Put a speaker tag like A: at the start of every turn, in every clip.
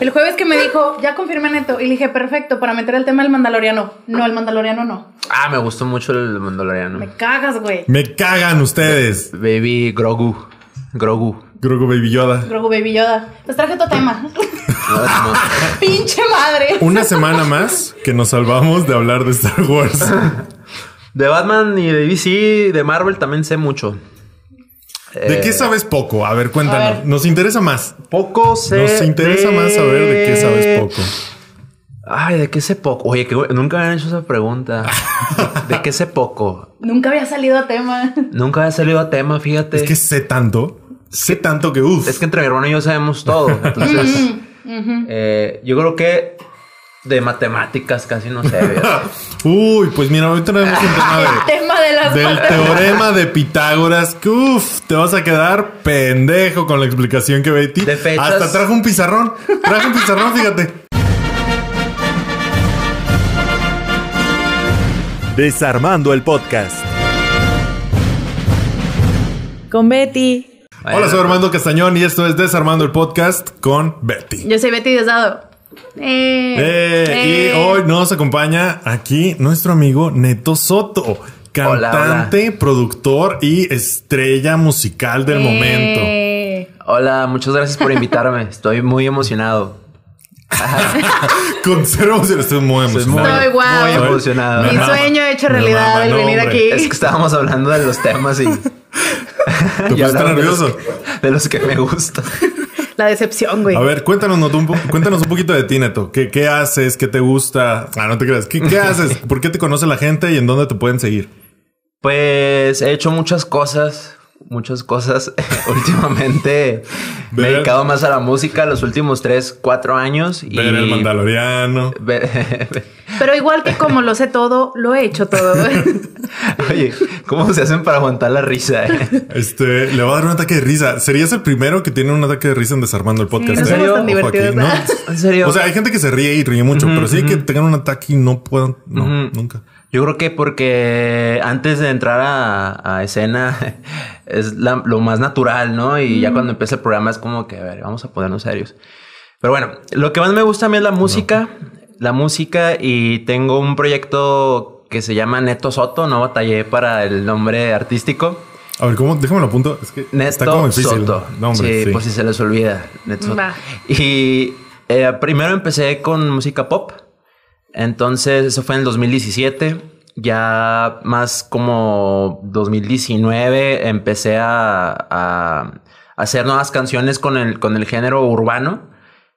A: El jueves que me dijo, ya confirmé Neto. Y le dije, perfecto, para meter el tema del Mandaloriano. No, el Mandaloriano no.
B: Ah, me gustó mucho el Mandaloriano.
A: Me cagas, güey.
C: Me cagan ustedes.
B: Baby Grogu. Grogu.
C: Grogu Baby Yoda.
A: Grogu Baby Yoda. Les traje otro tema. Pinche madre.
C: Una semana más que nos salvamos de hablar de Star Wars.
B: De Batman y de DC, de Marvel también sé mucho. Eh,
C: ¿De qué sabes poco? A ver, cuéntanos.
A: A ver.
C: Nos interesa más.
B: Poco sé.
C: Nos interesa
B: de-
C: más saber de qué sabes poco.
B: Ay, ¿de qué sé poco? Oye, que nunca me han hecho esa pregunta. ¿De qué sé poco?
A: Nunca había salido a tema.
B: Nunca había salido a tema, fíjate.
C: Es que sé tanto. Sé tanto que uff.
B: Es que entre mi hermano y yo sabemos todo. Entonces, eh, yo creo que de matemáticas casi no sé. fíjate.
C: Uy, pues mira, hoy tenemos un tema de-
A: El tema de las
C: del
A: patas.
C: teorema de Pitágoras. Que uff, te vas a quedar pendejo con la explicación que Betty.
B: De fechas.
C: Hasta trajo un pizarrón. Trajo un pizarrón, fíjate.
D: Desarmando el podcast.
E: Con Betty.
C: Hola, soy Armando Castañón y esto es Desarmando el Podcast con Betty.
A: Yo soy Betty Desdado. Eh,
C: Eh,
A: eh.
C: Y hoy nos acompaña aquí nuestro amigo Neto Soto,
B: hola.
C: cantante, productor y estrella musical del momento.
A: Eh.
B: Hola, muchas gracias por invitarme. Estoy muy emocionado.
C: Conservamos el estoy muy emocionado.
A: Estoy guau.
B: muy emocionado.
A: Mi
C: mama,
A: sueño hecho
C: me
A: realidad
C: mama,
A: el
C: no,
A: venir
C: hombre.
A: aquí.
B: Es que estábamos hablando de los temas y.
C: Te
B: y
C: pusiste
B: hablaron de los
C: nervioso.
B: que- De los que me gustan.
A: La decepción, güey.
C: A ver, cuéntanos, Noto, un po- cuéntanos un poquito de ti, Neto. ¿Qué, qué haces? ¿Qué te gusta? Ah, no te creas. ¿Qué, qué haces? ¿Por qué te conoce la gente y en dónde te pueden seguir?
B: Pues he hecho muchas cosas, muchas cosas últimamente. Me he
C: Ver-
B: dedicado más a la música los últimos 3, 4 años. Y
C: Ver el Mandaloriano.
B: Ver-
A: Pero igual que como lo sé todo, lo he hecho todo.
B: Oye, ¿cómo se hacen para aguantar la risa? eh?
C: Este, le va a dar un ataque de risa. Serías el primero que tiene un ataque de risa en desarmando el podcast.
A: no
C: ¿eh?
B: somos tan
C: Ojo aquí,
A: divertidos,
C: ¿no?
A: ¿verdad?
B: En serio.
C: O sea, hay gente que se ríe y ríe mucho, pero sí que tengan un ataque y no puedan. No,
B: Ujú.
C: nunca.
B: Yo creo que porque antes de entrar a, a escena es la- lo más natural, ¿no? Y ya cuando empieza el programa es como que, a ver, vamos a ponernos serios. Pero bueno, lo que más me gusta a mí es la música, la música y tengo un proyecto que se llama Neto Soto, no batallé para el nombre artístico.
C: A ver, ¿cómo? Déjame lo apunto. Es que está como
B: Neto
C: difícil.
B: Soto.
C: No, hombre,
B: sí,
C: sí.
A: pues
B: por si se les olvida. Neto Soto.
A: Va.
B: Y eh, primero empecé con música pop. Entonces, eso fue en el 2017. Ya más como 2019 empecé a, a hacer nuevas canciones con el, con el género urbano,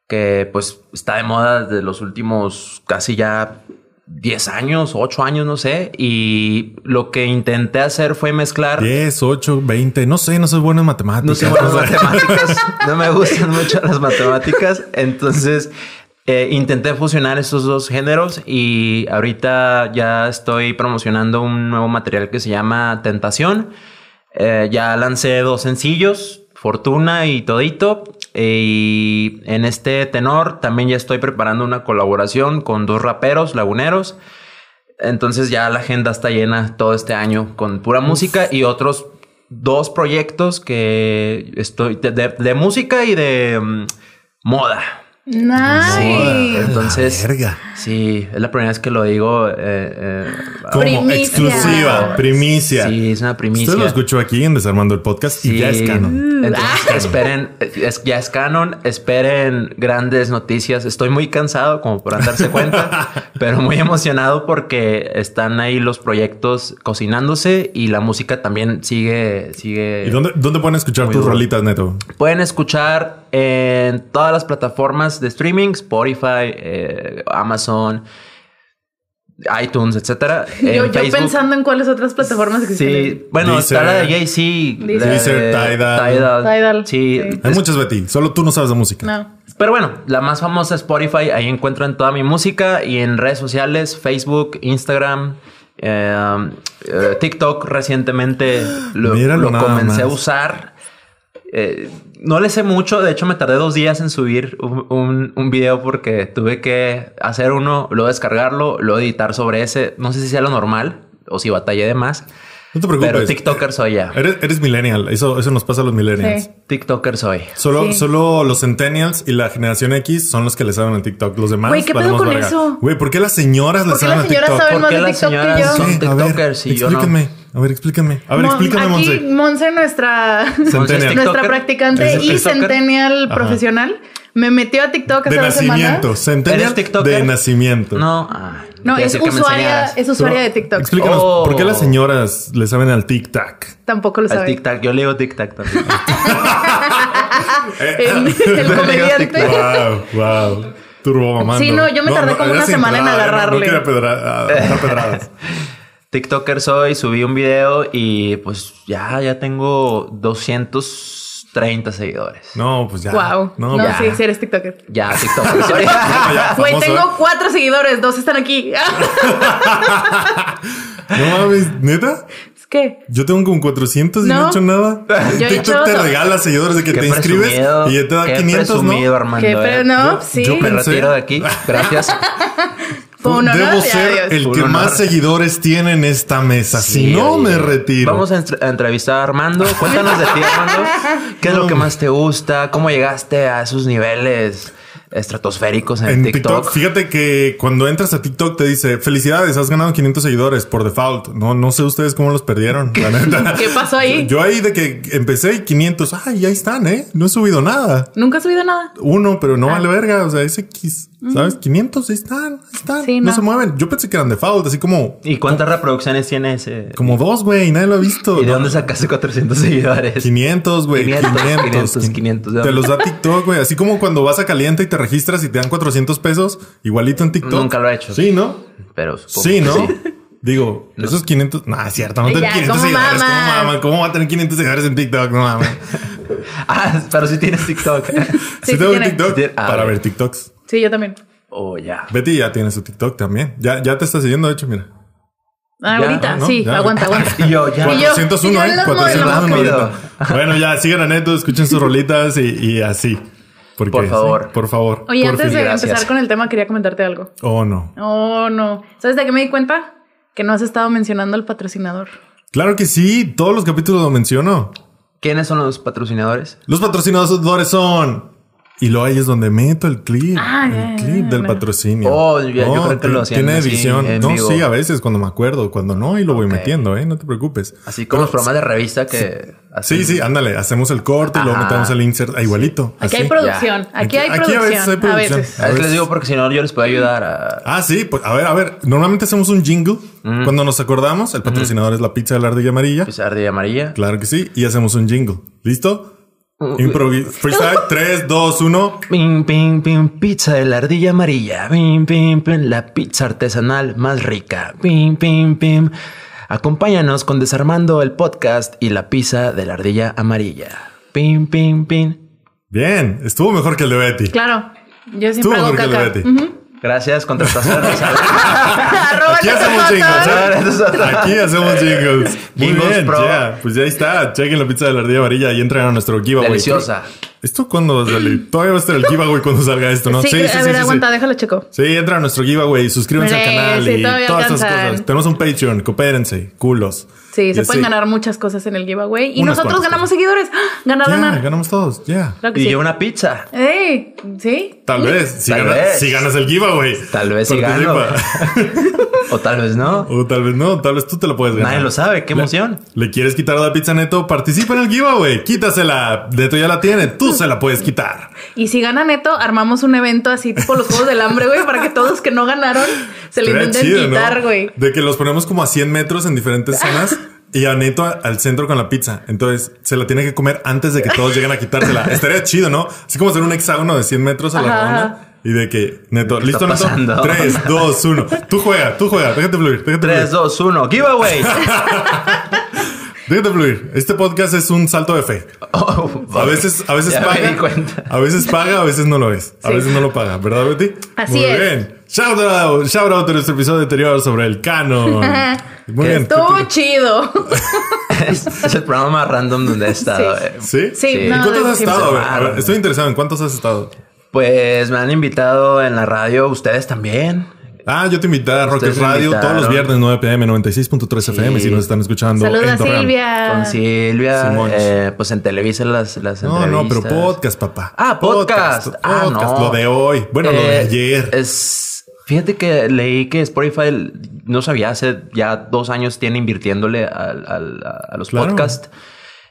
B: que pues está de moda desde los últimos casi ya 10 años, 8 años, no sé. Y lo que intenté hacer fue mezclar...
C: 10, 8, 20. No sé, no soy bueno en matemáticas.
B: No sé las matemáticas. No me gustan mucho las matemáticas. Entonces eh, intenté fusionar estos dos géneros y ahorita ya estoy promocionando un nuevo material que se llama Tentación. Eh, ya lancé dos sencillos, Fortuna y Todito. Eh, Y en este tenor también ya estoy preparando una colaboración con dos raperos laguneros. Entonces ya la agenda está llena todo este año con pura música y otros dos proyectos que estoy de, de- de música y de mm, moda.
A: Nice.
B: Entonces, ah,
C: La Ah, verga.
B: sí, es la primera vez que lo digo. eh, eh,
C: Como
A: Primicia.
C: exclusiva, primicia.
B: sí, es una primicia.
C: Usted lo escuchó aquí en Desarmando el Podcast y
B: Sí.
C: ya es canon.
B: Entonces, esperen, es- ya es canon, esperen grandes noticias. Estoy muy cansado, como por darse cuenta, pero muy emocionado porque están ahí los proyectos cocinándose y la música también sigue, sigue.
C: ¿Y dónde, dónde pueden escuchar
B: Muy
C: tus
B: duro.
C: rolitas, Neto?
B: Pueden escuchar en todas las plataformas de streaming, Spotify, eh, Amazon, iTunes, etcétera.
A: Yo,
B: En
A: yo
B: Facebook.
A: pensando en cuáles otras plataformas existen.
B: Sí, bueno, está la de
C: Deezer.
B: Jay-Z. la de
C: Deezer, Tidal.
A: Tidal,
B: Sí.
A: sí.
C: Hay muchas, Betty. Solo tú no sabes de música.
A: No.
B: Pero bueno, la más famosa es Spotify. Ahí encuentran toda mi música y en redes sociales, Facebook, Instagram, eh, eh, TikTok. Recientemente lo,
C: Míralo
B: lo
C: nada
B: comencé a
C: más.
B: usar. Eh, no le sé mucho, de hecho me tardé dos días en subir un, un- un video porque tuve que hacer uno, luego descargarlo, luego editar sobre ese. No sé si sea lo normal o si batallé de más.
C: No te preocupes. Eh.
B: Pero TikToker soy ya.
C: Eres, eres millennial. Eso, eso nos pasa a los millennials.
A: Sí.
B: TikToker soy.
C: Solo,
A: Sí.
C: solo los Centennials y la generación X son los que le saben al TikTok. Los demás.
A: Güey, ¿qué pedo
C: valemos
A: con
C: verga.
A: eso?
C: Güey, ¿por qué las señoras le
A: ¿Por qué
C: saben
A: las
C: al
A: señoras
C: TikTok?
A: saben
B: ¿Por
A: más
B: qué
A: de
B: las
A: TikTok que
B: señoras
A: yo?
B: son
C: Sí, a ver,
B: TikTokers y yo no?
C: explícame. A ver, explícame. A ver,
A: Mon-
C: explícame,
A: aquí,
C: Monse.
A: Monse, nuestra,
C: Centennial.
A: nuestra
B: TikToker.
A: practicante
B: ¿Es
A: y
B: TikToker?
A: centennial profesional, me metió a TikTok hace
C: De
A: dos
C: nacimiento.
A: semanas.
C: Centennial
B: ¿Eres TikToker?
C: de nacimiento.
B: No, ah,
A: No,
B: iba a
A: es
B: decir que me
A: usuaria,
B: enseñaras.
A: es usuaria de TikTok.
C: Explícanos,
B: Oh.
C: ¿por qué las señoras le saben al tic-tac?
A: Tampoco lo
B: Al
A: sabe.
B: tic-tac, yo le digo tic-tac también.
C: Eh,
A: El, el comediante.
C: Wow, wow. Turbo mamando.
A: Sí, no, yo me tardé como
C: era
A: una
C: sin
A: semana en
C: pedrada, ¿eh?
A: agarrarle.
C: No, no quería pedra- a- aventar pedradas.
B: TikToker soy, subí un video y pues ya, ya tengo 230 seguidores.
C: No, pues ya.
A: Wow. No,
C: ya.
A: sí, sí eres TikToker.
B: Ya, TikToker soy.
C: No, ya,
A: Güey,
C: famoso,
A: tengo cuatro seguidores, dos están aquí. Ah,
C: ¿eh? No mames, neta.
A: es que
C: Yo tengo como 400 y no, he
A: No.
C: hecho nada.
A: Yo he
C: TikTok
A: hecho
C: te
A: todo.
C: regala seguidores de que
B: Qué
C: te inscribes
B: presumido,
C: y ya te da
B: qué
C: 500,
B: presumido,
C: ¿no?
B: Armando.
A: que,
B: eh.
A: pero no,
C: yo-
A: sí.
C: yo
B: Me
C: pensé-
B: retiro de aquí. Gracias.
A: Fue un honor
C: Debo
A: y
C: ser
A: adiós.
C: el
B: Un
C: que
B: honor.
C: más seguidores tiene en esta mesa. si
B: Sí,
C: no,
B: oye.
C: me retiro.
B: Vamos a, entr- a entrevistar a Armando. Cuéntanos de ti, Armando. ¿Qué es lo que más te gusta? ¿Cómo llegaste a esos niveles estratosféricos en,
C: En TikTok.
B: TikTok?
C: fíjate que cuando entras a TikTok te dice felicidades, has ganado 500 seguidores por default. No, no sé ustedes cómo los perdieron. la neta.
A: ¿Qué pasó ahí?
C: Yo ahí de que empecé y 500, ay, ahí están, eh. No he subido nada.
A: Nunca he subido nada.
C: Uno, pero
A: Ah.
C: no vale verga. O sea, es X, ¿sabes? 500, ahí están, ahí están.
A: Sí,
C: no.
A: no.
C: se mueven. Yo pensé que eran default, así como,
B: ¿Y cuántas reproducciones tiene ese?
C: como dos, güey. Nadie lo ha visto.
B: ¿Y de dónde sacaste 400 seguidores?
C: 500, güey. 500,
B: 500,
C: 500,
B: 500, 500, ¿de
C: Te
B: dónde?
C: los da TikTok, güey. Así como cuando vas a Caliente y te registras y te dan 400 pesos, igualito en TikTok.
B: Nunca lo he hecho. Pues,
C: Sí, ¿no?
B: Pero supongo
C: Sí,
B: que
C: ¿no? Digo, esos 500... No, es cierto, no tengo
A: Ya,
C: 500
A: ¿cómo
C: seguidores. ¿Cómo
A: mamas?
C: maman? ¿Cómo va a tener 500 seguidores en TikTok? No mames.
B: Ah, pero sí tienes TikTok.
A: Sí,
C: Sí,
A: sí
C: tengo
A: tiene.
C: TikTok
B: Sí tiene. Ah,
C: para
B: ok.
C: ver TikToks.
A: Sí, yo también.
B: oh, ya.
C: Betty ya tiene su TikTok también. Ya, ya te está siguiendo, de hecho, mira.
A: Ah,
B: Ya,
A: ahorita,
C: ¿no?
A: sí,
C: Ya.
A: aguanta, aguanta.
B: Y yo, ya.
A: Y yo-
C: 401,
A: y yo
C: ¿eh?
A: los
C: 401
B: modelo.
C: ahorita. Bueno, ya, sigan a Neto, escuchen sus rolitas y, y así. Porque,
B: Por favor.
C: sí, por favor.
A: Oye,
B: Por
A: antes
B: fin,
A: de
B: gracias.
A: empezar con el tema, quería comentarte algo.
C: Oh, no.
A: Oh, no. ¿Sabes de qué me di cuenta? Que no has estado mencionando al patrocinador.
C: Claro que sí, todos los capítulos lo menciono.
B: ¿Quiénes son los patrocinadores?
C: Los patrocinadores son. Y lo ahí es donde meto el clip.
A: Ah,
C: el
A: ya, ya,
C: clip
A: ya,
C: del
A: ya.
C: patrocinio.
B: Oh, ya, yo creo que lo hacían
C: Tiene
B: así,
C: edición.
B: en
C: no,
B: vivo.
C: sí, a veces cuando me acuerdo, cuando no, y lo voy
B: Ok.
C: metiendo, ¿eh? No te preocupes.
B: Así como los programas de revista que... hacen-
C: Sí, sí, ándale, hacemos el corte y luego
B: Ajá.
C: metemos el insert ah, igualito.
A: Aquí
C: así.
A: hay producción.
B: Ya.
A: Aquí hay
C: Aquí- aquí a
A: producción.
C: veces hay producción.
A: A veces.
B: A veces les digo porque si no yo les puedo ayudar a...
C: Ah, sí, pues a ver, a ver. Normalmente hacemos un jingle. Cuando nos acordamos, el patrocinador es la pizza de la ardilla amarilla.
B: pisar de pues, amarilla.
C: Claro que sí. Y hacemos un jingle. ¿Listo? Improvis freestyle. 3, 2, 1.
B: Pim, pim, pim, pizza de la ardilla amarilla. Pim, pim, pim, la pizza artesanal más rica. Pim, pim, pim. Acompáñanos con Desarmando el podcast y la pizza de la ardilla amarilla. Pim, pim, pim.
C: Bien. Estuvo mejor que el de Betty.
A: Claro. Yo
C: Estuvo
A: siempre hago
C: mejor que el de
A: caca.
C: Betty.
B: Gracias, contratación.
A: Arroba
C: Aquí
A: Neto
C: hacemos
A: Fotos.
C: jingles. ¿eh? Aquí hacemos jingles. Muy
B: Jingles
C: bien,
B: pro.
C: ya. Pues ya está. Chequen la pizza de la ardilla amarilla y entren a nuestro giveaway.
B: Deliciosa.
C: ¿Esto cuándo va a salir? Todavía va a estar el giveaway cuando salga esto, ¿no?
A: Sí, a ver, aguanta, déjalo checo.
C: Sí, entra a nuestro giveaway, suscríbanse
A: Sí,
C: al canal
A: sí,
C: y
A: todavía
C: todas estas
A: alcanzan.
C: cosas. Tenemos un Patreon, coopérense, culos.
A: Sí, se
C: Y
A: pueden
C: así.
A: ganar muchas cosas en el giveaway. Y
C: Unas
A: nosotros
C: cuantas
A: ganamos seguidores. ¡Ah! Ganar,
C: Ya,
A: ganar.
C: ganamos todos, ya.
A: Claro que
B: y
A: sí.
B: yo una pizza.
A: ¡Ey! ¿Sí?
C: Tal vez, si,
B: Tal
C: ganas,
B: vez.
C: si ganas el giveaway.
B: Tal vez si gano. O tal vez no.
C: o tal vez no, tal vez tú te lo puedes ganar.
B: Nadie lo sabe. Qué emoción.
C: ¿Le quieres quitar la pizza neto? Participa en el giveaway. Quítasela. Neto ya la tiene. Tú se la puedes quitar.
A: Y si gana Neto, armamos un evento así tipo los Juegos del Hambre, güey, para que todos los que no ganaron se lo
C: Estaría
A: intenten
C: chido, ¿no?
A: quitar, güey.
C: De que los ponemos como a 100 metros en diferentes zonas y a Neto a- al centro con la pizza. Entonces se la tiene que comer antes de que todos lleguen a quitársela. Estaría chido, ¿no? Así como hacer un hexágono de 100 metros a la
A: Ajá.
C: ronda. Y de que, Neto,
B: ¿Qué
C: listo,
B: está
C: Neto.
B: pasando?
C: 3, 2, 1. Tú juega, tú juega. Déjate fluir, déjate
B: 3,
C: fluir.
B: 2, 1. Giveaway.
C: Déjate fluir. Este podcast es un salto de fe.
B: Oh,
C: A veces, a veces
B: ya
C: paga.
B: Me di cuenta.
C: A veces paga, a veces no lo es. A
A: Sí.
C: veces no lo paga, ¿verdad, Betty?
A: Así
C: Muy
A: es.
C: bien. Shout out, shout out a nuestro episodio anterior sobre el canon. Muy bien.
A: Estuvo chido.
B: Es, es el programa más random donde he estado.
A: Sí.
B: eh.
A: Sí,
C: ¿Sí?
B: Sí.
C: ¿En
A: no,
C: cuántos has
A: sí,
C: estado? A ver,
B: sí.
C: a ver, estoy interesado en cuántos has estado.
B: Pues me han invitado en la radio ustedes también.
C: Ah, yo te invité a Rocket
B: Ustedes me
C: Radio todos los
B: invitaron.
C: viernes 9 pm, 96.3 FM,
B: Sí.
C: si nos están escuchando.
A: Saludos
C: en
A: a
C: Torreón.
A: Silvia.
B: Con Silvia,
C: Simón.
B: eh, pues en Televisa las, las
C: No, no, pero
B: entrevistas.
C: podcast, papá.
B: Ah, podcast. Ah, no.
C: Lo de hoy. Bueno, lo de
B: Eh,
C: ayer.
B: Es, fíjate que leí que Spotify, no sabía, hace ya dos años tiene invirtiéndole al- al- a, los
C: Claro.
B: podcasts.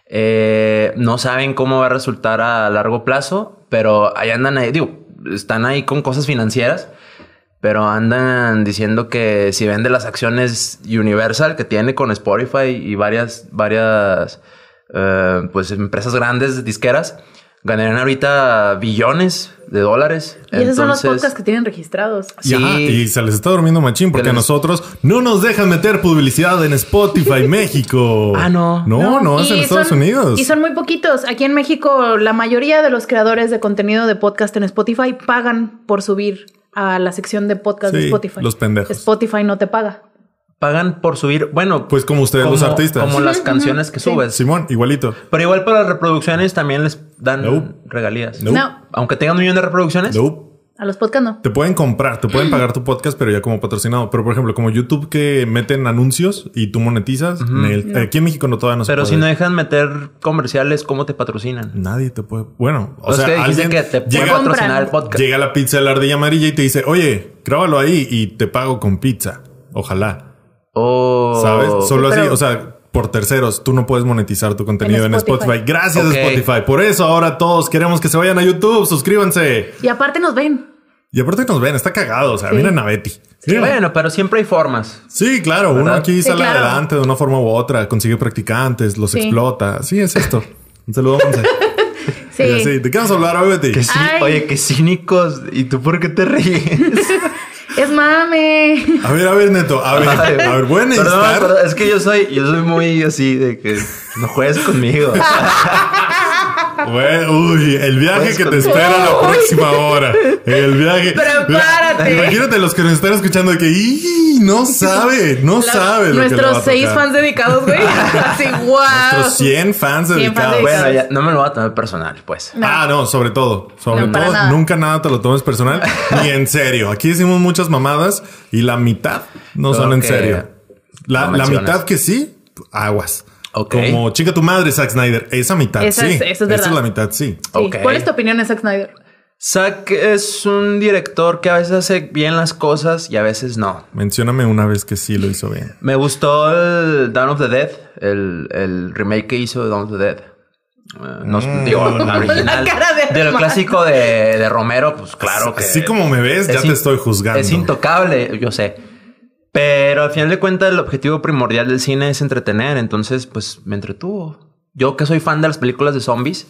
B: Eh, no saben cómo va a resultar a largo plazo, pero ahí andan ahí, digo, están ahí con cosas financieras. Pero andan diciendo que si vende las acciones Universal que tiene con Spotify y varias, varias eh, pues empresas grandes disqueras, ganarían ahorita billones de dólares.
A: Y esos son los
B: Entonces,
A: podcasts que tienen registrados.
C: Y, ajá,
B: sí.
C: y se les está durmiendo machín porque
B: Que
C: a
B: les-
C: nosotros no nos dejan meter publicidad en Spotify México.
B: Ah, no.
C: No, no, es
A: Y
C: en Estados
A: son-
C: Unidos.
A: Y son muy poquitos. Aquí en México, la mayoría de los creadores de contenido de podcast en Spotify pagan por subir a la sección de podcast de
C: Sí,
A: Spotify.
C: los pendejos.
A: Spotify no te paga.
B: pagan por subir, bueno,
C: Pues como ustedes los artistas.
B: como las canciones que
A: sí.
B: subes.
C: Simón, igualito.
B: Pero igual para las reproducciones también les dan
C: No.
B: regalías.
C: No.
A: No,
B: Aunque tengan un millón de reproducciones.
C: Nope.
A: a los podcasts no.
C: Te pueden comprar, te
B: Mm.
C: pueden pagar tu podcast, pero ya como patrocinado. Pero por ejemplo, como YouTube que meten anuncios y tú monetizas, nel- aquí en México no todavía no se
B: Pero
C: puede.
B: si no dejan meter comerciales, ¿cómo te patrocinan?
C: Nadie te puede. Bueno, o
B: es Pues
C: sea,
B: que dijiste
C: alguien
B: que te puede
C: llega,
A: comprar.
B: patrocinar el podcast.
C: llega la pizza de la ardilla amarilla y te dice, oye, grábalo ahí y te pago con pizza. Ojalá.
B: Oh.
C: ¿Sabes? Solo así,
A: Pero-
C: o sea, por terceros, tú no puedes monetizar tu contenido en
A: En
C: Spotify.
A: Spotify.
C: Gracias
B: Ok.
C: Spotify. Por eso ahora todos queremos que se vayan a YouTube, suscríbanse.
A: Y aparte nos ven.
C: Y aparte que nos ven, está cagado, o sea, miren a Betty.
B: Sí,
C: Miren.
B: Bueno, pero siempre hay formas.
C: Sí, claro, uno
B: ¿Verdad?
C: aquí
A: Sí,
C: sale
A: claro.
C: adelante de una forma u otra, consigue practicantes, los
A: Sí.
C: explota. Sí, es esto. Un saludo, Monse.
A: Sí.
C: Y así, ¿De qué vamos a hablar hoy, Betty?
B: Que sí,
A: Ay.
B: oye, qué cínicos. ¿Y tú por qué te ríes?
A: Es mame.
C: A ver, a ver, Neto, a ver,
B: Ay,
C: a ver, buen
B: perdón,
C: estar.
B: perdón, es que yo soy, yo soy muy así de que no juegues conmigo.
C: Güey, Uy, el viaje
B: Puedes
C: que te
B: con-
C: espera la próxima hora. El viaje.
A: Prepárate.
C: Imagínate los que nos están escuchando de que "Ih, no sabe, no
A: La-
C: sabe. lo que le va
A: Nuestros
C: a
A: seis
C: tocar".
A: fans dedicados, güey. Así, wow.
C: Nuestros
A: 100
C: 100 fans
A: fans
C: dedicados.
A: dedicados.
B: bueno, ya, no me lo voy a tomar personal, pues.
C: Ah, no, sobre todo. Sobre
A: No, para
C: todo,
A: nada.
C: nunca nada te lo tomes personal ni en serio. Aquí decimos muchas mamadas y la mitad no
B: Todo
C: son en
B: que
C: serio. La,
B: no
C: la
B: mencionas.
C: mitad que sí, aguas.
B: Ok.
C: Como chica tu madre, Zack Snyder. Esa mitad
A: Esa
C: sí.
A: es- esa es
C: Esa
A: verdad.
C: es la mitad sí.
A: Sí.
B: Ok.
A: ¿Cuál es tu opinión de Zack Snyder?
B: Zack es un director que a veces hace bien las cosas y a veces no.
C: Mencióname una vez que sí lo hizo bien.
B: Me gustó el Dawn of the Dead, el, el remake que hizo de Dawn of the Dead. Eh, no, digo, la original.
A: La cara de
B: de, lo
A: Armando.
B: clásico de, de Romero, pues claro que.
C: Así como me ves, ya
B: es
C: te
B: in-
C: estoy juzgando.
B: Es intocable, yo sé. Pero al final de cuentas, el objetivo primordial del cine es entretener. Entonces, pues me entretuvo. Yo que soy fan de las películas de zombies.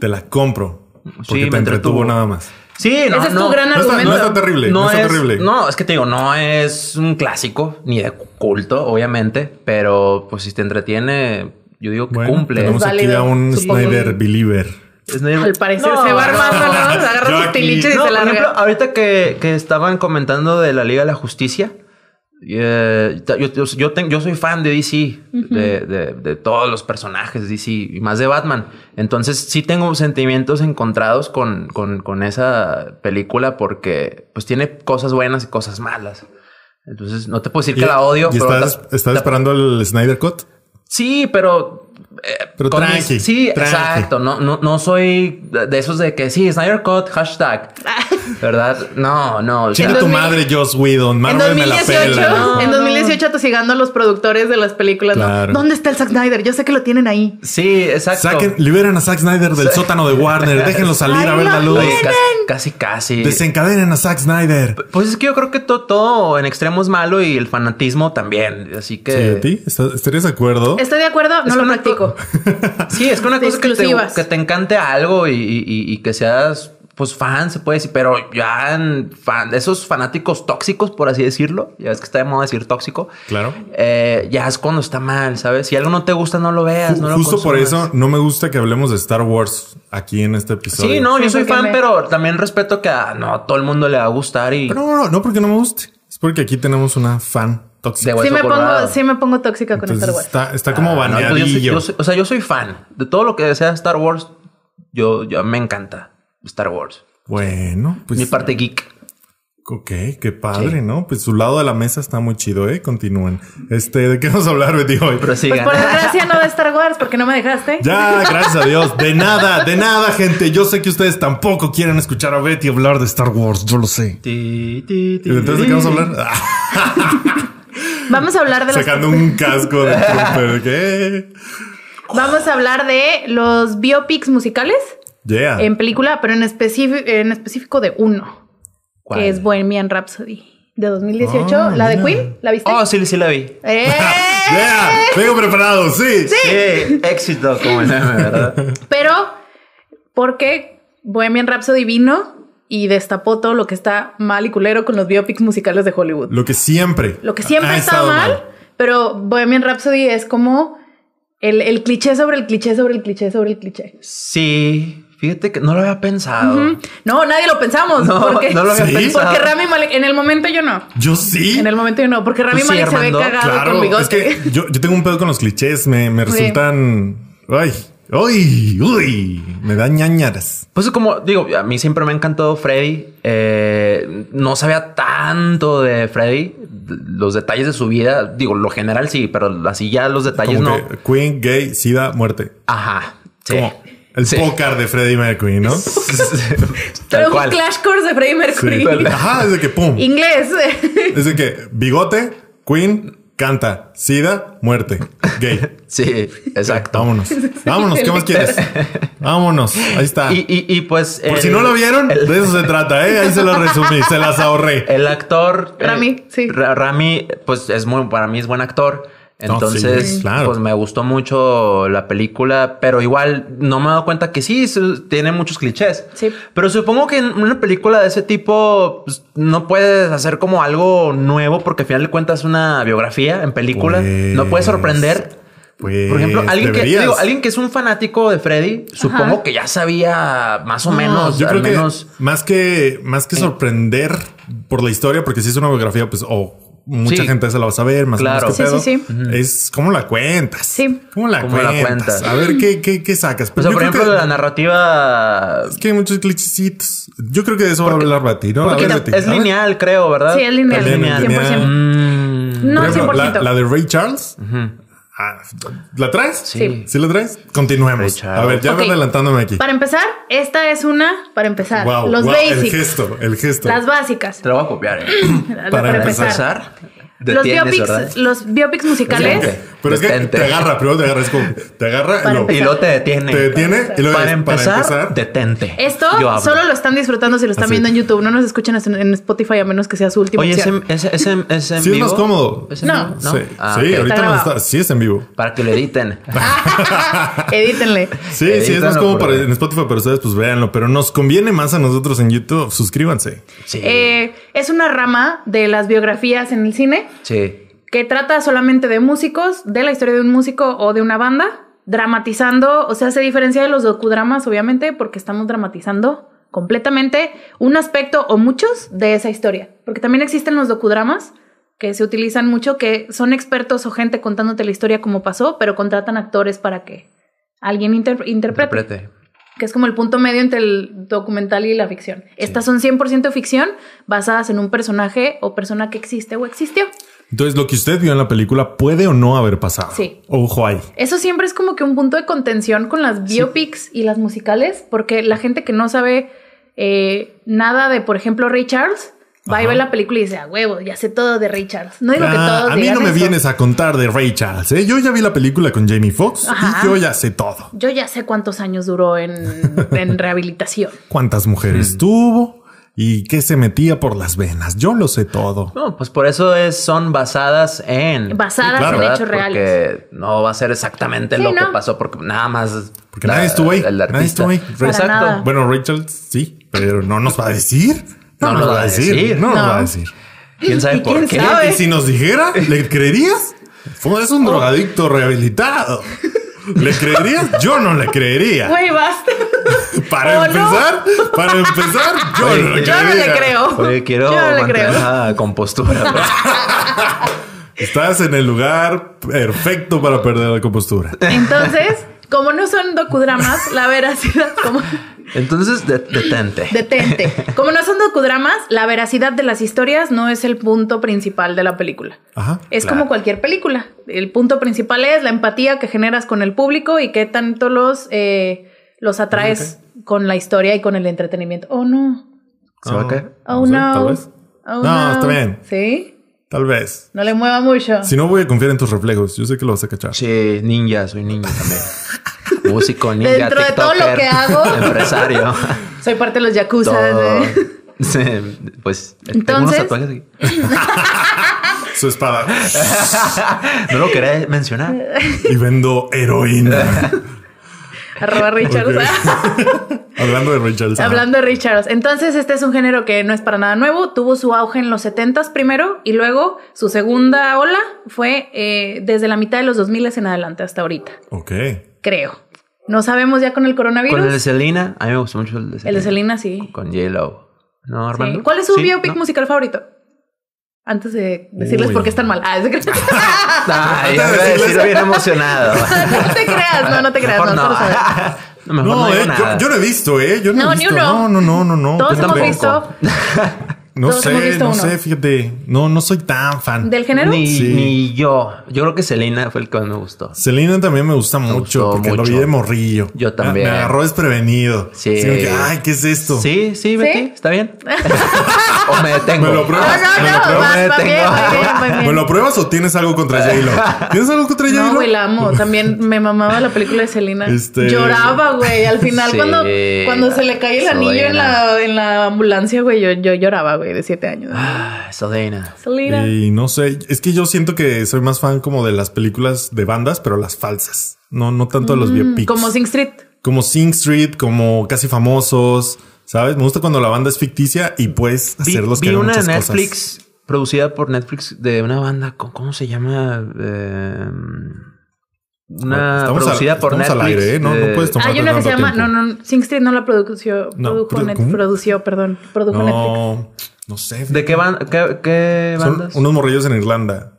C: Te la compro.
B: Sí,
C: Porque te
B: me
C: entretuvo
B: entretuvo.
C: nada más.
B: Sí, no,
A: Ese es tu
B: no.
A: gran
C: No está,
A: argumento.
C: no está terrible. No, está
B: es,
C: terrible.
B: No, es que te digo, no es un clásico ni de culto, obviamente, pero pues si te entretiene, yo digo que
C: Bueno,
B: cumple.
C: Tenemos
A: Es
C: aquí
A: válido,
C: a un
A: supongo.
C: Snyder believer.
B: Es medio-
A: Al parecer
B: No,
A: se va
B: no.
A: armando, ¿no? Se
C: Yo
A: agarra
C: aquí-
A: sus tiliches y
B: No,
A: se
B: por
A: larga.
B: ejemplo, ahorita que, que estaban comentando de la Liga de la Justicia, y, eh, ta- yo, yo, yo ten- yo soy fan de DC, de, de- de todos los personajes de DC y más de Batman. Entonces sí tengo sentimientos encontrados con, con- con esa película porque pues tiene cosas buenas y cosas malas. Entonces no te puedo decir que la odio.
C: ¿Y
B: pero
C: estás,
B: otras-
C: estás
B: la-
C: esperando el Snyder Cut?
B: Sí, pero. eh,
C: Pero
B: con
C: tranqui,
B: mis- sí,
C: tranqui.
B: exacto. No, no, no soy de de esos de que sí, Snyder Cut, hashtag. ¿Verdad? No, no. o sea,
C: Chinga
A: En
C: tu
A: 2000
C: madre, Joss Whedon.
A: En
C: Marvel me la
A: 2018,
C: pela.
A: en 2018 atosigando a los productores de las películas. ¿no?
C: Claro.
A: ¿Dónde está el Zack Snyder? Yo sé que lo tienen ahí.
B: sí, exacto.
C: Saquen, liberan a Zack Snyder del sótano de Warner. Déjenlo salir a
A: Ay,
C: ver
A: no.
C: la luz.
B: Oye, ca- casi, casi.
C: Desencadenen a Zack Snyder.
B: Pues es que yo creo que to- todo en extremo es malo y el fanatismo también. Así
C: Sí,
B: que.
C: ¿ti? ¿Estás- ¿Estarías de acuerdo?
A: Estoy de acuerdo, no
B: Es
A: lo
B: una
A: practico.
B: Sí, es que una
A: De
B: cosa que te,
A: exclusivas.
B: que te encante algo y, y- y- y que seas pues fan, se puede decir, pero ya en fan- esos fanáticos tóxicos, por así decirlo, ya ves que está de moda decir tóxico.
C: Claro.
B: Eh, ya es cuando está mal, ¿sabes? Si algo no te gusta, no lo veas, no lo
C: Justo por
B: consumas.
C: eso no me gusta que hablemos de Star Wars aquí en este episodio.
B: Sí, no, yo
A: Sí,
B: soy
A: porque
B: fan,
A: me-
B: pero también respeto que a no a todo el mundo le va a gustar y
C: Pero no, no, no porque no me guste. Es porque aquí tenemos una fan tóxica.
B: De hueso
A: Sí me, pongo,
B: colorado.
A: sí me pongo tóxica con
C: Entonces
A: Star Wars.
C: está, está como
B: Ah, no, pues yo soy-
C: baneadillo.
B: yo soy- o sea, yo soy fan de todo lo que sea Star Wars. Yo, yo me encanta Star Wars.
C: Bueno, pues
B: Mi parte geek.
C: Ok, qué padre, ¿no? Pues su lado de la mesa está muy chido, ¿eh? Continúen. Este, ¿de qué vamos a hablar, Betty, hoy?
A: Pues
B: Prosigan.
A: por desgracia no de Star Wars, porque no me dejaste.
C: Ya, gracias a Dios. De nada, de nada, gente. Yo sé que ustedes tampoco quieren escuchar a Betty hablar de Star Wars, yo lo sé.
B: Ti, ti, ti,
C: Entonces, ¿de qué vamos a hablar? Ah,
A: Vamos a hablar de los
C: sacando un casco de trooper. ¿Qué?
A: Vamos a hablar de los biopics musicales
C: Yeah.
A: en película, pero en, específico en específico de uno,
B: ¿Cuál?
A: que es Bohemian Rhapsody de 2018.
C: Ah,
A: la de
C: mira.
A: Queen, ¿la viste?
B: Oh, sí, sí la vi.
A: ¡Eh!
C: Yeah, vengo preparado, sí.
B: Sí. éxito como el meme, ¿verdad?
A: Pero, porque Bohemian Rhapsody vino y destapó todo lo que está mal y culero con los biopics musicales de Hollywood.
C: Lo que siempre.
A: Lo que siempre
C: ha
A: ha estado mal,
C: estado
A: pero Bohemian Rhapsody es como el, el cliché sobre el cliché sobre el cliché sobre el cliché.
B: Sí, fíjate que no lo había pensado.
A: No, nadie lo pensamos.
B: No,
A: porque,
B: no lo había
C: Sí.
B: pensado.
A: Porque Rami Malek, en el momento yo no.
C: Yo sí.
A: En el momento yo no, porque Rami
B: sí,
A: Malek se ve
B: Armando,
A: cagado con
C: Claro,
A: bigote.
C: es que yo, yo tengo un pedo con los clichés, me, me
A: Sí.
C: resultan... Ay, uy, uy, me dan ñañaras.
B: Pues como digo, a mí siempre me ha encantado Freddy. Eh, no sabía tanto de Freddy, los detalles de su vida. Digo, lo general sí, pero así ya los detalles
C: Como
B: no.
C: que Queen, gay, sida, muerte.
B: Ajá. Sí.
C: Como el
B: Sí.
C: póker de Freddie Mercury, ¿no?
A: Pero
B: Tal
A: un
B: cual.
A: Clash Course de Freddie Mercury.
C: Sí. Ajá, es de que pum.
A: Inglés.
C: Es de que bigote, Queen, canta, sida, muerte, gay.
B: Sí, exacto.
C: Vámonos. Vámonos, ¿qué más quieres? Vámonos, ahí está.
B: Y, y, y, pues.
C: Por
B: el-
C: si no lo vieron, de eso se trata, ¿eh? Ahí se lo resumí, se las ahorré.
B: El actor. eh,
A: Rami, sí.
B: Ra- Rami, pues es muy, para mí es buen actor.
C: No,
B: Entonces,
C: sí, claro.
B: pues me gustó mucho la película, pero igual no me he dado cuenta que sí, se- tiene muchos clichés.
A: Sí.
B: Pero supongo que en una película de ese tipo pues, no puedes hacer como algo nuevo porque al final de cuentas es una biografía en película. no
C: Pues,
B: puedes sorprender.
C: Pues,
B: Por ejemplo, alguien que,
C: deberías.
B: digo, alguien que es un fanático de Freddy, supongo que ya sabía más o menos,
C: Yo
B: al
C: creo que
B: menos.
C: más que más que sorprender por la historia, porque si es una biografía, pues oh, mucha
B: Sí.
C: gente se la va a saber, más
B: Claro.
C: o menos qué
A: Sí, sí,
C: pedo.
A: sí.
C: Es cómo la cuentas.
A: Sí.
C: ¿Cómo la,
B: Cómo la
C: cuentas?
B: cuentas.
C: A ver qué, qué, qué sacas.
B: O
C: Pero
B: sea,
C: yo
B: por
C: creo
B: ejemplo,
C: que,
B: la narrativa
C: es que hay muchos clichecitos. Yo creo que de eso va a hablar Bati, ¿no? A
B: Porque
C: ver,
B: tam-
C: Bati,
B: es
C: a ver.
B: lineal, creo, ¿verdad?
A: Sí, es lineal.
C: También es
A: 100%.
C: lineal.
B: Mm,
A: No
C: Por
A: al
C: ejemplo, la,
A: 100%.
C: la de Ray Charles. Ah, ¿La traes?
A: Sí.
C: ¿Sí la traes? Continuemos.
B: Ray Charles.
C: A ver, ya
A: Ok.
C: voy adelantándome aquí.
A: Para empezar, esta es una, para empezar,
C: Wow,
A: los
C: wow, el
A: basics,
C: gesto, el gesto.
A: las básicas.
B: Te lo voy a copiar, ¿eh?
A: Para,
C: empezar.
A: Los
B: Detienes, ¿verdad?
A: biopics, los biopics musicales.
B: Sí, ok.
C: Pero es que
B: Detente.
C: te agarra, primero te agarra, es como te agarra
A: Para
C: y luego
B: Y luego te detiene.
C: te detiene y luego
B: Para,
C: es-
B: empezar, detente.
A: Esto
B: Yo hablo.
A: solo lo están disfrutando si lo están
C: Así.
A: viendo en YouTube. No nos escuchan en, en Spotify a menos que sea su último.
B: Oye, ese,
A: opción.
B: ese, ese, ese en
C: Sí, es
B: vivo?
C: más cómodo.
B: ¿Ese en
A: No.
B: vivo?
C: Sí,
B: Ah,
C: sí,
B: ok.
C: ahorita no
A: grabado.
C: está. Sí, es en vivo.
B: Para que lo editen.
A: Edítenle.
C: Sí, sí, es más
B: Edítalo,
C: cómodo
B: por
C: para-
B: favor.
C: en Spotify, pero ustedes pues véanlo. Pero nos conviene más a nosotros en YouTube. Suscríbanse.
B: Sí.
A: Eh, es una rama de las biografías en el cine
B: sí.
A: que trata solamente de músicos, de la historia de un músico o de una banda, dramatizando, o sea, se diferencia de los docudramas, obviamente, porque estamos dramatizando completamente un aspecto o muchos de esa historia. Porque también existen los docudramas que se utilizan mucho, que son expertos o gente contándote la historia como pasó, pero contratan actores para que alguien inter- interprete
B: Interprete.
A: que es como el punto medio entre el documental y la ficción. Estas son 100% ficción basadas en un personaje o persona que existe o existió.
C: Entonces, lo que usted vio en la película puede o no haber pasado.
A: Sí.
C: Ojo ahí.
A: Eso siempre es como que un punto de contención con las biopics y las musicales, porque la gente que no sabe eh, nada de, por ejemplo, Ray Charles, va y
C: Ajá.
A: ve la película y dice, a huevo, ya sé todo de Ray Charles. No digo que
C: Ah,
A: todos
C: a mí
A: digan
C: no me
A: eso.
C: vienes a contar de Ray Charles. ¿eh? Yo ya vi la película con Jamie Foxx
A: Ajá.
C: y yo ya sé todo.
A: Yo ya sé cuántos años duró en, en rehabilitación.
C: Cuántas mujeres
B: Mm.
C: tuvo y qué se metía por las venas. Yo lo sé todo.
B: No, pues por eso es, son basadas en.
A: Basadas
C: claro,
A: en
B: ¿verdad?
A: hechos reales.
B: Porque no va a ser exactamente
A: Sí,
B: lo que
A: no.
B: pasó, porque nada más.
C: Porque nadie estuvo ahí,
B: el
C: nadie
B: artista.
C: estuvo ahí.
A: Para
B: Exacto.
A: nada.
C: Bueno, Rachel sí, pero no nos va a decir.
B: No nos va a decir.
C: No, nos
A: No.
C: va a decir.
B: ¿Quién sabe
A: ¿Y
B: por
A: quién
B: qué?
A: sabe?
C: Y si nos dijera, ¿le creerías? Fue- Es un
A: Oh.
C: drogadicto rehabilitado. ¿Le creerías? Yo no le creería.
A: Güey, basta.
C: Para
A: ¿o no?
C: empezar, para empezar, yo no le
A: Yo no le
C: creería.
A: creo.
B: Oye, quiero
A: Yo no le
B: mantener
A: creo.
B: la compostura. pues.
C: Estás en el lugar perfecto para perder la compostura.
A: Entonces, como no son docudramas, la veracidad, como
B: Entonces, de- detente.
A: Detente. Como no son docudramas, la veracidad de las historias no es el punto principal de la película.
C: Ajá.
A: Es
B: Claro.
A: como cualquier película. El punto principal es la empatía que generas con el público y qué tanto los, eh, los atraes con la historia y con el entretenimiento. Oh, no.
B: ¿Se va a caer?
A: Oh,
C: Vamos a ver,
A: no.
C: tal vez.
A: Oh,
C: No, está bien.
A: ¿Sí?
C: Tal vez.
A: No le mueva mucho.
C: Si no, voy a confiar en tus reflejos. Yo sé que lo vas a cachar.
B: Sí, ninja, soy ninja también. Músico, ninja,
A: Dentro de todo lo
B: tiktoker,
A: que hago.
B: Empresario.
A: Soy parte de los yakuza.
B: todo.
A: ¿eh?
B: Sí, pues tengo unos
A: Entonces-
B: tatuajes aquí.
C: Su espada.
B: No lo quería mencionar.
C: Y vendo heroína.
A: Arroba Richards.
C: Hablando de Richards.
A: Hablando de Richards. Entonces, este es un género que no es para nada nuevo. Tuvo su auge en los 70s primero y luego su segunda ola fue eh, desde la mitad de los 2000 en adelante hasta ahorita.
C: Ok.
A: Creo. No sabemos ya con el coronavirus.
B: Con el de Selena, a mí me gustó mucho el de Selena.
A: El de Selena, sí.
B: Con J-Lo. No,
A: Sí.
B: Armando.
A: ¿Cuál es su
B: Sí,
A: biopic
B: ¿no?
A: musical favorito? Antes de decirles
C: Uy.
A: por qué están mal. Ah, es que-
B: Ay, Ah, ya voy a decir bien emocionado.
A: no te creas, no, no te creas.
B: Mejor
A: no, solo sabes.
B: No, mejor no,
C: No,
B: digo
C: eh,
B: nada.
C: yo, yo no he visto, ¿eh? Yo no,
A: No,
C: he
A: ni
C: visto.
A: uno.
C: No, no, no, no. no.
A: Todos
C: Yo
A: hemos
C: tampoco.
A: visto
C: No
A: todos hemos
C: sé,
A: visto
C: no
A: uno.
C: sé, fíjate. No, no soy tan fan.
A: del género.
B: Ni,
C: Sí.
B: ni yo. Yo creo que Selena fue el que más me gustó.
C: Selena también me gusta mucho
B: gustó
C: porque lo
B: mucho.
C: vi de morrillo.
B: Yo
C: Me-
B: también.
C: Me, agarró desprevenido.
B: Sí.
C: Así como que, Ay, ¿qué es esto?
B: Sí, sí, Betty,
A: ¿Sí?
B: ¿está bien? o me detengo.
C: Me lo
A: No,
C: pruebo.
A: no,
C: Me lo
A: no,
C: creo,
A: vas,
B: me
A: va bien,
B: tengo.
A: va bien, va bien.
C: ¿Me lo pruebas o tienes algo contra J-Lo? ¿Tienes algo contra J-Lo?
A: No, güey, la amo. También me mamaba la película de Selena.
C: Este-
A: Lloraba, güey. Al final,
B: Sí.
A: cuando, cuando se le cae el
B: Selena.
A: anillo en la, en la ambulancia, güey, yo, yo lloraba, güey, de siete años.
B: Ah, Selena.
A: Selena.
C: Y no sé, es que yo siento que soy más fan como de las películas de bandas, pero las falsas. No, no tanto de los biopics.
A: Mm, Como Sing Street.
C: Como Sing Street, como Casi Famosos, ¿sabes? Me gusta cuando la banda es ficticia y puedes
B: Vi,
C: hacerlos
B: vi
C: creer
B: una de
C: muchas cosas.
B: Netflix, producida por Netflix, de una banda, ¿cómo, cómo se llama? Eh, una
C: Estamos al-
B: producida por Netflix.
C: estamos al aire, ¿eh? No- no
B: de-
C: puedes tomar-
A: Hay una que se
C: tanto
A: llama. No,
C: tiempo.
A: no, Sing Street no la produció.
C: No,
A: produjo
C: ¿pero
A: Netflix.
C: cómo?
A: Produció, perdón. Produjo Netflix.
C: No, no sé.
B: ¿De qué, ban- qué, qué
C: Son
B: bandas?
C: unos morrillos en Irlanda.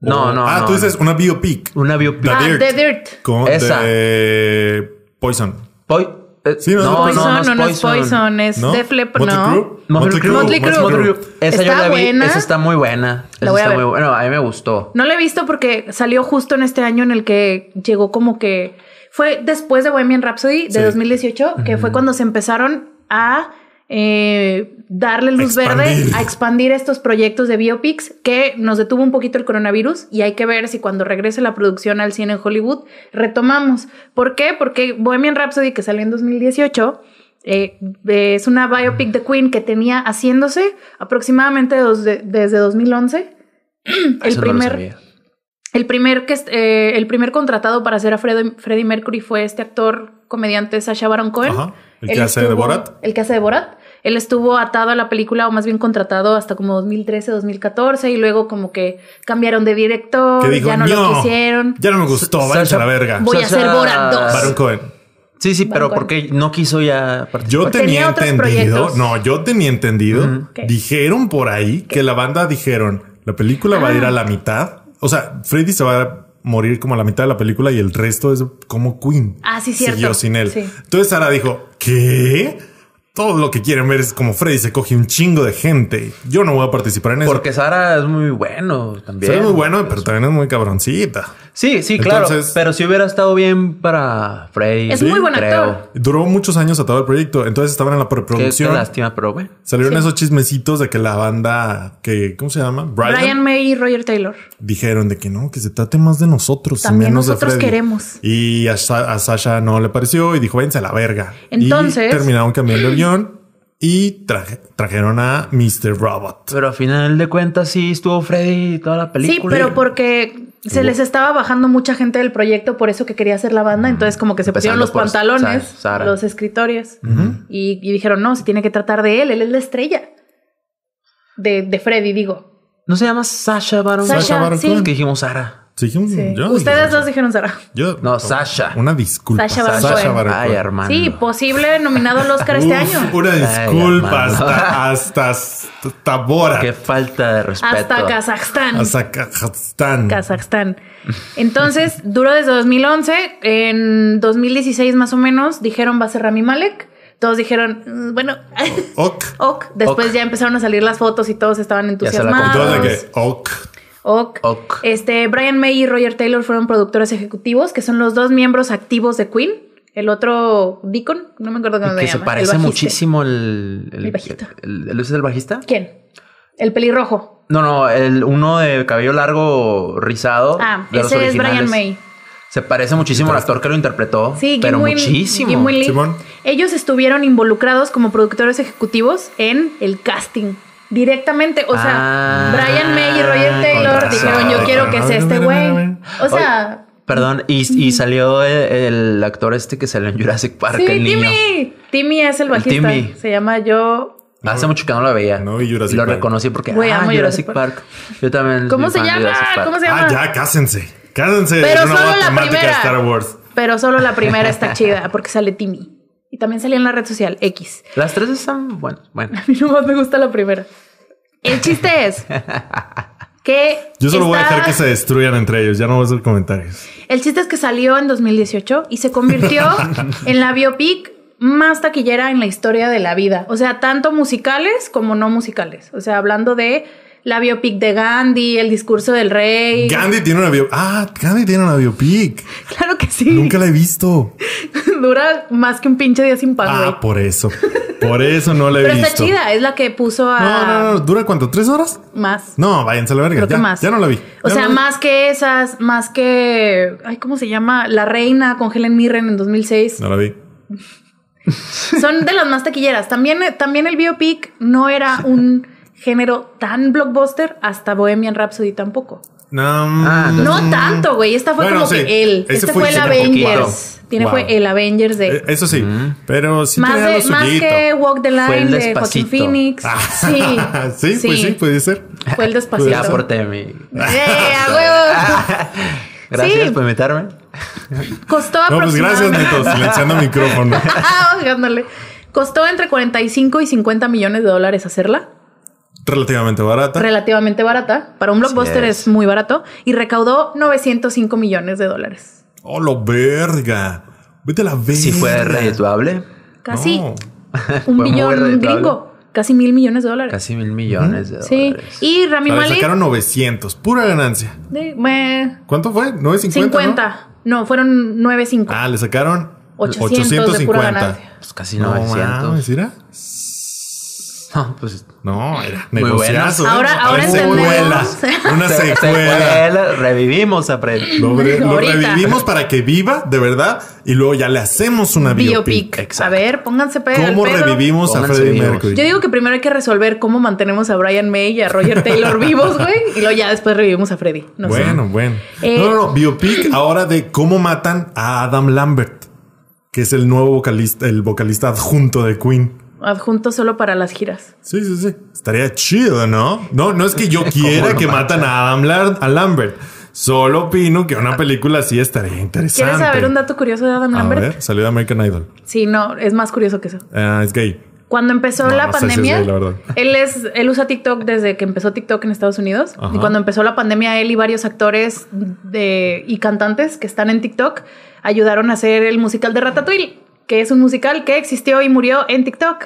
B: No, no,
C: Ah,
B: no,
C: tú dices
B: no.
C: una biopic.
B: Una biopic.
C: La-
A: Ah,
C: Dirt.
A: The Dirt.
C: Con
B: Esa.
C: de Poison.
B: Poi- eh,
C: Sí, no, es
B: no, no,
A: Poison,
B: no,
A: no,
B: es
A: no es Poison. Es
C: ¿No?
A: Def Leppard,
C: Motley
A: no.
C: Crue.
B: Motley
C: Motley Crue.
B: Crue.
A: Motley Crue.
B: Motley Crue.
A: Está
B: Esa yo la vi.
A: buena.
B: Esa está muy buena. Esa
A: La voy a
B: está
A: ver.
B: muy buena. Bueno, a mí me gustó.
A: No la he visto porque salió justo en este año en el que llegó como que fue después de Bohemian Rhapsody de
C: Sí.
A: 2018, que fue cuando se empezaron a eh, darle luz
C: Expandir.
A: verde a expandir estos proyectos de biopics que nos detuvo un poquito el coronavirus y hay que ver si cuando regrese la producción al cine en Hollywood retomamos. ¿Por qué? Porque Bohemian Rhapsody que salió en 2018 eh, eh, es una biopic de Queen que tenía haciéndose aproximadamente dos- de- desde 2011. El
B: Eso no lo
A: primer,
B: sabía.
A: el primer, que, est- eh, el primer contratado para hacer a Fred- Freddie Mercury fue este actor comediante Sacha Baron Cohen.
C: Ajá. El
A: Él
C: que hace de
A: estuvo-
C: Borat.
A: El que hace de Borat. Él estuvo atado a la película, o más bien contratado hasta como 2013, 2014, y luego como que cambiaron de director,
C: Que dijo,
A: ya no, lo quisieron.
C: Ya no me gustó,
B: Sasha-
C: váyanse a la verga.
A: Voy a
B: Sasha-
A: hacer Borat 2.
C: Baron Cohen.
B: Sí, sí, pero
A: Van con-
B: porque no quiso ya participar.
C: Yo
A: Pues Tenía
C: tenía,
A: otros
C: entendido.
A: proyectos.
C: No, yo tenía entendido.
A: ¿Qué?
C: Dijeron por ahí que la banda dijeron la película va a
A: Ah.
C: ir a la mitad. O sea, Freddy se va a morir como a la mitad de la película y el resto es como Queen.
A: Ah, sí, cierto.
C: Siguió sin él.
A: Sí.
C: Entonces Sara dijo, ¿qué? Todo lo que quieren ver es como Freddy se coge un chingo de gente. Yo no voy a participar en eso.
B: Porque Sara es muy bueno
C: Se
B: también.
C: ve muy bueno, pero también es muy cabroncita.
B: Sí, sí, claro.
C: Entonces-
B: pero si hubiera estado bien para Freddy.
A: Es muy buen
B: creo.
A: actor.
C: Duró muchos años atado el proyecto. Entonces estaban en la
B: Qué, qué
C: preproducción.
B: lástima, pero bueno.
C: Salieron esos chismecitos de que la banda que, ¿cómo se llama? Brian,
A: Brian May y Roger Taylor.
C: dijeron de que no, que se trate más de nosotros. y
A: También
C: menos de
A: nosotros
C: Freddy.
A: queremos.
C: Y a, Sa- a Sasha no le pareció y dijo, váyanse a la verga.
A: Entonces-
C: Y terminaron cambiando el guión y traje- trajeron a Mr. Robot.
B: Pero al final de cuentas sí estuvo Freddy toda la
A: Sí,
B: película.
A: pero porque se les estaba bajando mucha gente del proyecto, por eso que quería hacer la banda, entonces como que se pusieron
B: Empezando
A: los
B: por
A: pantalones,
B: Sa- Sara.
A: los escritorios,
B: Ujú.
A: y, y dijeron, no, se tiene que tratar de él, él es la estrella. De, de Freddy, digo.
B: ¿No se llama Sasha Baron?
A: Sasha,
C: Sasha Baron
A: sí.
B: Es que dijimos Sara.
C: Sí, yo-
A: Sí.
C: yo-
A: Ustedes
C: yo-
A: dos dijeron Sara.
C: yo- oh,
B: No, Sasha.
C: Una disculpa.
A: Sasha Baron Cohen.
C: Baron
B: Ay,
C: Cohen.
B: hermano.
A: Sí, posible nominado al Oscar este
C: Uf,
A: año.
C: Una disculpa
B: Ay, hermano.
C: hasta, hasta, hasta Bora.
B: Qué falta de respeto.
A: Hasta Kazajstán.
C: Hasta Kazajstán.
A: Kazajstán. Entonces, duró desde 2011. En 2016 más o menos dijeron va a ser Rami Malek. Todos dijeron, "Mm, bueno,
C: Ok.
A: ok. Después
B: Ok.
A: ya empezaron a salir las fotos y todos estaban
B: la
A: entusiasmados.
C: Todos de
B: compramos.
C: que, ok.
A: Ok.
B: Ok.
A: Este, Brian May y Roger Taylor fueron productores ejecutivos, que son los dos miembros activos de Queen. El otro, Deacon, no me acuerdo cómo
B: Y
A: se
B: que se
A: llama, el
B: parece
A: bajista.
B: muchísimo el.
A: El bajista.
B: el- el- ¿es el bajista?
A: ¿Quién? El pelirrojo.
B: No, no, el uno de cabello largo rizado.
A: Ah,
B: Oh, de los
A: ese es Brian
B: originales.
A: May.
B: Se parece muchísimo al actor que lo interpretó.
A: Sí, Kim
B: pero
A: Win-
B: muchísimo.
A: Kim Win Lee.
C: Simón.
A: Ellos estuvieron involucrados como productores ejecutivos en el casting. Directamente, o sea,
B: Ah,
A: Brian May y Roger
B: con
A: Taylor
B: razón.
A: dijeron, yo quiero que sea este güey. O sea,
B: Perdón, y, y salió el, el actor este que salió en Jurassic Park,
A: sí,
B: el niño.
A: Timmy. Timmy es el bajista.
B: Timmy.
A: Se llama yo.
B: Ah, Hace mucho que no la veía.
C: No vi Jurassic
B: Y lo
C: Park.
B: reconocí porque.
A: Güey,
B: ah,
A: amo
B: Jurassic
A: Jurassic
B: Park. Yo también.
A: ¿Cómo
B: soy
A: se
B: fan de
A: llama?
B: Jurassic Park.
A: ¿Cómo se llama?
C: Ah, ya, cásense. Cásense.
A: Pero
C: Es una
A: solo
C: nueva
A: la
C: temática de
A: primera.
C: Star Wars.
A: Pero solo la primera está chida porque sale Timmy. Y también salía en la red social X.
B: Las tres están buenas. Bueno,
A: A mí nomás me gusta la primera. El chiste es que.
C: Yo solo voy a
A: está-
C: dejar que se destruyan entre ellos. Ya no voy a hacer comentarios.
A: El chiste es que salió en 2018 y se convirtió en la biopic más taquillera en la historia de la vida. O sea, tanto musicales como no musicales. O sea, hablando de la biopic de Gandhi, el discurso del rey.
C: Gandhi tiene una biopic. Ah, Gandhi tiene una biopic.
A: Claro que sí.
C: Nunca la he visto.
A: Dura más que un pinche día sin pan, güey.
C: Ah, por eso. Por eso no la he
A: Pero
C: visto.
A: está chida, es la que puso a
C: No, no, no. ¿Dura cuánto? ¿Tres horas?
A: más.
C: No, váyanse a la verga.
A: Creo que
C: ya,
A: más.
C: ya no la vi.
A: O
C: Ya
A: sea,
C: no la vi.
A: más que esas, más que. Ay, ¿cómo se llama? La reina con Helen Mirren en 2006.
C: No la vi.
A: Son de las más taquilleras. También, también el biopic no era un género tan blockbuster hasta Bohemian Rhapsody tampoco.
C: No,
B: Ah,
C: mm,
A: No tanto, güey. Esta fue
C: Bueno,
A: como
C: sí.
A: que él.
C: Ese
A: Este
C: fue
A: fue el
C: súper
A: Avengers.
C: poquito.
A: Tiene
C: Wow.
A: fue el Avengers de.
C: eh, Eso sí. Pero sí
A: más,
C: tenía
A: de-
C: lo
A: más
C: suyito.
A: que Walk the
B: Fue el
A: Line de Joaquin
B: Despacito.
A: Phoenix. Sí.
C: Ah, sí, pues sí, puede ser.
A: Fue el despacito.
B: ya aporté mi.
A: ¡Eh, a
C: Ah.
A: huevo!
B: Gracias
A: Sí.
B: por invitarme.
A: Costó
C: No, pues gracias,
A: aproximadamente.
C: Neto, silenciando micrófono.
A: Oigándole. Costó entre 45 y 50 millones de dólares hacerla.
C: Relativamente barata.
A: Relativamente barata. Para un blockbuster
B: es.
A: es. muy barato. Y recaudó 905 millones de dólares.
C: oh, lo verga. Vete a la verga.
B: Si fue redituable,
A: Casi
C: No.
A: un
B: muy
A: billón
B: rentable.
A: gringo. Casi mil millones de dólares.
B: casi mil millones de
A: Sí.
B: dólares.
A: Y
C: O
A: Rami
C: sea, Ah, le
A: Malek.
C: sacaron 900. Pura ganancia.
A: de- me-
C: ¿Cuánto fue? 950.
A: 50.
C: ¿no?
A: No, fueron 9.5.
C: Ah, le sacaron
A: 800 de pura
C: 850.
A: ganancia.
B: Pues casi
C: No,
B: 900.
C: mames, mira.
B: No, pues.
C: No, era
B: Muy
A: buenas.
C: negociazo. ¿eh?
A: Ahora- ahora
C: Una
A: entendemos.
C: secuela. Una
B: se-
C: secuela.
B: secuela, Revivimos a Fred.
C: Lo, re- lo
A: Ahorita.
C: revivimos para que viva de verdad y luego ya le hacemos una biopic.
A: Biopic. A ver, pónganse pe al
C: ¿Cómo
A: pedo.
C: revivimos a
B: Pónganse
C: Freddie
B: vivos.
C: Mercury?
A: Yo digo que primero hay que resolver cómo mantenemos a Brian May y a Roger Taylor vivos, güey. Y luego ya después revivimos a Freddy. No sé.
C: bueno, bueno.
A: Eh,
C: no, no, no, biopic ahora de cómo matan a Adam Lambert, que es el nuevo vocalista, el vocalista adjunto de Queen.
A: Adjunto solo para las giras.
C: Sí, sí, sí. Estaría chido, ¿no? No, no es que yo quiera
B: lo
C: que
B: matan?
C: matan a Adam Lar- a Lambert. Solo opino que una película así estaría interesante.
A: ¿Quieres saber un dato curioso de Adam
C: A
A: Lambert?
C: ver, salió de American Idol.
A: Sí, no, es más curioso que eso.
C: Ah, es gay.
A: Cuando empezó
C: No,
A: la
C: no sé si es
A: pandemia,
C: gay, la verdad.
A: él es, él usa TikTok desde que empezó TikTok en Estados Unidos.
C: Ajá.
A: Y cuando empezó la pandemia, él y varios actores de, y cantantes que están en TikTok ayudaron a hacer el musical de Ratatouille, que es un musical que existió y murió en TikTok.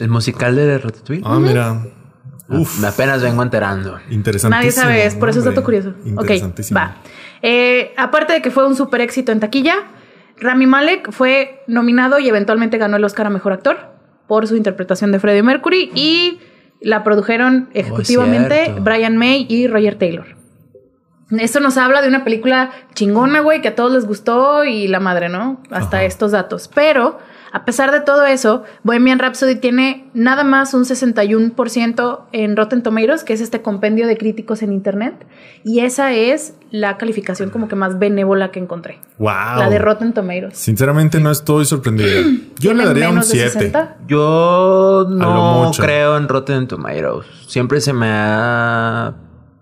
B: El musical de Ratatouille.
C: Ah, mira. Uf.
B: Me apenas vengo enterando.
C: Interesante.
A: Nadie sabe, es por eso es dato curioso. Ok,
C: Interesantísimo.
A: va. Eh, aparte de que fue un super éxito en taquilla, Rami Malek fue nominado y eventualmente ganó el Oscar a Mejor Actor por su interpretación de Freddie Mercury y la produjeron ejecutivamente
B: cierto.
A: Brian May y Roger Taylor. Esto nos habla de una película chingona, güey, que a todos les gustó y la madre, ¿no? Hasta estos datos. Pero, a pesar de todo eso, Bohemian Rhapsody tiene nada más un 61% en Rotten Tomatoes, que es este compendio de críticos en Internet. Y esa es la calificación como que más benévola que encontré.
C: Wow.
A: La de Rotten Tomatoes.
C: Sinceramente no estoy sorprendido. Yo
A: Tiene
C: le daría un
A: menos de
C: 7.
A: 60.
B: Yo
C: A lo
B: no
C: mucho.
B: creo en Rotten Tomatoes. Siempre se me ha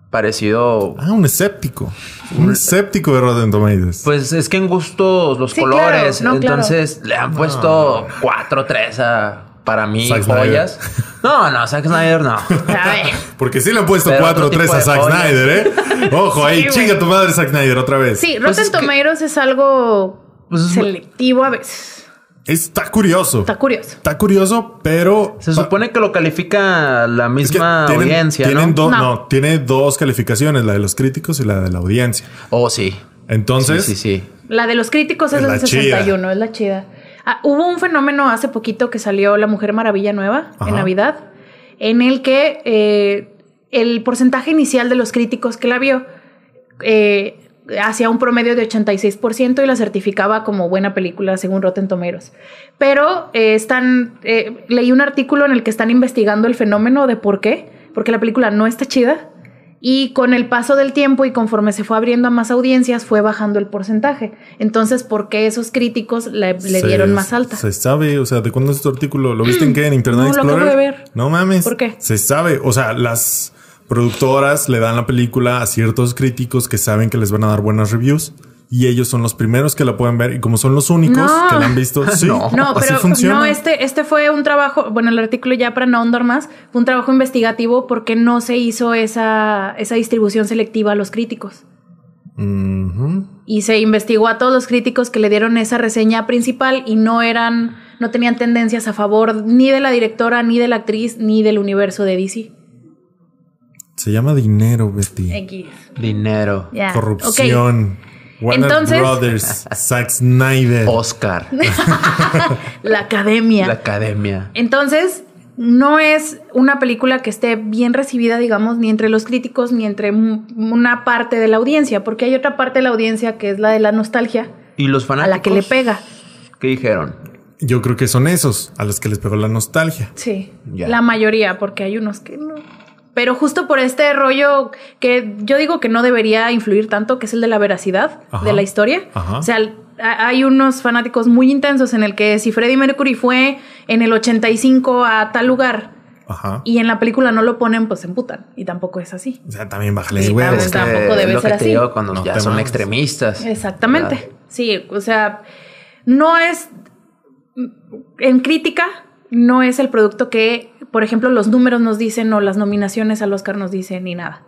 B: parecido.
C: Ah, un escéptico. Un escéptico de Rotten Tomatoes.
B: Pues es que en gustos, los
A: Sí,
B: colores.
A: claro, no, claro.
B: entonces le han puesto 4 3 a. Para mí,
C: Zack Snyder.
B: joyas. No, no, Zack Snyder no.
A: A ver.
C: Porque sí le han puesto
B: Pero
C: 4 o
B: otro
C: 3
B: tipo
C: a
B: de
C: Zack
B: joyas.
C: Snyder, ¿eh? Ojo ahí,
A: Sí, güey.
C: chinga tu madre Zack Snyder otra vez.
A: Sí, Rotten
B: Pues es que-
A: Tomatoes es algo
B: Pues es-
A: selectivo a veces.
C: Está curioso.
A: Está curioso.
C: Está curioso, pero.
B: Se supone que lo califica la
C: Es que
B: misma
C: tienen-
B: audiencia,
C: tienen
B: ¿no?
C: do-
A: No.
C: no, tiene dos calificaciones, la de los críticos y la de la audiencia.
B: Oh, sí.
C: Entonces,
B: Sí, sí, sí.
A: La de los críticos es,
C: Es
A: la
C: la
A: 61, es la chida. Ah, hubo un fenómeno hace poquito que salió La Mujer Maravilla Nueva
C: Ajá.
A: en Navidad, en el que eh, el porcentaje inicial de los críticos que la vio eh, hacía un promedio de 86% y la certificaba como buena película según Rotten Tomatoes. Pero eh, están, eh, leí un artículo en el que están investigando el fenómeno de por qué, porque la película no está chida. Y con el paso del tiempo y conforme se fue abriendo a más audiencias, fue bajando el porcentaje. Entonces, ¿por qué esos críticos le, le
C: se-
A: dieron más alta? Mm.
C: Se sabe, o sea, ¿de cuándo es tu artículo? ¿Lo viste en qué? ¿En Internet
A: No, lo acabo
C: Explorer?
A: de ver.
C: No mames.
A: ¿Por qué?
C: Se sabe, o sea, las productoras le dan la película a ciertos críticos que saben que les van a dar buenas reviews y ellos son los primeros que la pueden ver y como son los únicos
A: No.
C: que la han visto, sí,
A: No,
C: así
A: pero
C: funciona.
A: no, este, este fue un trabajo, bueno, el artículo ya para no ahondar más, fue un trabajo investigativo porque no se hizo esa, esa distribución selectiva a los críticos.
C: Ujú.
A: Y se investigó a todos los críticos que le dieron esa reseña principal y no eran, no tenían tendencias a favor ni de la directora, ni de la actriz, ni del universo de DC.
C: Se llama dinero, Betty.
A: X.
B: Dinero.
A: Eh,
C: eh,
A: Ya. Ok.
C: Corrupción. Warner
A: Entonces-
C: Brothers, Zack Snyder.
B: Oscar.
A: La academia.
B: la academia.
A: Entonces, no es una película que esté bien recibida, digamos, ni entre los críticos, ni entre mu- una parte de la audiencia, porque hay otra parte de la audiencia que es la de la nostalgia,
B: ¿Y los
A: a
B: fanáticos?
A: la que le pega.
B: ¿Qué dijeron?
C: Yo creo que son esos a los que les pegó la nostalgia.
A: Sí,
B: Ya.
A: la mayoría, porque hay unos que no. Pero justo por este rollo que yo digo que no debería influir tanto, que es el de la veracidad
C: Ajá.
A: de la historia.
C: Ajá.
A: O sea, el- a- hay unos fanáticos muy intensos en el que si Freddie Mercury fue en el 85 a tal lugar
C: Ajá.
A: y en la película no lo ponen, pues se emputan. Y tampoco es así.
C: O sea, también bájale,
A: Sí,
C: güey.
A: Pues
B: Es que
A: tampoco debe
B: es lo
A: ser
B: que
A: así.
B: te digo cuando
C: No
B: ya
C: te
B: son
C: mames.
B: extremistas.
A: Exactamente.
B: ¿Verdad?
A: Sí, o sea, no es. En crítica, no es el producto que, por ejemplo, los números nos dicen o las nominaciones al Oscar nos dicen ni nada.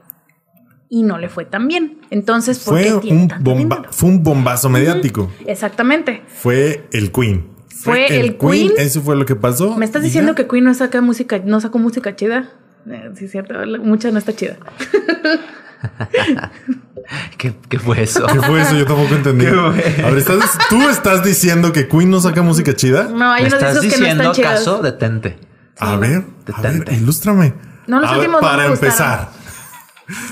A: Y no le fue tan bien. Entonces, ¿por
C: Fue
A: qué tiene
C: un,
A: tanto
C: bomba,
A: dinero?
C: fue un bombazo mediático.
A: Exactamente.
C: Fue el Queen.
A: Fue el Queen.
C: Eso fue lo que pasó.
A: ¿Me estás
C: Y
A: diciendo
C: ya.
A: que Queen no saca música, no sacó música chida? Eh, Sí, es cierto, mucha no está chida.
B: ¿Qué, qué fue eso?
C: ¿Qué fue eso? Yo tampoco entendí.
B: Qué
C: A
B: güey.
C: ver, ¿estás- ¿tú estás diciendo que Queen no saca música chida?
A: No, hay
B: ¿Me
A: unos de
B: estás
A: esos que no
B: diciendo
A: están chidas.
B: acaso? Detente.
C: A ver, a ver,
B: Detente.
C: ilústrame.
A: No, los
C: A ver,
A: últimos no
C: Para
A: me gustaron.
C: empezar,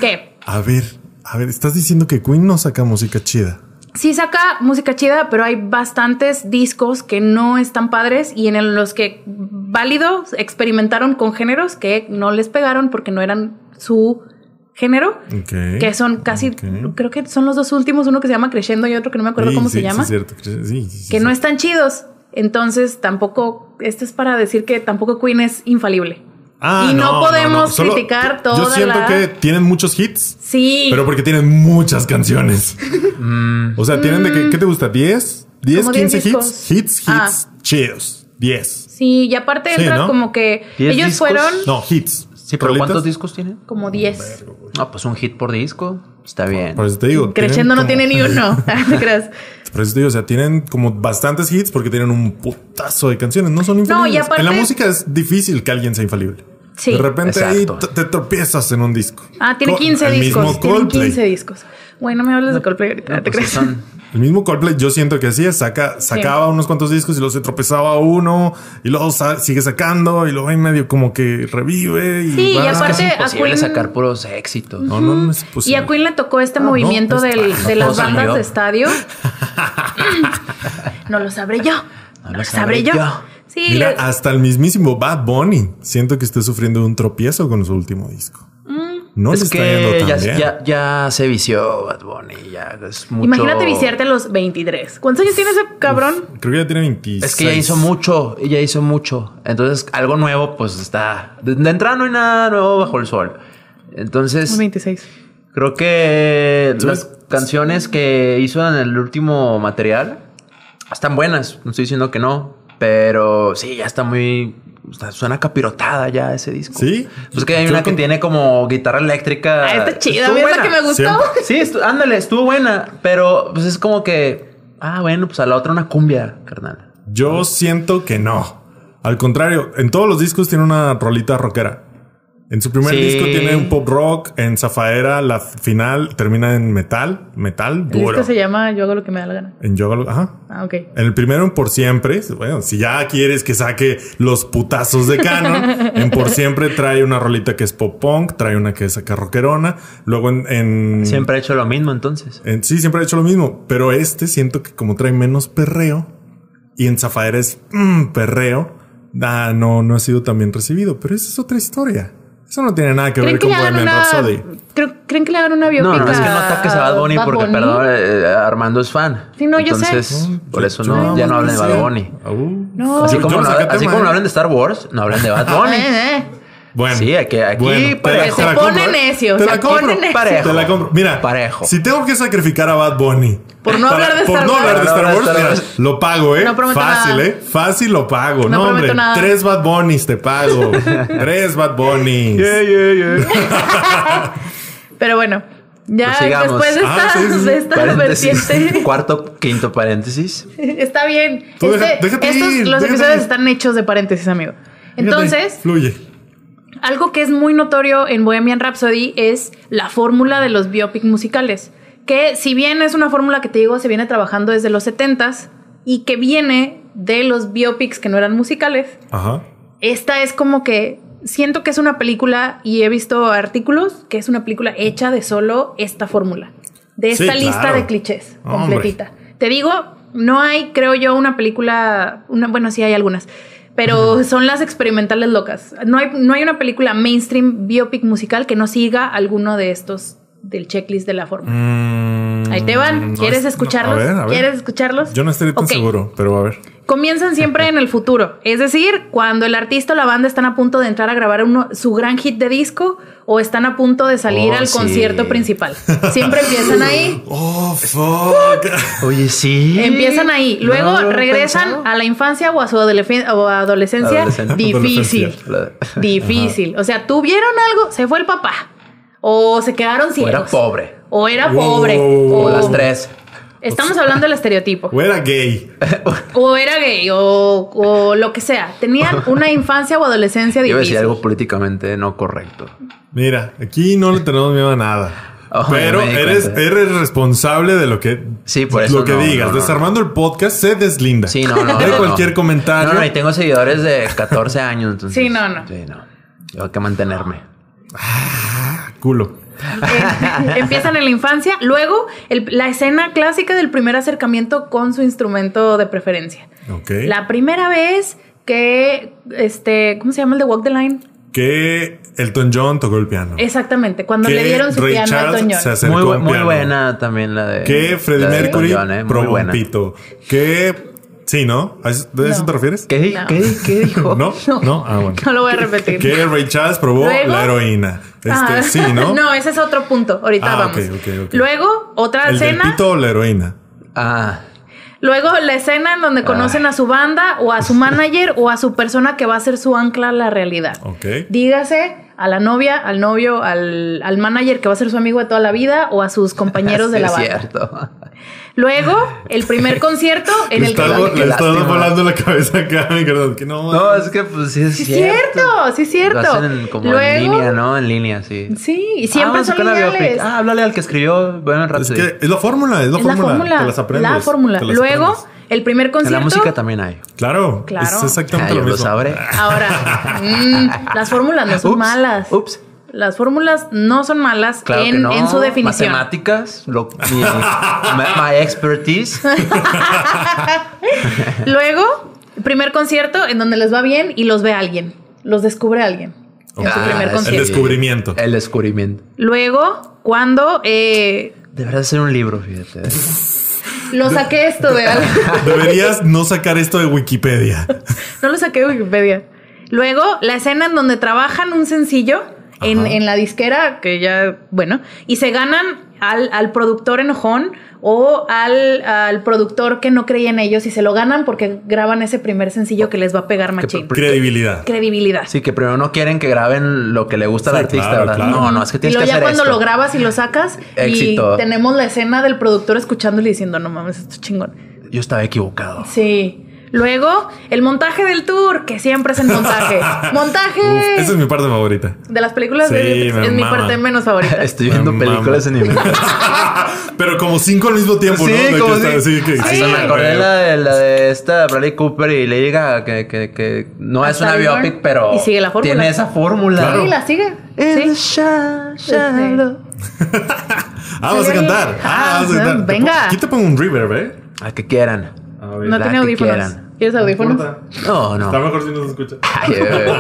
A: ¿Qué?
C: a ver, a ver, estás diciendo que Queen no saca música chida.
A: Sí saca música chida, pero hay bastantes discos que no están padres y en los que válidos experimentaron con géneros que no les pegaron porque no eran su género,
C: Ok.
A: que son casi,
C: Ok.
A: creo que son los dos últimos, uno que se llama Crescendo y otro que no me acuerdo
C: Sí,
A: cómo
C: sí,
A: se llama,
C: Sí, es cierto. Sí, sí, sí,
A: que
C: sí.
A: no están chidos. Entonces tampoco, esto es para decir que tampoco Queen es infalible.
C: Ah,
A: y no, podemos
C: Solo-
A: criticar
C: yo
A: toda
C: siento
A: la...
C: que tienen muchos hits,
A: Sí,
C: pero porque tienen muchas canciones.
B: Mm.
C: o sea, tienen de que, ¿qué te gusta? ¿10? ¿10,
A: Como
C: 15
A: 10 discos.
C: hits? Hits, hits,
A: Ah.
C: chidos. 10.
A: sí, y aparte
C: Sí,
A: entra
C: ¿no?
A: como que
B: ¿Diez
A: ellos
B: discos?
A: fueron
C: No, hits.
B: Sí, pero
C: Rolitas.
B: ¿cuántos discos tiene?
A: como 10.
B: No, pues un hit por disco. Está bien.
C: Por pues, eso te digo. tienen
A: Creciendo no
C: como-
A: tiene ni uno. ¿Te creas?
C: Por eso te digo, o sea, tienen como bastantes hits porque tienen un putazo de canciones. No son infalibles.
A: aparte-
C: En la música es difícil que alguien sea infalible.
A: Sí.
C: De repente
B: Exacto.
C: ahí t- te tropiezas en un disco.
A: Ah, tiene
C: Co-
A: 15
C: el
A: discos.
C: Mismo
A: Tiene
C: Coldplay.
A: 15 discos. Bueno, me hablas de Coldplay ahorita,
B: No,
A: ¿te
B: pues sí
A: crees?
B: son-
C: El mismo Coldplay yo siento que hacía, saca, sacaba unos cuantos discos y luego se tropezaba uno y luego sa- sigue sacando y luego ahí medio como que revive. Y
A: Sí, y
C: va.
A: aparte- A
B: Posible
A: Queen-
B: sacar puros éxitos.
C: No, no, no es
A: Y
C: posible.
A: a Queen le tocó este
C: Ah,
A: movimiento
C: no,
A: del-
C: está-
A: de
B: no
A: las
B: soy
A: bandas
B: yo.
A: de estadio. no lo sabré yo. No lo sabré yo. Sí,
C: Mira,
A: le-
C: hasta el mismísimo Bad Bunny siento que está sufriendo de un tropiezo con su último disco.
A: Mm.
C: No le
B: es
C: está yendo
B: que
C: tan
B: ya,
C: bien.
B: ya, ya se vició Bad Bunny. Ya es mucho...
A: imagínate viciarte a los 23. ¿Cuántos años tiene ese cabrón?
C: Creo que ya tiene 26.
B: Es que ya hizo mucho, ya hizo mucho. Entonces, algo nuevo, pues está. De, de entrada no hay nada nuevo bajo el sol. Entonces,
A: 26.
B: creo que
C: Sí.
B: las canciones que hizo en el último material están buenas. No estoy diciendo que no, pero sí, ya está muy. está- suena capirotada ya ese disco.
C: Sí.
B: Pues que hay
C: Yo
B: una que
C: con-
B: tiene como guitarra eléctrica.
A: Ah, está chida.
B: Estuvo
A: ¿Ves la
B: buena.
A: que me gustó?
C: Siempre.
B: Sí, estu- ándale, estuvo buena, pero pues es como que. Ah, bueno, pues a la otra una cumbia, carnal.
C: Yo siento que no. Al contrario, en todos los discos tiene una rolita rockera. En su primer
B: Sí.
C: disco tiene un pop rock, en Zafaera la final termina en metal, metal
A: El disco
C: duro.
A: se llama Yo hago lo que me da la gana.
C: En Yoga, ajá.
A: Ah, ok.
C: En el primero en Por Siempre, bueno, si ya quieres que saque los putazos de Canon, en Por Siempre trae una rolita que es pop punk, trae una que es acá rockerona, luego en... en-
B: Siempre ha hecho lo mismo entonces.
C: en- sí, siempre ha hecho lo mismo, pero este siento que como trae menos perreo y en Zafaera es mm, perreo, ah, no, no ha sido tan bien recibido, pero esa es otra historia. Eso no tiene nada que
A: ¿Creen
C: ver
A: que,
C: con
A: le hagan
C: Bohemian
A: una,
C: Rhapsody.
A: creo- ¿Creen que le hagan una
B: No,
A: biopic
B: no, es que no toques a Bad Bunny porque, perdón, eh, Armando es fan.
A: Sí, no, yo sé.
B: entonces, por eso no,
C: Yo
B: ya no hablan de
C: sé.
B: Bad Bunny.
C: Uh.
A: No.
B: Así
A: Yo-
B: como,
C: yo
B: no,
C: saqué
B: así
C: tema,
B: como no
C: ¿eh?
B: hablan de Star Wars, no hablan de Bad Bunny.
A: Eh, eh.
C: Bueno,
B: Sí, aquí- aquí
C: te
B: parejo.
C: la- te la
A: Se pone
C: compro, ¿eh?
A: necio,
C: Te
A: se
C: la compro,
A: pone necio.
B: Parejo.
C: Te la compro. Mira,
B: Parejo.
C: si tengo que sacrificar a Bad Bunny
A: Por no hablar de
C: por
A: Star
C: no
A: Wars.
C: hablar de
B: Por no
C: Star
B: hablar
C: Wars,
B: de Star
C: mira,
B: Wars.
C: lo pago, ¿eh?
A: No prometo
C: Fácil,
A: nada.
C: ¿eh? Fácil lo pago. No,
A: prometo
C: hombre,
A: nada.
C: tres Bad Bunnies te pago. tres Bad Bunnies.
A: Pero bueno, ya
B: Pues sigamos.
A: después de
C: Ah,
A: esta,
C: sí, sí, sí.
A: de esta
B: Paréntesis.
A: vertiente,
B: Cuarto, quinto paréntesis.
A: está bien.
C: Tú deja-
A: Este-
C: déjate
A: estos,
C: ir,
A: los
C: déjate
A: episodios
C: ir.
A: están hechos de paréntesis, amigo.
C: Fíjate,
A: Entonces,
C: Fluye.
A: Algo que es muy notorio en Bohemian Rhapsody es la fórmula de los biopic musicales, que si bien es una fórmula que te digo se viene trabajando desde los 70s y que viene de los biopics que no eran musicales,
C: Ajá.
A: esta es como que siento que es una película y he visto artículos que es una película hecha de solo esta fórmula, de
C: Sí,
A: esta lista
C: claro.
A: de clichés
C: Hombre.
A: completita. Te digo, no hay, creo yo, una película, una, bueno, sí hay algunas, pero son las experimentales locas. No hay, no hay una película mainstream biopic musical que no siga alguno de estos del checklist de la fórmula.
C: Mm,
A: Ahí te van.
C: no
A: ¿Quieres
C: es- no,
A: escucharlos?
C: a ver, a ver.
A: ¿Quieres escucharlos?
C: Yo no estaría tan
A: Ok.
C: seguro, pero a ver.
A: Comienzan siempre en el futuro, es decir, cuando el artista o la banda están a punto de entrar a grabar uno, su gran hit de disco o están a punto de salir
B: Oh,
A: al
B: sí.
A: concierto principal. Siempre empiezan ahí.
C: Oh, fuck.
B: Oye, sí.
A: Empiezan ahí,
B: No
A: luego
B: lo había
A: regresan
B: pensado.
A: a la infancia o a su adolef- o a adolescencia.
B: Adolescente.
A: Difícil,
B: Adolescencia.
A: difícil. O sea, tuvieron algo, se fue el papá, o se quedaron
B: O
A: ciegos,
B: era pobre.
A: o era
C: Wow.
A: pobre,
B: O
A: o-
C: Oh.
B: las tres.
A: Estamos hablando del estereotipo.
C: O era gay.
A: O era gay o, o lo que sea. Tenían una infancia o adolescencia
B: Yo iba a
A: difícil.
B: decir algo políticamente no correcto.
C: Mira, aquí no le tenemos miedo a nada.
B: Oh,
C: pero
B: ya me di
C: eres,
B: cuenta.
C: eres responsable de lo que,
B: Sí, por eso
C: lo que
B: no,
C: digas.
B: no, no.
C: Desarmando el podcast se deslinda.
B: Sí, no, no.
C: De
B: no,
C: cualquier
B: no.
C: comentario.
B: No, no, y tengo seguidores de 14 años, entonces.
A: Sí, no, no.
B: Sí, no. Tengo que mantenerme.
C: Culo.
A: Eh, empiezan en la infancia. Luego, el- la escena clásica del primer acercamiento con su instrumento de preferencia.
C: Ok.
A: La primera vez que, este, ¿cómo se llama el de Walk the Line?
C: Que Elton John tocó el piano.
A: Exactamente, cuando
C: que
A: le dieron su
C: Ray
A: piano al
C: Charles
A: Toñón.
C: se acercó
B: Muy,
C: a
B: bu-
C: un
B: muy
C: piano.
B: buena también la de.
C: Que Freddie
B: la de
C: Mercury
B: Elton John, ¿eh? Muy
C: probó un
B: buena.
C: pito. Que... Sí, ¿no? ¿A eso- ¿De eso
A: No.
C: te refieres?
B: ¿Qué, di-
A: No.
B: qué di- qué dijo?
C: ¿No? no, Ah, bueno.
A: No lo voy a repetir.
C: Que Ray Charles probó
A: Luego-
C: la heroína. Este,
A: Ah,
C: sí, ¿no?
A: ese es otro punto. Ahorita
C: Ah,
A: vamos.
C: ok, ok, ok.
A: Luego, otra
C: ¿El del
A: escena.
C: pito o la heroína?
B: Ah,
A: Luego la escena en
C: Ah.
A: donde conocen a su banda o a su manager o a su persona que va a ser su ancla a la realidad.
C: Ok.
A: Dígase a la novia, al novio, al, al manager que va a ser su amigo de toda la vida o a sus compañeros de
B: sí,
A: la
B: es
A: banda.
B: cierto.
A: Luego, el primer concierto en
C: Le
A: el que...
C: estás-
B: Ay, qué
C: le estás
B: lástima.
C: volando la cabeza acá, mi carnal, que no,
B: No, es que pues sí es
A: Sí,
B: cierto.
A: cierto, sí es cierto.
B: Lo hacen en- como en
A: Luego-
B: línea, ¿no? En línea, sí.
A: Sí, y
B: Ah,
A: siempre
B: vamos a
A: son
B: sacar la biopic.
A: lineales.
B: Ah, háblale al que escribió Bohemian
C: es
B: Rhapsody.
C: que es la fórmula, es la
A: es la
C: fórmula.
A: fórmula.
C: te las aprendes,
A: la fórmula.
C: te las
A: Luego,
C: aprendes.
A: el primer
B: en
A: concierto...
B: la música también hay.
C: Claro,
A: Claro.
C: es exactamente
B: Ah, yo
C: lo mismo.
B: lo sabré.
A: Ahora, mm, las fórmulas no son
B: Ups,
A: malas.
B: ups.
A: Las fórmulas no son malas
B: Claro que
A: en,
B: no.
A: en su definición.
B: Matemáticas, lo, mi, my- my expertise.
A: Luego, primer concierto en donde les va bien y los ve alguien. Los descubre alguien. En su
B: Ah,
A: primer
B: sí.
A: concierto.
C: El descubrimiento.
B: El descubrimiento.
A: Luego, cuando eh,
B: Deberías hacer un libro, fíjate.
A: lo saqué esto de algo.
C: Deberías no sacar esto de Wikipedia.
A: No lo saqué de Wikipedia. Luego, la escena en donde trabajan un sencillo en, en la disquera, que ya, bueno, y se ganan al, al productor enojón o al, al productor que no creía en ellos y se lo ganan porque graban ese primer sencillo que les va a pegar machín.
B: pr-
C: Credibilidad.
A: Credibilidad.
B: Sí, que primero no quieren que graben lo que le gusta al
C: Sí,
B: artista,
C: claro,
B: ¿verdad?
C: claro.
B: No, no, es que
A: Y
B: tienes
A: luego
B: que
A: ya
B: hacer
A: cuando
B: esto.
A: lo grabas y lo sacas
B: Éxito.
A: y tenemos la escena del productor escuchándole y diciendo, no mames, esto es chingón.
B: Yo estaba equivocado.
A: Sí. Luego, el montaje del tour, que siempre es el montaje. ¡Montaje!
C: Uf, esa es mi parte favorita.
A: De las películas de
C: Sí,
A: Netflix,
C: me
A: es mi
C: mama.
A: parte menos favorita.
B: Estoy viendo
C: Me
B: películas
C: mama.
B: animadas.
C: Pero como cinco al mismo tiempo,
B: Sí,
C: ¿no? De que
B: como
C: está-
B: si-
C: sí, que-
B: Hasta
C: sí,
B: me acordé
C: güey.
B: la de, la de esta Bradley Cooper y Lady Gaga, que, que, que no es
A: Hasta
B: una
A: Billboard.
B: biopic, pero
A: Y sigue la fórmula.
B: tiene esa fórmula.
C: Claro.
A: Sí, la sigue.
B: In the
A: Sí.
B: sha- shadow.
C: Ah, vas a
A: Sí.
C: cantar. Ah, vas a
A: Ah,
C: cantar. Te
A: venga.
C: pon- Aquí te pongo un reverb, ¿eh?
A: Este.
B: A que quieran.
A: No
B: La
A: tiene
B: que
A: audífonos.
B: quieran.
A: ¿Quieres audífonos?
C: Importa.
B: No,
C: Está
B: no.
C: mejor si no se escucha.
B: Ay, eh,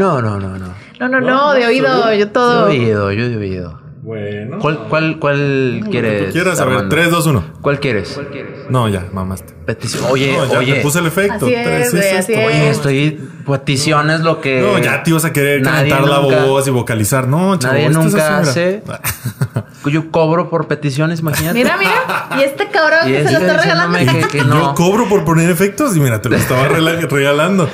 B: no, no, no, no.
A: No, no, no,
C: No,
A: de
C: no,
A: oído,
C: seguro.
A: yo
B: Yo
A: todo.
B: he oído, yo he oído.
C: Bueno.
B: ¿Cuál, cuál, cuál quieres?
C: Quieras saber.
B: Armando?
C: 3, 2, 1.
B: ¿Cuál quieres?
C: No, ya, mamaste.
B: Petición. Oye,
C: no, ya
B: Eh, oye.
C: te puse el efecto.
A: Así es,
C: Tres,
A: güey,
C: esto,
A: así
B: Oye,
A: es.
B: estoy. Peticiones lo que.
C: No, ya te ibas a querer
B: Nadie
C: cantar la
B: nunca-
C: voz y vocalizar. No, chavo,
B: Nadie
C: esto es
B: nunca
C: así, mira.
B: hace. Yo cobro por peticiones, imagínate.
A: Mira, mira. Y este cabrón
B: Y
A: que se
B: este
A: lo está regalando.
B: diciéndome que, que
C: Yo
B: no.
C: cobro por poner efectos y mira, te lo estaba rela- regalando.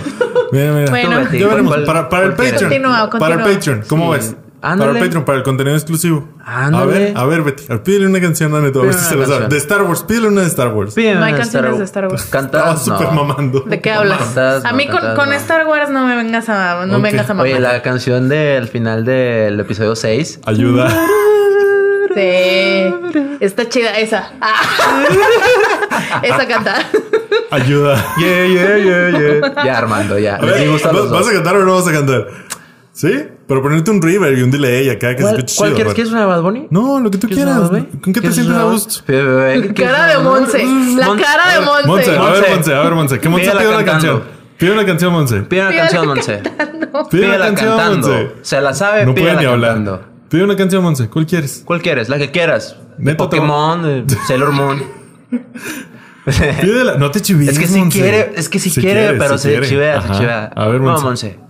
C: Mira, mira.
A: Bueno.
B: Tú, Betty,
C: Ya veremos.
B: ¿cuál-
C: Para, para el
B: cuál quieres?
C: Patreon.
A: Continúa,
C: Para el
A: continúa.
C: Patreon. ¿Cómo
B: Sí.
C: ves? Para
B: Ándale.
C: el Patreon, para el contenido exclusivo. A
B: Ándale.
C: ver, a ver, Betty. a ver, Pídele una canción a Neto. A ver
B: Pídele
C: si
B: una
C: se la sabe.
B: canción.
C: De Star Wars. Pídele una de Star Wars.
B: Bien,
A: No hay canciones de Star Wars.
C: Estaba
B: Cantadas,
C: súper
B: no.
C: mamando.
A: ¿De qué hablas?
B: Cantadas,
A: a
B: no,
A: mí con,
B: cantadas,
A: con
B: no.
A: Star Wars no me vengas a, no
C: Ok.
A: me vengas a mamar.
B: Oye, la canción del final del episodio 6.
C: Ayuda.
A: Sí. Está chida esa. Ah. esa canta.
C: Ayuda.
B: Yeah, yeah, yeah, yeah. Ya, Armando, ya.
C: A ver,
B: Les di gusto a
C: ¿vas,
B: los
C: vas
B: dos.
C: a cantar o no vas a cantar? Sí, pero ponerte un river y un delay acá que se
B: ¿Cuál,
C: escuche
B: cuál
C: chido,
B: quieres?
C: güey.
B: ¿Quieres una de Bad Bunny?
C: No, lo que tú
B: ¿Quieres una de
C: quieras.
B: Bad Bunny?
C: ¿Con qué te
B: ¿Quieres
C: sientes
B: una
C: a
B: Bad-
C: gusto?
B: Bebé, ¿quieres
A: Cara
B: una
A: de
B: Bad Bunny?
A: Monse. La
B: Mon-
A: cara de
C: Monse,
A: Monse.
C: a ver,
B: Monse.
C: Monse, a ver, Monse. ¿Qué Monse
B: Pídela
C: pide una
B: cantando.
C: canción? Pide una canción, Monse.
B: Pide una
A: Pídela
B: canción, Monse.
C: Pide una
B: Pídela
C: canción,
B: cantando.
C: Monse.
B: Se la sabe,
C: No puede
B: pídela
C: ni
B: cantando.
C: hablar. Pide una canción, Monse. ¿Cuál quieres?
B: ¿Cuál quieres? La que quieras. De
C: Neto, te-
B: Pokémon, de Sailor Moon.
C: Pídela. No te chivies,
B: Es que si
C: Monse.
B: quiere, es que si, quiere,
C: quieres,
B: pero
C: si
B: se
C: quiere.
B: chivea, se
C: Ajá.
B: chivea.
C: A ver,
B: Vamos,
C: Monse.
B: Monse.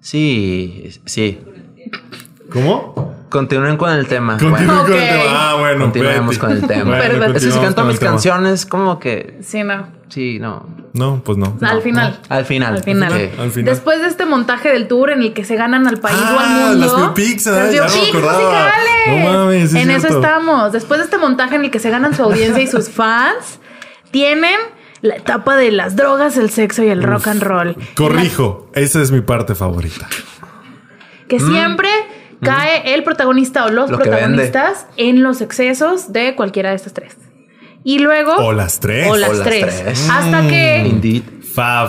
B: Sí, sí.
C: ¿Cómo?
B: Continúen con el tema.
C: Continúa
B: Bueno,
C: con el
A: Ok.
C: tema. Ah, bueno.
B: continuemos
C: Betty.
B: con el
A: Perdón.
B: tema.
C: continuamos
B: es que si canto
C: con el
B: mis
C: tema.
B: canciones, como que
A: Sí, no.
B: sí, no.
C: No, pues no.
A: Al final.
B: Al final.
A: Al final.
B: Ok.
C: Al final.
A: Después de este montaje del tour en el que se ganan al país o al
C: Ah,
A: mundo.
C: las biopics, ah, ya
A: las
C: me
A: biopics
C: acordaba.
A: musicales.
C: No mames, sí es
A: en eso
C: cierto.
A: estamos. Después de este montaje en el que se ganan su audiencia y sus fans, tienen la etapa de las drogas, el sexo y el rock and roll.
C: Corrijo. Esa es mi parte favorita.
A: Que
C: Mm.
A: siempre cae el protagonista o los
B: Lo que
A: protagonistas en los excesos de cualquiera de estas tres. Y luego.
C: O las Mm. tres.
A: o las
B: Oh. O las
A: tres.
B: tres.
A: Hasta que.
B: Indeed.
C: Fab.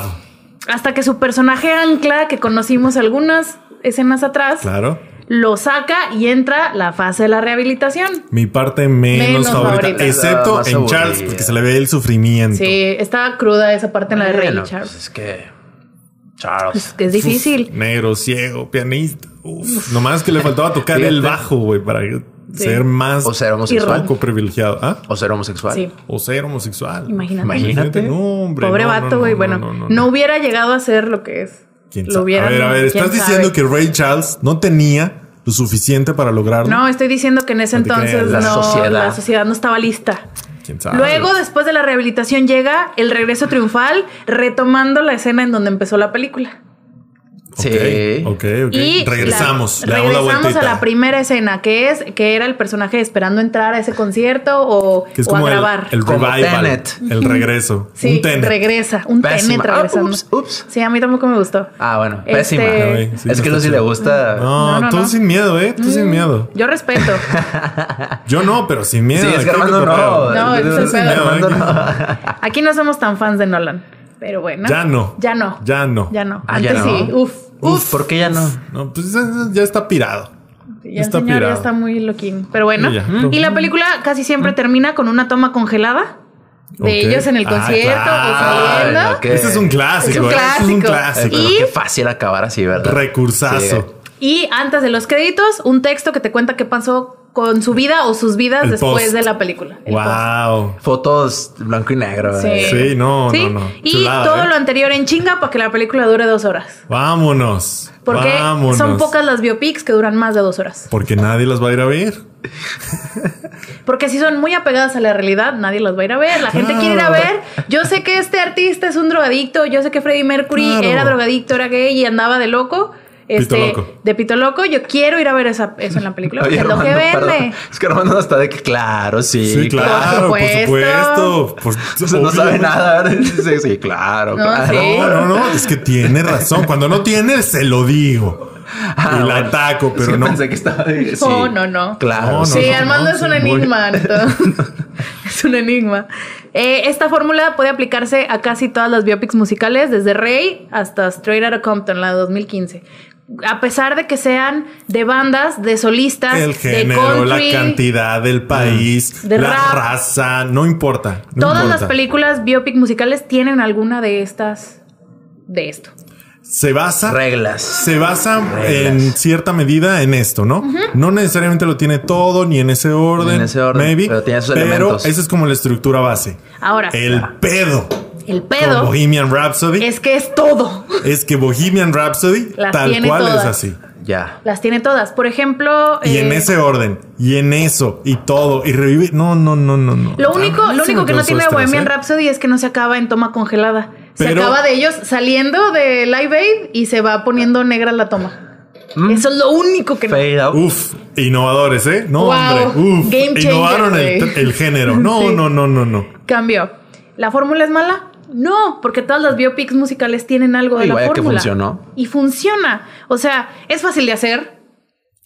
A: Hasta que su personaje ancla, que conocimos algunas escenas atrás,
C: Claro.
A: lo saca y entra la fase de la rehabilitación.
C: Mi parte menos,
A: Menos
C: favorita,
A: favorita.
B: La
C: Excepto
B: más
C: en Charles,
B: aburrida.
C: porque se le ve el sufrimiento.
A: Sí, está cruda esa parte en la de Ray
B: Bueno,
A: Charles.
B: pues es que
A: Es
B: Charles.
A: que es difícil.
C: Negro, ciego, pianista. Uf. Nomás que le faltaba tocar el
B: Fíjate.
C: bajo, güey, para ser más
B: O ser homosexual.
C: poco privilegiado. ¿Ah?
B: O ser homosexual.
A: Sí,
C: O ser homosexual.
A: imagínate.
B: Imagínate.
C: No, hombre.
A: Pobre
C: no, no,
A: vato,
C: no,
A: güey.
C: no,
A: bueno,
C: no,
A: no,
C: no, no.
A: hubiera llegado a ser lo que es.
C: ¿Quién
A: Lo
C: sabe?
A: hubiera,
C: a ver, a ver,
A: quién
C: estás
A: sabe.
C: diciendo que Ray Charles no tenía lo suficiente para lograrlo.
A: No, estoy diciendo que en ese
C: No te creas,
A: entonces
B: la
A: no,
B: sociedad.
A: la sociedad no estaba lista.
C: ¿Quién sabe?
A: Luego, después de la rehabilitación, llega el regreso triunfal, retomando la escena en donde empezó la película.
B: Sí.
C: Ok, ok.
A: Y
C: regresamos.
A: la-
C: le damos la
A: regresamos
C: vueltita.
A: a la primera escena, que es que era el personaje esperando entrar a ese concierto o,
C: que es
A: o
C: como
A: a
C: el,
A: grabar.
C: el
B: Como
C: revival.
B: Tenet.
C: El regreso.
A: sí,
C: un tenet.
A: regresa, un
B: Pésima.
A: tenet
B: Ah,
A: regresando.
B: ups, ups.
A: Sí, a mí tampoco me gustó.
B: Ah, bueno,
A: Este-
B: pésima.
A: Ay,
C: sí,
B: es
C: no
B: que
C: está
B: Lucy le
C: chido.
B: gusta.
C: No,
A: No, no, Mm.
C: tú
A: no.
C: sin miedo, ¿eh? Tú sin miedo.
A: Yo respeto.
C: Yo no, pero sin miedo.
B: Sí, es
C: aquí
B: que
C: hay
B: Armando no.
C: cotorreo.
A: No, es el
B: Sí,
A: pedo.
B: Armando no.
A: Aquí no somos tan fans de Nolan, pero bueno.
C: Ya no.
A: Ya no.
C: Ya no.
A: Ya no.
B: Ah, ya
A: Antes
B: no.
A: sí. Uf.
B: Uf, ¿por qué ya no?
C: No, pues ya, ya está pirado.
A: Ya
C: Está
A: el señor
C: pirado.
A: ya está muy loquín. Pero bueno.
C: Y ya.
A: Y la película casi siempre termina con una toma congelada de
C: Ok.
A: ellos en el
C: Ah,
A: concierto
C: claro.
A: o saliendo.
B: Ay, no, qué-
C: Ese es un clásico.
A: Es un
C: ¿eh? Ese
A: clásico.
B: Ay, pero
A: Y-
B: qué fácil acabar así, ¿verdad?
C: Recursazo.
B: Sí. eh.
A: Y antes de los créditos, un texto que te cuenta qué pasó con su vida o sus vidas
C: El
A: después
C: post.
A: de la película. El post.
C: Wow.
B: Fotos blanco y negro. eh.
A: Sí.
C: Sí, no,
A: ¿Sí?
C: no, no.
A: Y
C: Chulada,
A: todo
C: ¿eh?
A: lo anterior en chinga para que la película dure dos horas.
C: Vámonos.
A: Porque
C: Vámonos.
A: son pocas las biopics que duran más de dos horas.
C: Porque nadie las va a ir a ver.
A: Porque si son muy apegadas a la realidad, nadie las va a ir a ver. La gente
C: Claro.
A: quiere ir a ver. Yo sé que este artista es un drogadicto. Yo sé que Freddie Mercury
C: Claro.
A: era drogadicto, era gay y andaba de loco. Este,
C: Loco.
A: De Pito Loco. Yo quiero ir a ver esa, eso en la película.
B: Oye,
A: porque es lo que
B: Armando, perdón.
A: vende.
B: Es que Armando está de que claro, sí.
C: Sí, claro, por
A: supuesto.
C: supuesto. Por-
B: O sea, no
C: obvio.
B: sabe nada. ¿verdad? Sí, sí, claro,
A: No,
B: claro.
A: sí.
C: No, no, no, es que tiene razón. Cuando no tiene, se lo digo.
B: Ah,
C: y la
B: bueno.
C: ataco, pero
B: Sí,
C: no.
B: pensé que estaba. sí.
A: No, no, no.
B: Claro.
C: No, no,
B: sí.
A: sí,
C: no,
A: Armando
C: no,
A: es un
C: sí, muy-
A: enigma. Arto. es un enigma. Eh, esta fórmula puede aplicarse a casi todas las biopics musicales, desde Rey hasta Straight Outta Compton, la de 2015. A pesar de que sean de bandas, de solistas,
C: El género,
A: de country,
C: la cantidad, el país,
A: De
C: la
A: rap.
C: raza, no importa. no
A: todas las
C: importa.
A: películas biopic musicales tienen alguna de estas, de esto.
C: Se basa
B: Reglas.
C: se basa
B: Reglas.
C: en cierta medida en esto, ¿no? No necesariamente lo tiene todo ni en ese orden,
B: En ese orden,
C: maybe,
B: pero tiene sus
C: pero
B: elementos.
C: esa es como la estructura base.
A: Ahora, el,
C: El pedo con
A: pedo
C: Bohemian Rhapsody es,
A: es que es todo.
C: que Bohemian Rhapsody
A: Las
C: tal
A: tiene
C: cual
A: todas.
C: es así.
B: Ya.
A: Las tiene todas. Por ejemplo,
C: Y en
A: eh,
C: ese orden, y en eso, y todo, y revive. No, no, no, no, no.
A: Lo
C: Ah, A
A: único,
B: Ah,
C: mí
A: lo
C: sí
A: único
C: me
A: que no
C: causó
A: tiene
C: estrés,
A: Bohemian
C: ¿eh?
A: Rhapsody es que no se acaba en toma congelada. se
C: Pero-
A: acaba de ellos saliendo de Live Aid y se va poniendo negra la toma.
C: Mm.
A: Eso es lo único que no.
B: Fade out.
C: Uf, innovadores, ¿eh? No,
A: Wow,
C: hombre. Uf,
A: game changer,
C: innovaron el,
A: güey.
C: el género. No,
A: Sí.
C: no, no, no, no.
A: cambió. ¿La fórmula es mala? No, porque todas las biopics musicales tienen algo de
B: Y
A: la
B: vaya que
A: fórmula.
B: funcionó.
A: Y funciona. O sea, es fácil de hacer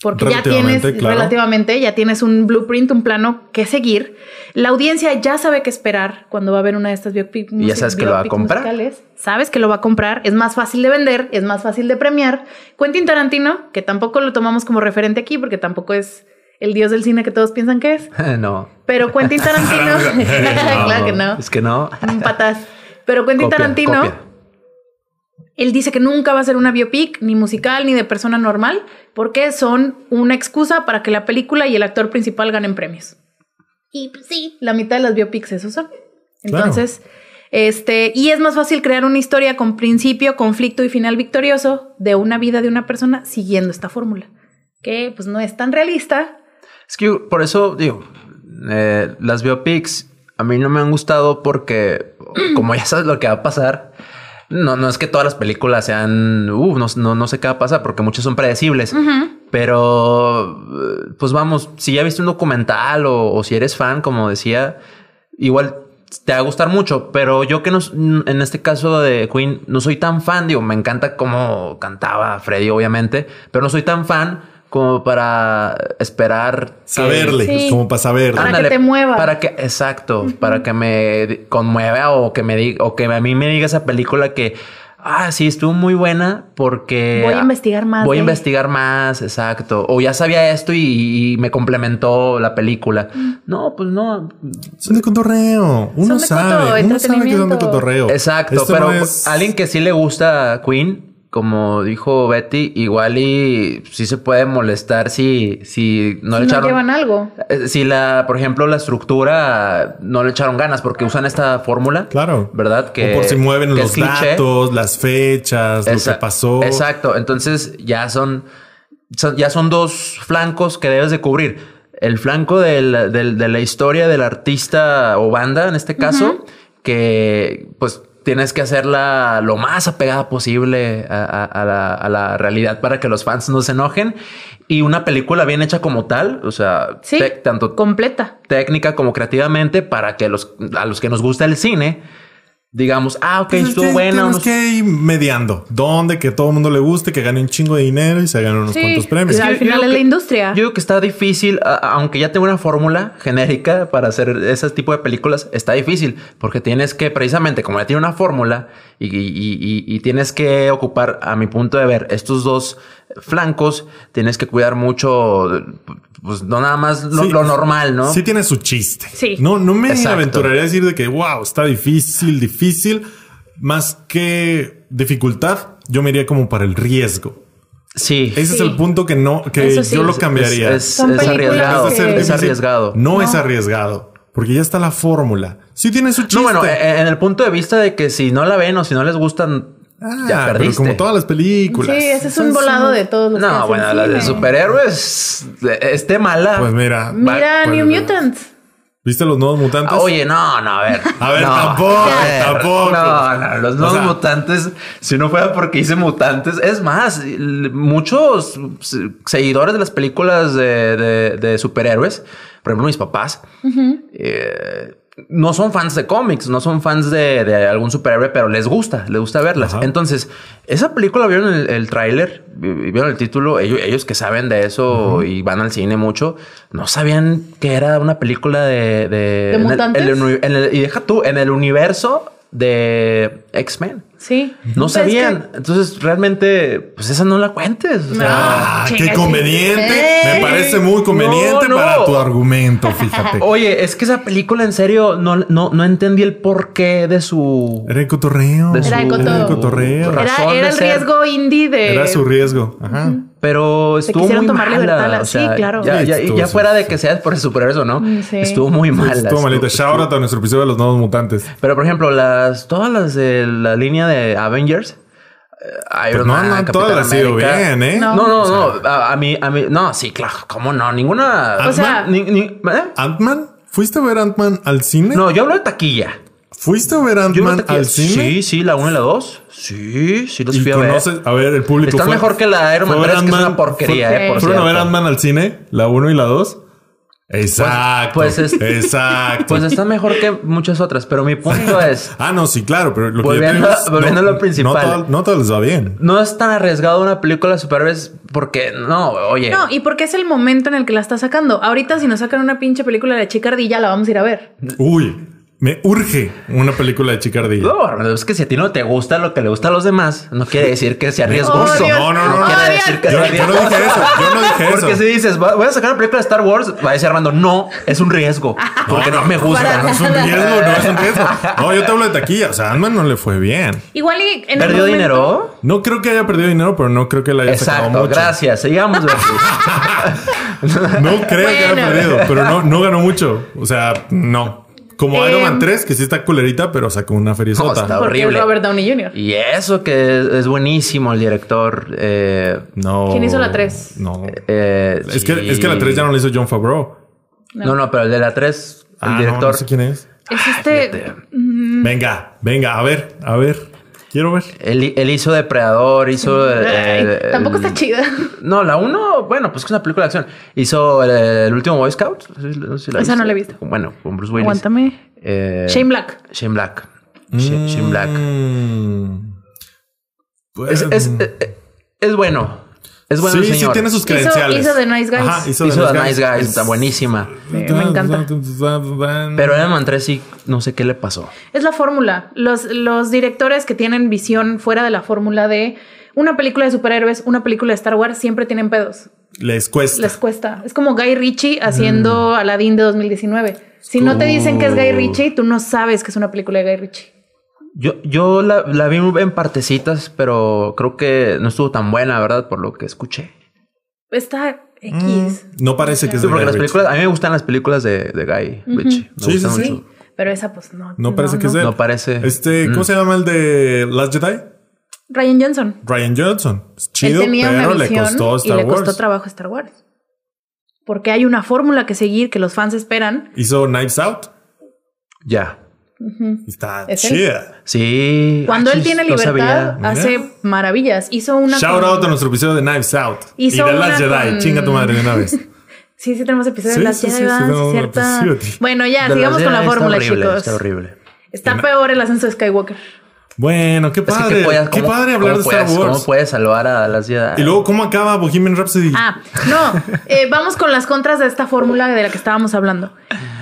A: porque ya tienes
C: Relativamente, claro.
A: relativamente, ya tienes un blueprint, un plano que seguir. La audiencia ya sabe qué esperar cuando va a ver una de estas biopic
B: Y ya sabes que lo va a
A: biopics
B: comprar.
A: musicales. Sabes que lo va a comprar, es más fácil de vender, es más fácil de premiar. Quentin Tarantino, que tampoco lo tomamos como referente aquí porque tampoco es el dios del cine que todos piensan que es,
B: no.
A: pero Quentin Tarantino, claro que no.
B: Es que no.
A: Mm, patas. Pero Quentin
B: Copia,
A: Tarantino,
B: copia.
A: él dice que nunca va a ser una biopic, ni musical, ni de persona normal, porque son una excusa para que la película y el actor principal ganen premios. Y pues, sí, la mitad de las biopics eso son.
C: Claro.
A: Entonces, este, y es más fácil crear una historia con principio, conflicto y final victorioso de una vida de una persona siguiendo esta fórmula, que pues no es tan realista.
B: Es que por eso digo, eh, las biopics a mí no me han gustado porque, como ya sabes lo que va a pasar, no, no es que todas las películas sean, uh, no, no, no sé qué va a pasar porque muchas son predecibles. Pero, eh, pues vamos, si ya viste un documental o, o si eres fan, como decía, igual te va a gustar mucho. Pero yo que no, s- en este caso de Queen, no soy tan fan, digo, me encanta cómo cantaba Freddy, obviamente, pero no soy tan fan como para esperar que-
C: Saberle,
A: Sí.
C: como para saberle.
A: Para- que te mueva.
B: Para que, exacto, para que me di- conmueva o que me diga, o que a mí me diga esa película que, ah, sí, estuvo muy buena porque.
A: Voy a investigar más
B: Voy a
A: de-
B: investigar más, exacto. O ya sabía esto y, y me complementó la película. No, pues no.
C: Son de cotorreo. Uno
A: de coto,
C: sabe. Uno sabe que son de
A: entretenimiento.
C: cotorreo.
B: Exacto,
C: Esto
B: pero
C: no es-
B: alguien que sí le gusta Queen, como dijo Betty, igual y sí se puede molestar si, si
A: si
B: no le
A: no
B: echaron.
A: llevan algo.
B: Eh, Si la, por ejemplo, la estructura no le echaron ganas porque usan esta fórmula.
C: Claro.
B: ¿Verdad?
C: O por si mueven
B: que
C: los
B: es cliché.
C: datos, las fechas, lo
B: Exa-
C: que pasó.
B: Exacto. Entonces ya son, son- ya son dos flancos que debes de cubrir. El flanco del- del- de la historia del artista o banda, en este caso, que pues tienes que hacerla lo más apegada posible a, a- a la, a la realidad para que los fans no se enojen. Y una película bien hecha como tal, o sea,
A: Sí,
B: te- tanto
A: completa.
B: técnica como creativamente para que los, a los que nos gusta el cine digamos, ah, ok,
C: Pues es
B: estuvo
C: que
B: buena.
C: Tienes
B: unos-
C: que ir mediando. Donde que todo el mundo le guste, que gane un chingo de dinero y se ganen unos cuantos premios.
A: al
B: Yo- yo
A: final
B: digo
A: es la
B: que-
A: industria.
B: Yo digo que está difícil, a- a- aunque ya tengo una fórmula genérica para hacer ese tipo de películas, está difícil porque tienes que, precisamente, como ya tiene una fórmula y, y- y- y- y tienes que ocupar, a mi punto de ver, estos dos flancos, tienes que cuidar mucho, pues no nada más lo,
C: Sí.
B: lo normal, ¿no?
C: Sí tiene su chiste.
A: Sí.
C: No, no me
B: Exacto.
C: aventuraría a decir de que, wow, está difícil, difícil. Más que dificultad, yo me iría como para el riesgo.
B: Sí.
C: Ese es
A: Sí.
C: el punto que no, que
A: Eso sí.
C: yo lo
A: Es-
C: cambiaría.
B: Es, es,
A: Son
B: es
A: películas
B: arriesgado.
A: que-
C: Es
B: Es
C: difícil.
B: arriesgado.
C: No, es arriesgado, porque ya está la fórmula. Sí tiene su chiste.
B: No, bueno, eh, en el punto de vista de que si no la ven o si no les gustan,
C: Ah,
B: eh, ya
C: pero
B: perdiste.
C: como todas las películas.
A: Sí, ese es
C: Son-
A: un volado
C: son-
A: de todos los que
B: No,
A: hacen
B: bueno, la de
A: cine.
B: superhéroes eh, esté mala.
C: Pues mira,
A: Mira
C: pues,
A: New Mutants.
C: ¿Viste los nuevos mutantes?
B: Ah, Oye, no, no, a ver.
C: A ver,
B: no,
C: tampoco,
B: a ver,
C: tampoco.
B: No, no, los
C: O
B: nuevos
C: sea-
B: mutantes, si no fuera porque hice mutantes, es más, l- muchos se- seguidores de las películas de, de- de superhéroes, por ejemplo, mis papás, eh, no son fans de cómics, no son fans de, de algún superhéroe, pero les gusta, les gusta verlas.
C: Ajá.
B: Entonces, esa película vieron el, el tráiler, vi- vi- vieron el título, ellos, ellos que saben de eso y van al cine mucho, no sabían que era una película de... de-
A: ¿De
B: en el-
A: mutantes?
B: el uni- en el- y deja tú, en el universo de X-Men.
A: Sí.
B: No
A: Pues es que-
B: sabían. Entonces, realmente, pues esa no la cuentes. o sea,
C: Ah,
A: Ah,
C: qué
A: chinga,
C: conveniente.
A: sí.
C: Me parece muy conveniente
B: No, Oh. no.
C: para tu argumento, fíjate.
B: Oye, es que esa película en serio no, no, no entendí el porqué de su...
C: Era el cotorreo.
B: de
A: Era el
B: su-
A: cotorreo.
C: Era el cotorreo.
B: Ra-
A: Era,
B: razón
A: era
B: de
A: el
B: ser.
A: riesgo indie de.
C: Era su riesgo. Ajá.
B: Pero
A: Se
B: estuvo
A: quisieron
B: muy
A: tomar
B: mala.
A: libertad, la-
B: o sea,
A: sí, claro.
B: Ya,
C: Sí,
B: ya-
C: estuvo,
B: ya
C: sí,
B: fuera de
C: sí.
B: que sea por el superhéroe o no,
A: Mm, sí.
B: estuvo muy mala.
C: Estuvo malito. Shout out a nuestro episodio de los nuevos mutantes.
B: Pero por ejemplo, las todas las de la línea de Avengers. eh,
C: Pues
B: Iron
C: no,
B: Man,
C: no,
B: Capitán
C: todas las ha sido
B: América.
C: bien, ¿eh?
A: No.
B: No, no, no. A, a mí, a mí, no, sí, claro. ¿Cómo no? Ninguna.
C: Ah,
A: O sea-
B: ni- ni- ¿eh?
C: ¿Ant-Man? ¿Fuiste a ver Ant-Man al cine?
B: no, yo hablo de taquilla.
C: ¿Fuiste a ver
B: Yo hablo de
C: Ant-Man
B: taquilla.
C: al
B: Sí,
C: cine?
B: sí, la 1 y la 2. Sí, sí, los
C: ¿Y
B: fui a ver.
C: conoces? A ver, el público.
B: Están
C: fue-
B: mejor que la de Iron Man
C: fue a ver
B: 3, que es
C: Ant-Man-
B: una porquería,
A: fue-
B: eh, por
C: ¿Fueron a
B: cierto.
C: ver Ant-Man al cine? ¿La 1 y la 2? Exacto.
B: pues es-
C: Exacto.
B: Pues está mejor que muchas otras, pero mi punto es.
C: Ah, no, sí, claro, pero lo que yo
B: Volviendo-
C: te digo es-
B: volviendo a lo
C: no,
B: principal.
C: No, todo- no todo les va bien.
B: No es tan arriesgado una película de superhéroes porque no, oye.
A: No, y porque es el momento en el que la está sacando. Ahorita, si nos sacan una pinche película de la chica ardilla, la vamos a ir a ver.
C: Uy, me urge una película de Chicardilla.
B: No, Armando, es que si a ti no te gusta lo que le gusta a los demás, no quiere decir que sea
A: Oh,
B: riesgoso.
A: Dios.
C: No, no,
B: no,
C: no, no.
B: quiere
A: Dios.
B: decir que
C: Yo,
B: sea
C: yo no
B: riesgoso.
C: dije eso. Yo no dije
B: Porque
C: eso.
B: si dices, "Va- voy a sacar una película de Star Wars, va a decir Armando, no, es un riesgo. Porque no, me gusta.
C: No es un riesgo, no es un riesgo. No, yo te hablo de taquilla. O sea, a Ant-Man no le fue bien.
A: Igual y en el
B: ¿Perdió
A: momento-
B: dinero?
C: No creo que haya perdido dinero, pero no creo que la haya sacado
B: Exacto,
C: mucho.
B: gracias. Sigamos. Jesús.
C: No creo que haya
A: Bueno.
C: perdido, pero no, no ganó mucho. O sea, no. Como
A: Em.
C: Iron Man 3, que sí está culerita, pero sacó una
B: No,
C: ferizota.
B: está-
A: Porque
B: Horrible.
A: es Robert Downey Jr.
B: y eso que es, es buenísimo el director. eh,
C: No.
A: ¿Quién hizo la tres?
C: No.
B: eh,
C: Es que,
B: sí.
C: es que la 3 ya no la hizo John Favreau.
B: No, no, pero el de la 3, el
C: Ah, no,
B: director.
C: no sé quién es.
A: Es este.
C: Venga, venga, a ver, a ver. Quiero ver.
B: Él, él hizo Depredador, hizo.
A: Ay,
B: eh,
A: tampoco
B: el-
A: está chida.
B: No, la 1, bueno, pues que es una película de acción. Hizo el, el último Boy Scout. No sé- no sé si
A: Esa
B: viste.
A: no la he visto.
B: Bueno, con Bruce Willis.
A: Aguántame.
B: Eh,
A: Shane Black.
B: Shane Black. Shane, Shane Black.
C: Mm. Pues,
B: Es, es, es- es bueno. Es bueno
C: sí,
B: el señor.
C: sí, tiene sus
A: Hizo-
C: credenciales.
A: hizo The Nice Guys.
B: Hizo The Nice Guys, está buenísima.
A: Eh, me encanta.
B: Pero Iron Man 3 sí, no sé qué le pasó.
A: Es la fórmula. Los, los directores que tienen visión fuera de la fórmula de una película de superhéroes, una película de Star Wars, siempre tienen pedos.
C: Les cuesta.
A: Les cuesta. Es como Guy Ritchie haciendo
C: Mm.
A: Aladdin de 2019. Si no te dicen que es Guy Ritchie, tú no sabes que es una película de Guy Ritchie.
B: Yo, yo la, la vi en partecitas, pero creo que no estuvo tan buena, ¿verdad? Por lo que escuché.
A: Está X.
C: Mm, No parece que es
B: Sí,
C: de
B: porque
C: Guy
B: las
C: Ritchie.
B: películas, a mí me gustan las películas de, de Guy Ritchie. Me
C: Sí,
B: gustan
C: sí, sí.
B: mucho.
A: Pero esa, pues no.
C: No parece que
A: no.
C: sea.
B: No parece. Mm.
C: Este, ¿cómo se llama el de Last Jedi?
A: Ryan Johnson.
C: Ryan Johnson. Es
A: Él
C: chido,
A: tenía
C: pero
A: una
C: le
A: visión
C: costó
A: y
C: Star
A: le costó
C: Wars.
A: trabajo Star Wars. Porque hay una fórmula que seguir que los fans esperan.
C: Hizo Knives Out.
B: Ya.
C: y Está
A: Mm. ¿Es él?
C: chida.
B: Sí.
A: Cuando
B: Ah,
A: él
B: chis,
A: tiene
B: no
A: libertad,
B: sabía.
C: Mira.
A: hace maravillas. Hizo una.
C: Shout
A: con-
C: out a nuestro episodio de Knives Out.
A: Hizo
C: y de
A: una
C: Last Jedi.
A: con-
C: Chinga tu madre de una vez.
A: Sí, sí, tenemos episodios
C: Sí,
A: de las
C: sí, sí,
A: Jedi,
C: sí,
A: ¿verdad?
C: tenemos
A: Sí,
C: un
A: cierta-
C: episodio.
A: Bueno, ya,
B: De
A: sigamos
B: las
A: con la
B: ideas,
A: fórmula,
B: está horrible,
A: chicos.
B: Está horrible.
A: Está peor el ascenso de Skywalker.
C: Bueno, qué
B: Es que,
C: padre.
B: ¿qué puedes-
C: qué
B: cómo-
C: padre hablar
B: cómo
C: de Star
B: puedes-
C: Wars.
B: ¿Cómo puedes salvar a las Jedi?
C: Y luego, ¿cómo acaba Bohemian Rhapsody?
A: Ah, no. eh, vamos con las contras de esta fórmula de la que estábamos hablando.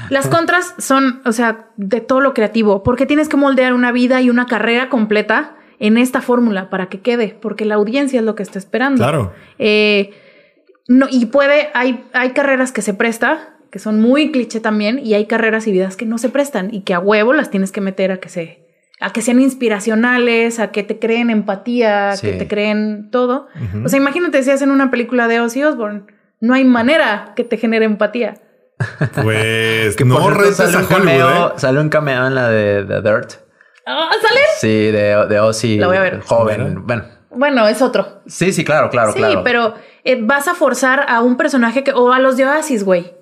A: Las contras son, o sea, de todo lo creativo, porque tienes que moldear una vida y una carrera completa en esta fórmula para que quede, porque la audiencia es lo que está esperando.
C: Claro.
A: Eh, no, y puede, hay, hay carreras que se presta, que son muy cliché también, y hay carreras y vidas que no se prestan y que a huevo las tienes que meter a que se a que sean inspiracionales, a que te creen empatía, a que
B: Sí.
A: te creen todo. O sea, imagínate si hacen una película de Ozzy Osbourne, no hay manera que te genere empatía.
C: Pues
B: Que por
C: no
B: cierto,
C: retes
B: sale
C: a
B: un
C: Hollywood,
B: cameo,
C: ¿eh?
B: sale un cameo en la de The Dirt.
A: ¡Ah, sale!
B: Sí, de, de Ozzy.
A: La voy a ver.
C: Mira.
B: Joven. Bueno.
A: Bueno, es otro.
B: Sí, sí, claro, claro,
A: sí,
B: claro.
A: pero eh, vas a forzar a un personaje que, o a los de Oasis, güey.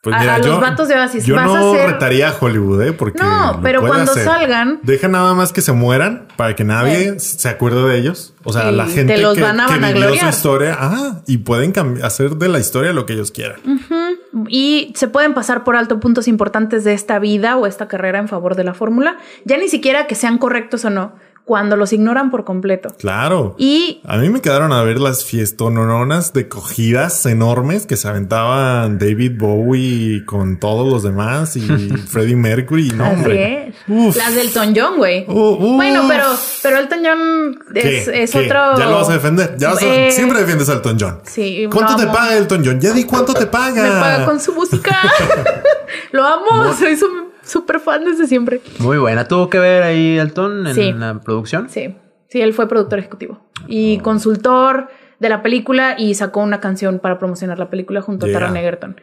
C: Pues
A: A-
C: mira,
A: a los
C: yo,
A: vatos de Oasis,
C: Yo
A: vas
C: no
A: a hacer-
C: retaría a Hollywood, ¿eh? Porque.
A: No,
C: lo
A: pero
C: puede
A: cuando
C: hacer.
A: salgan-
C: Deja nada más que se mueran para que nadie se acuerde de ellos. O sea,
A: Y
C: la
A: te
C: gente
A: los
C: que,
A: van a
C: que vivió su
A: vanagloriar.
C: historia. Ah, y pueden cambi- hacer de la historia lo que ellos quieran.
A: Mm. Y se pueden pasar por alto puntos importantes de esta vida o esta carrera en favor de la fórmula. Ya ni siquiera que sean correctos o no, cuando los ignoran por completo.
C: Claro.
A: Y
C: A mí me quedaron a ver las fiestonononas de cogidas enormes que se aventaban David Bowie con todos los demás y Freddie Mercury. No,
A: así
C: hombre.
A: es.
C: Uf.
A: Las del Elton John, güey.
C: Uh, uh.
A: Bueno, pero, pero Elton John
C: ¿Qué?
A: es, es
C: ¿Qué?
A: otro.
C: Ya lo vas a defender. Ya vas a-
A: Eh,
C: Siempre defiendes a Elton John.
A: Sí, lo
C: ¿Cuánto te
A: amo.
C: paga Elton John? Ya di cuánto te paga.
A: Me paga con su música. lo amo, soy su- súper fan desde siempre.
B: Muy buena. ¿Tuvo que ver ahí Elton en
A: Sí.
B: la producción? Ah.
A: Sí, sí, él fue productor ejecutivo y consultor de la película y sacó una canción para promocionar la película junto
C: Yeah.
A: a Taron Egerton.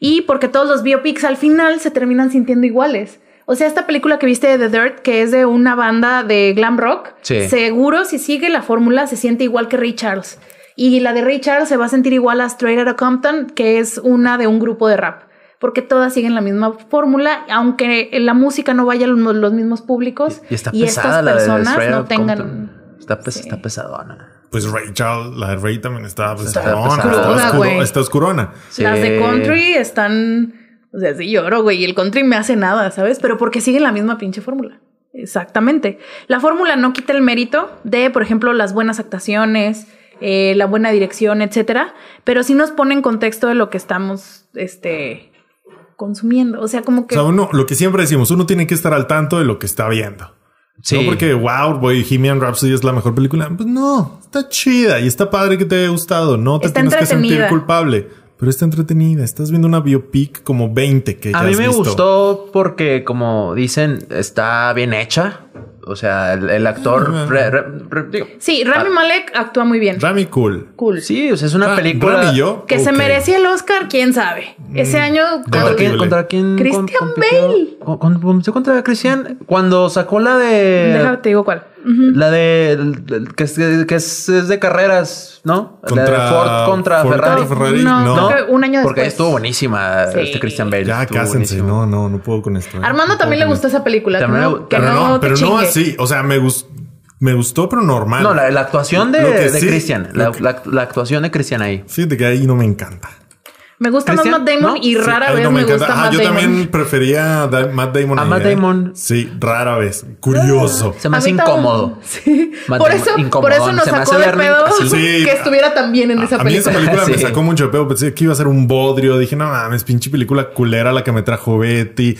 A: Y porque todos los biopics al final se terminan sintiendo iguales. O sea, esta película que viste de The Dirt, que es de una banda de glam rock,
B: Sí.
A: seguro si sigue la fórmula se siente igual que Ray Charles. Y la de Ray Charles se va a sentir igual a Straight Outta Compton, que es una de un grupo de rap. Porque todas siguen la misma fórmula, aunque en la música no vaya a los, los mismos públicos
B: Y está pesada la de Straight Outta Compton. Está, pes-
A: Sí.
B: está pesadona.
C: Pues Rachel, la de Ray también estaba pues,
B: Está
C: cabrona,
B: pesada.
C: está,
A: Oscura,
C: oscuro-
A: güey.
C: está oscurona.
A: Las de
B: Sí.
A: country están. O sea, sí lloro, güey. Y el country me hace nada, ¿sabes? Pero porque siguen la misma pinche fórmula. Exactamente. La fórmula no quita el mérito de, por ejemplo, las buenas actuaciones, eh, la buena dirección, etcétera. Pero sí nos pone en contexto de lo que estamos este, consumiendo. O sea, como
C: O
A: que.
C: sea, uno, lo que siempre decimos, uno tiene que estar al tanto de lo que está viendo.
B: Sí.
C: No porque, wow, Bohemian Rhapsody es la mejor película. Pues no, está chida y está padre que te haya gustado. No te
A: Está
C: tienes que sentir
A: entretenida.
C: culpable. Pero está entretenida. Estás viendo una biopic como 20 que ya
B: A mí
C: has
B: me
C: visto.
B: gustó porque, como dicen, está bien hecha. O sea, el, el actor.
C: Ah.
B: re- re- re- digo,
A: Sí, Rami Malek actúa muy bien.
C: Rami Cool.
A: Cool.
B: sí, o sea, es una
C: Ra-
B: película.
C: Rami Ah, y yo.
A: Que se
C: ok. Mm.
A: merecía el Oscar, quién sabe. Ese año.
B: ¿Contra
C: Compatible.
B: quién? ¿Contra quién?
A: Christian
B: com- compitió?
A: Bale.
B: Con- con- compitió contra Christian cuando sacó la de.
A: Déjame te digo cuál.
B: La de. el- el- Que, es, que es- es de carreras, ¿no? la
C: Contra-
B: de Ford contra
C: Ford
B: Ferrari.
C: contra Ferrari, no.
A: creo que un año
B: Porque
A: después.
B: estuvo buenísima
A: Sí.
B: este Christian Bale.
C: Ya,
B: estuvo
C: cásense.
B: buenísimo.
C: No, no, no puedo con esto. eh.
A: Armando
C: No
A: también le
C: puedo con
A: gustó
C: esto.
A: esa película.
B: También
A: que no-
B: le gu-
A: que
C: Pero
A: no,
C: no,
A: te
C: pero no
A: chingue.
C: así. O sea, me, gus- me gustó, pero normal.
B: No, la, la actuación de,
C: Lo que
B: de
C: sí-
B: Christian. La, la- la actuación de Christian ahí.
C: Fíjate que ahí no me encanta.
A: Me gusta más
B: Cristian,
A: Matt Damon
B: ¿no?
A: y rara
C: Ay,
A: vez
C: no
A: me,
C: encanta.
A: gusta
C: Ah,
A: Matt
C: yo
A: Damon.
C: también prefería a Da- Matt Damon.
B: A
C: ahí,
B: Matt
C: ¿eh?
B: Damon.
C: Sí, rara vez. Curioso.
B: Se me hace
A: A mí también.
B: incómodo.
A: Sí.
B: Matt
A: Por
B: Damon,
A: eso, por
B: incomodón.
A: eso nos
B: Se me
A: sacó
B: hace
A: de
B: verme
A: pedo
B: así.
C: Sí.
A: que estuviera tan bien en esa
C: A mí esa
A: película.
C: película me
B: Sí.
C: sacó mucho de pedo. Pensé que iba a ser un bodrio. Dije, no mames, pinche película culera la que me trajo Betty.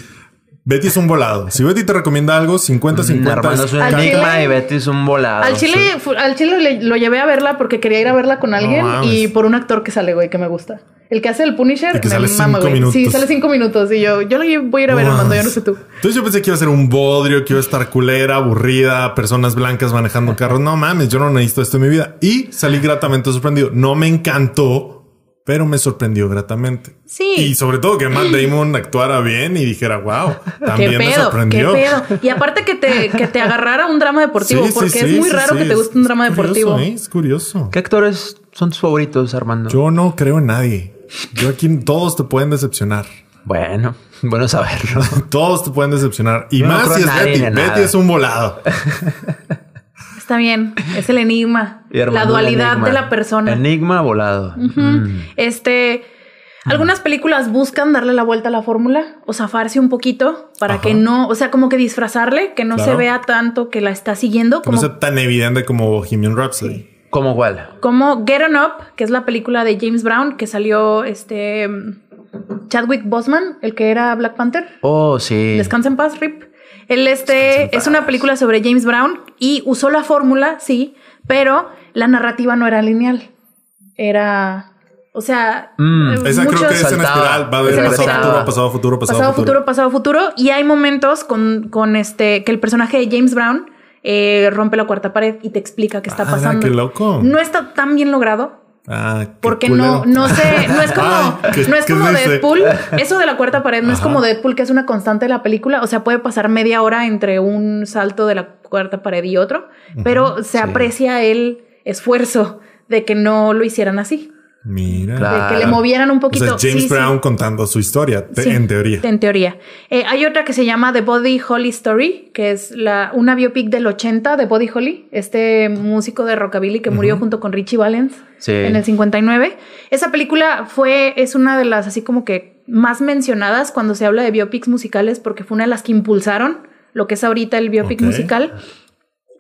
C: Betty es un volado. Si Betty te recomienda algo, 50-50.
B: Armando es un
A: Al
C: caca.
A: chile-
B: enigma y Betty es un volado.
A: Al chile, fu- al chile le- lo llevé a verla porque quería ir a verla con alguien
C: mames.
A: y por un actor que sale, güey, que me gusta. El que hace el Punisher,
C: Y que
A: me
C: sale
A: mama,
C: cinco
A: güey. Sí,
C: minutos.
A: sale cinco minutos y yo, yo no voy a ir a ver Armando, yo no sé tú.
C: Entonces yo pensé que iba a ser un bodrio, que iba a estar culera, aburrida, personas blancas manejando carros. No mames, yo no necesito esto en mi vida. Y salí gratamente sorprendido. No me encantó, pero me sorprendió gratamente.
A: Sí. Mm.
C: Y sobre todo que Matt Damon actuara bien y dijera, wow,
A: ¿Qué
C: también me
A: pedo? ¿Qué
C: sorprendió.
A: pedo? Y aparte que te, que te agarrara un drama deportivo,
C: Sí, sí,
A: porque es
C: sí,
A: muy
C: sí,
A: raro
C: sí.
A: que te
C: Es
A: guste un drama deportivo.
C: Curioso, ¿eh? Es curioso.
B: ¿Qué actores son tus favoritos, Armando?
C: Yo no creo en nadie. Yo aquí todos te pueden decepcionar.
B: Bueno, bueno saberlo.
C: Todos te pueden decepcionar. Y
B: Yo no
C: más
B: creo
C: si
B: en
C: es
B: nadie
C: Betty.
B: ni en nada.
C: Betty es un volado.
A: Está bien, es el enigma,
B: Y Armando,
A: la
B: el
A: dualidad
B: enigma.
A: de la persona.
B: Enigma volado.
A: Este, algunas películas buscan darle la vuelta a la fórmula o zafarse un poquito para
C: Ajá.
A: que no, o sea, como que disfrazarle, que no se
C: Claro.
A: vea tanto que la está siguiendo,
C: Que no
A: como,
C: sea tan evidente como Bohemian Rhapsody.
B: ¿Cómo cuál?
A: como Get On Up, que es la película de James Brown que salió este mm, Chadwick Boseman, el que era Black Panther.
B: Oh, sí.
A: Descansa en paz, Rip. El este es una película sobre James Brown y usó la fórmula, sí, pero la narrativa no era lineal. Era, o sea, eh,
C: Mm, Esa creo que es en
B: Saltaba.
C: espiral. Va de
A: Esa
C: pasado,
A: espiral.
C: futuro, pasado, futuro, pasado,
A: pasado, futuro.
C: futuro.
A: pasado, futuro. Y hay momentos con, con este que el personaje de James Brown eh, rompe la cuarta pared y te explica qué está
C: Ah,
A: pasando.
C: qué loco.
A: No está tan bien logrado.
C: Ah, qué
A: Porque no,
C: culero.
A: no sé, no es como,
C: Ay, qué-
A: no es
C: qué
A: como
C: dice.
A: Deadpool. Eso de la cuarta pared no es como Deadpool, que es una constante de la película. O sea, puede pasar media hora entre un salto de la cuarta pared y otro, pero se aprecia el esfuerzo de que no lo hicieran así.
C: Mira.
B: Claro.
A: de que le
B: Ah.
A: movieran un
C: O
A: poquito.
C: sea, Pues James
A: Sí, sí.
C: Brown contando su historia, te-
A: Sí,
C: en teoría.
A: En teoría. Eh, hay otra que se llama The Body Holly Story, que es la, una biopic del 80 de Body Holly, este músico de rockabilly que murió junto con Richie Valens
B: Sí.
A: en el 59. Esa película fue, es una de las así como que más mencionadas cuando se habla de biopics musicales porque fue una de las que impulsaron lo que es ahorita el biopic
C: Ok.
A: musical.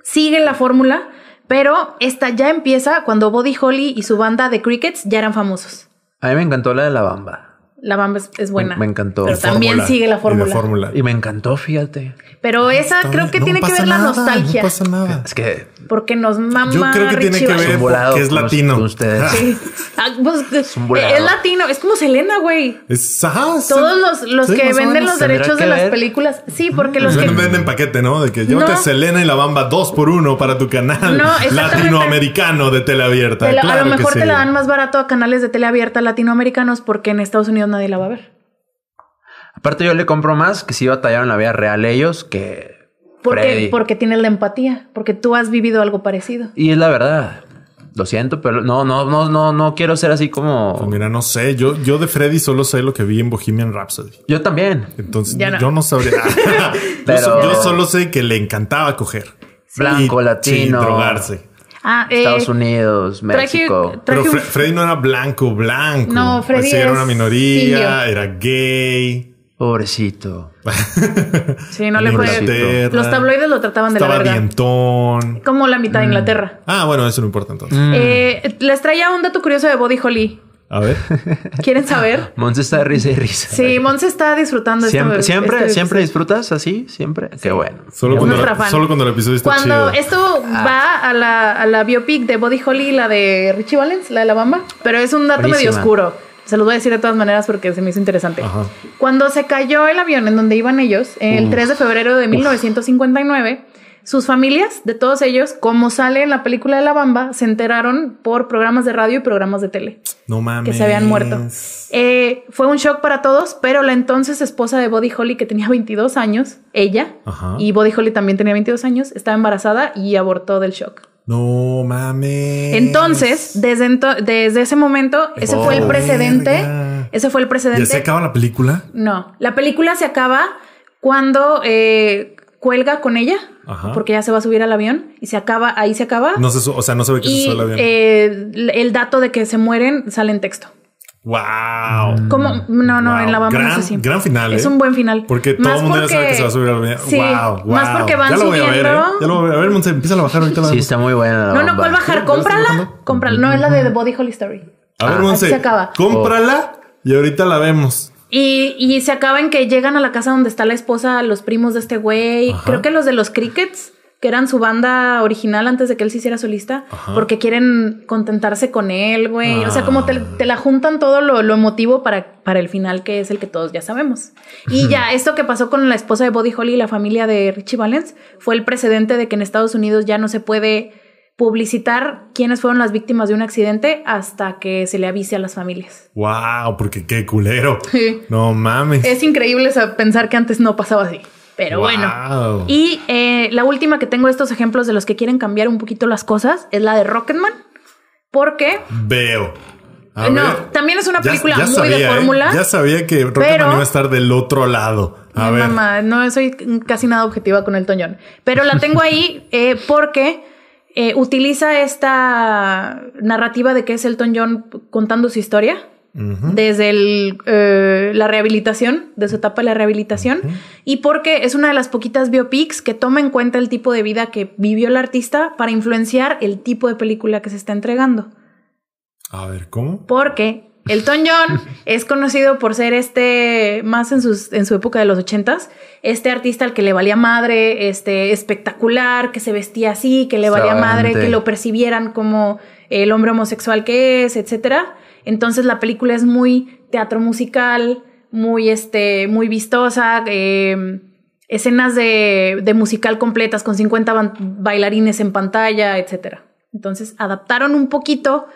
A: Sigue la fórmula, pero esta ya empieza cuando Body Holly y su banda de Crickets ya eran famosos.
B: A mí me encantó la de la bamba.
A: La Bamba es, es buena.
B: Me- me encantó.
A: Pero
C: Y
A: también
C: fórmula.
A: sigue la
C: Y
A: fórmula.
B: Y me encantó, fíjate.
A: Pero esa
C: Está
A: creo
C: bien.
A: que
C: No
A: tiene que
C: pasa
A: ver la
C: nada,
A: nostalgia.
C: No pasa nada.
B: Es que
A: Porque nos mama
C: Yo creo que tiene
A: Richie
C: Ah. que
A: Valens.
C: ver
B: un volado
C: porque es
B: con los-
C: latino.
B: con ustedes.
A: Sí. Ah, pues,
B: Es un volado.
A: es latino, es como Selena, güey.
C: Es, ajá, sí.
A: Todos los, los
C: Sí,
A: que
C: más o
A: venden
C: menos.
A: los
B: Tendrá
A: derechos
B: que
A: de las
B: ver.
A: películas. Sí, porque los que.
C: Venden, venden paquete, ¿no? De que llévate
A: No.
C: Selena y la Bamba dos por uno para tu canal
A: No, exactamente.
C: latinoamericano de tela abierta.
A: te la-
C: Claro
A: a lo
C: que
A: mejor
C: sí.
A: te la dan más barato a canales de tele abierta latinoamericanos porque en Estados Unidos nadie la va a ver.
B: Aparte, yo le compro más que si batallaron en la vida real ellos que.
A: Porque,
B: Freddy.
A: porque tiene la empatía, porque tú has vivido algo parecido.
B: Y es la verdad. Lo siento, pero no, no, no, no, no quiero ser así
C: Pues
B: como.
C: mira, no sé. Yo, yo de Freddy solo sé lo que vi en Bohemian Rhapsody.
B: Yo también.
C: Entonces
A: Ya no.
C: yo no sabría. Yo
B: Pero-
C: so- yo, solo sé que le encantaba coger.
B: Blanco,
C: Y-
B: latino.
C: Sí, drogarse.
A: Ah, eh,
B: Estados Unidos,
A: traje-
B: México.
A: Traje
C: Pero
A: un-
C: Fre- Freddy no era blanco, blanco.
A: No, Freddy
C: Pues sí, era
A: es
C: una minoría,
A: indio.
C: era gay.
B: Pobrecito.
A: Sí, no le
C: en
A: fue.
C: Inglaterra.
A: Los tabloides lo trataban de la
C: Estaba
A: verdad.
C: dientón.
A: Como la mitad de Inglaterra.
C: Ah, bueno, eso no importa entonces.
B: Mm.
A: Eh, les traía un dato curioso de Body Holly.
C: A ver.
A: ¿Quieren saber?
B: Monse está de risa y risa.
A: Sí, Monse está disfrutando esto-
B: Siempre,
A: este
B: siempre,
A: episodio.
B: siempre disfrutas así, siempre. Qué bueno.
C: Solo,
A: Es
C: cuando,
A: nuestra
C: la-
A: fan.
C: solo cuando el episodio está
A: Cuando
C: chido.
A: esto
C: Ah.
A: va a la, a la biopic de Body Holly, la de Richie Valens, la de la bamba, pero es un dato medio
B: Buenísima.
A: oscuro. Se los voy a decir de todas maneras porque se me hizo interesante.
C: Ajá.
A: Cuando se cayó el avión en donde iban ellos, el 3 de febrero de 1959, sus familias, de todos ellos, como sale en la película de La Bamba, se enteraron por programas de radio y programas de tele.
C: No mames.
A: que se habían muerto. Eh, fue un shock para todos, pero la entonces esposa de Body Holly, que tenía 22 años, ella,
C: Ajá.
A: y Body Holly también tenía 22 años, estaba embarazada y abortó del shock.
C: No mames.
A: Entonces, desde, ento- desde ese momento, ese fue el
C: Oh,
A: precedente.
C: verga.
A: Ese fue el
C: ¿Ya
A: precedente.
C: se acaba la película?
A: No, la película se acaba cuando eh, cuelga con ella,
C: Ajá.
A: porque ya se va a subir al avión, y se acaba, ahí se acaba.
C: No se su- o sea, no se ve que se
A: y
C: sube el avión.
A: eh, el dato de que se mueren sale en texto.
C: wow.
A: ¿Cómo? No, no,
C: Mm, Wow.
A: en la Bamba
C: Gran-
A: no sé si.
C: gran final,
A: Es
C: ¿eh?
A: un buen final.
C: Porque todo
A: Más
C: el mundo ya sabe
A: porque-
C: que se va a subir al avión.
A: Sí,
C: wow, wow.
A: Más porque van
C: ya lo
A: subiendo.
C: Voy a ver, ¿eh? Ya lo voy a ver. A ver, Monse, empieza a bajar ahorita. La
B: Sí, está muy buena.
A: No,
B: La
A: no,
B: bomba.
A: ¿cuál bajar?
C: ¿Ya lo estás
A: Cómprala.
C: bajando?
A: Cómprala. No, es la de The Body Holly Story.
C: A ver,
A: Ah.
C: Monse.
A: Así se acaba. Oh.
C: Cómprala y ahorita la vemos.
A: Y, y se acaba en que llegan a la casa donde está la esposa, los primos de este güey.
C: Ajá.
A: Creo que los de los Crickets, que eran su banda original antes de que él se hiciera solista,
C: Ajá.
A: porque quieren contentarse con él, güey. O sea, como te,
C: Ah.
A: te la juntan todo lo, lo emotivo para, para el final, que es el que todos ya sabemos. Y ya, esto que pasó con la esposa de Body Holly y la familia de Richie Valens fue el precedente de que en Estados Unidos ya no se puede publicitar quiénes fueron las víctimas de un accidente hasta que se le avise a las familias.
C: Wow, porque qué culero.
A: Sí.
C: No mames.
A: Es increíble sa- pensar que antes no pasaba así. Pero
C: Wow.
A: bueno. Y eh, la última que tengo de estos ejemplos de los que quieren cambiar un poquito las cosas es la de Rocketman. Porque eh,
C: Veo. A
A: no,
C: ver.
A: también es una
C: Ya-
A: película
C: ya
A: muy de
C: sabía, ¿eh?
A: fórmula.
C: Ya sabía que Rocketman
A: pero-
C: iba a estar del otro lado. A
A: Ay,
C: ver.
A: mamá, no soy casi nada objetiva con el Toñón. Pero la tengo ahí eh, porque eh, utiliza esta narrativa de que es el John contando su historia. Desde el, eh, la rehabilitación, de su etapa de la rehabilitación, y porque es una de las poquitas biopics que toma en cuenta el tipo de vida que vivió el artista para influenciar el tipo de película que se está entregando
C: A ver, ¿cómo?
A: porque Elton John es conocido por ser este, más en, sus, en su época de los ochentas, este artista al que le valía madre, este espectacular, que se vestía así, que le valía madre,
B: Extravagante.
A: que lo percibieran como el hombre homosexual que es, etcétera. Entonces la película es muy teatro musical, muy, este, muy vistosa, eh, escenas de, de musical completas con 50 ban- bailarines en pantalla, etcétera. Entonces adaptaron un poquito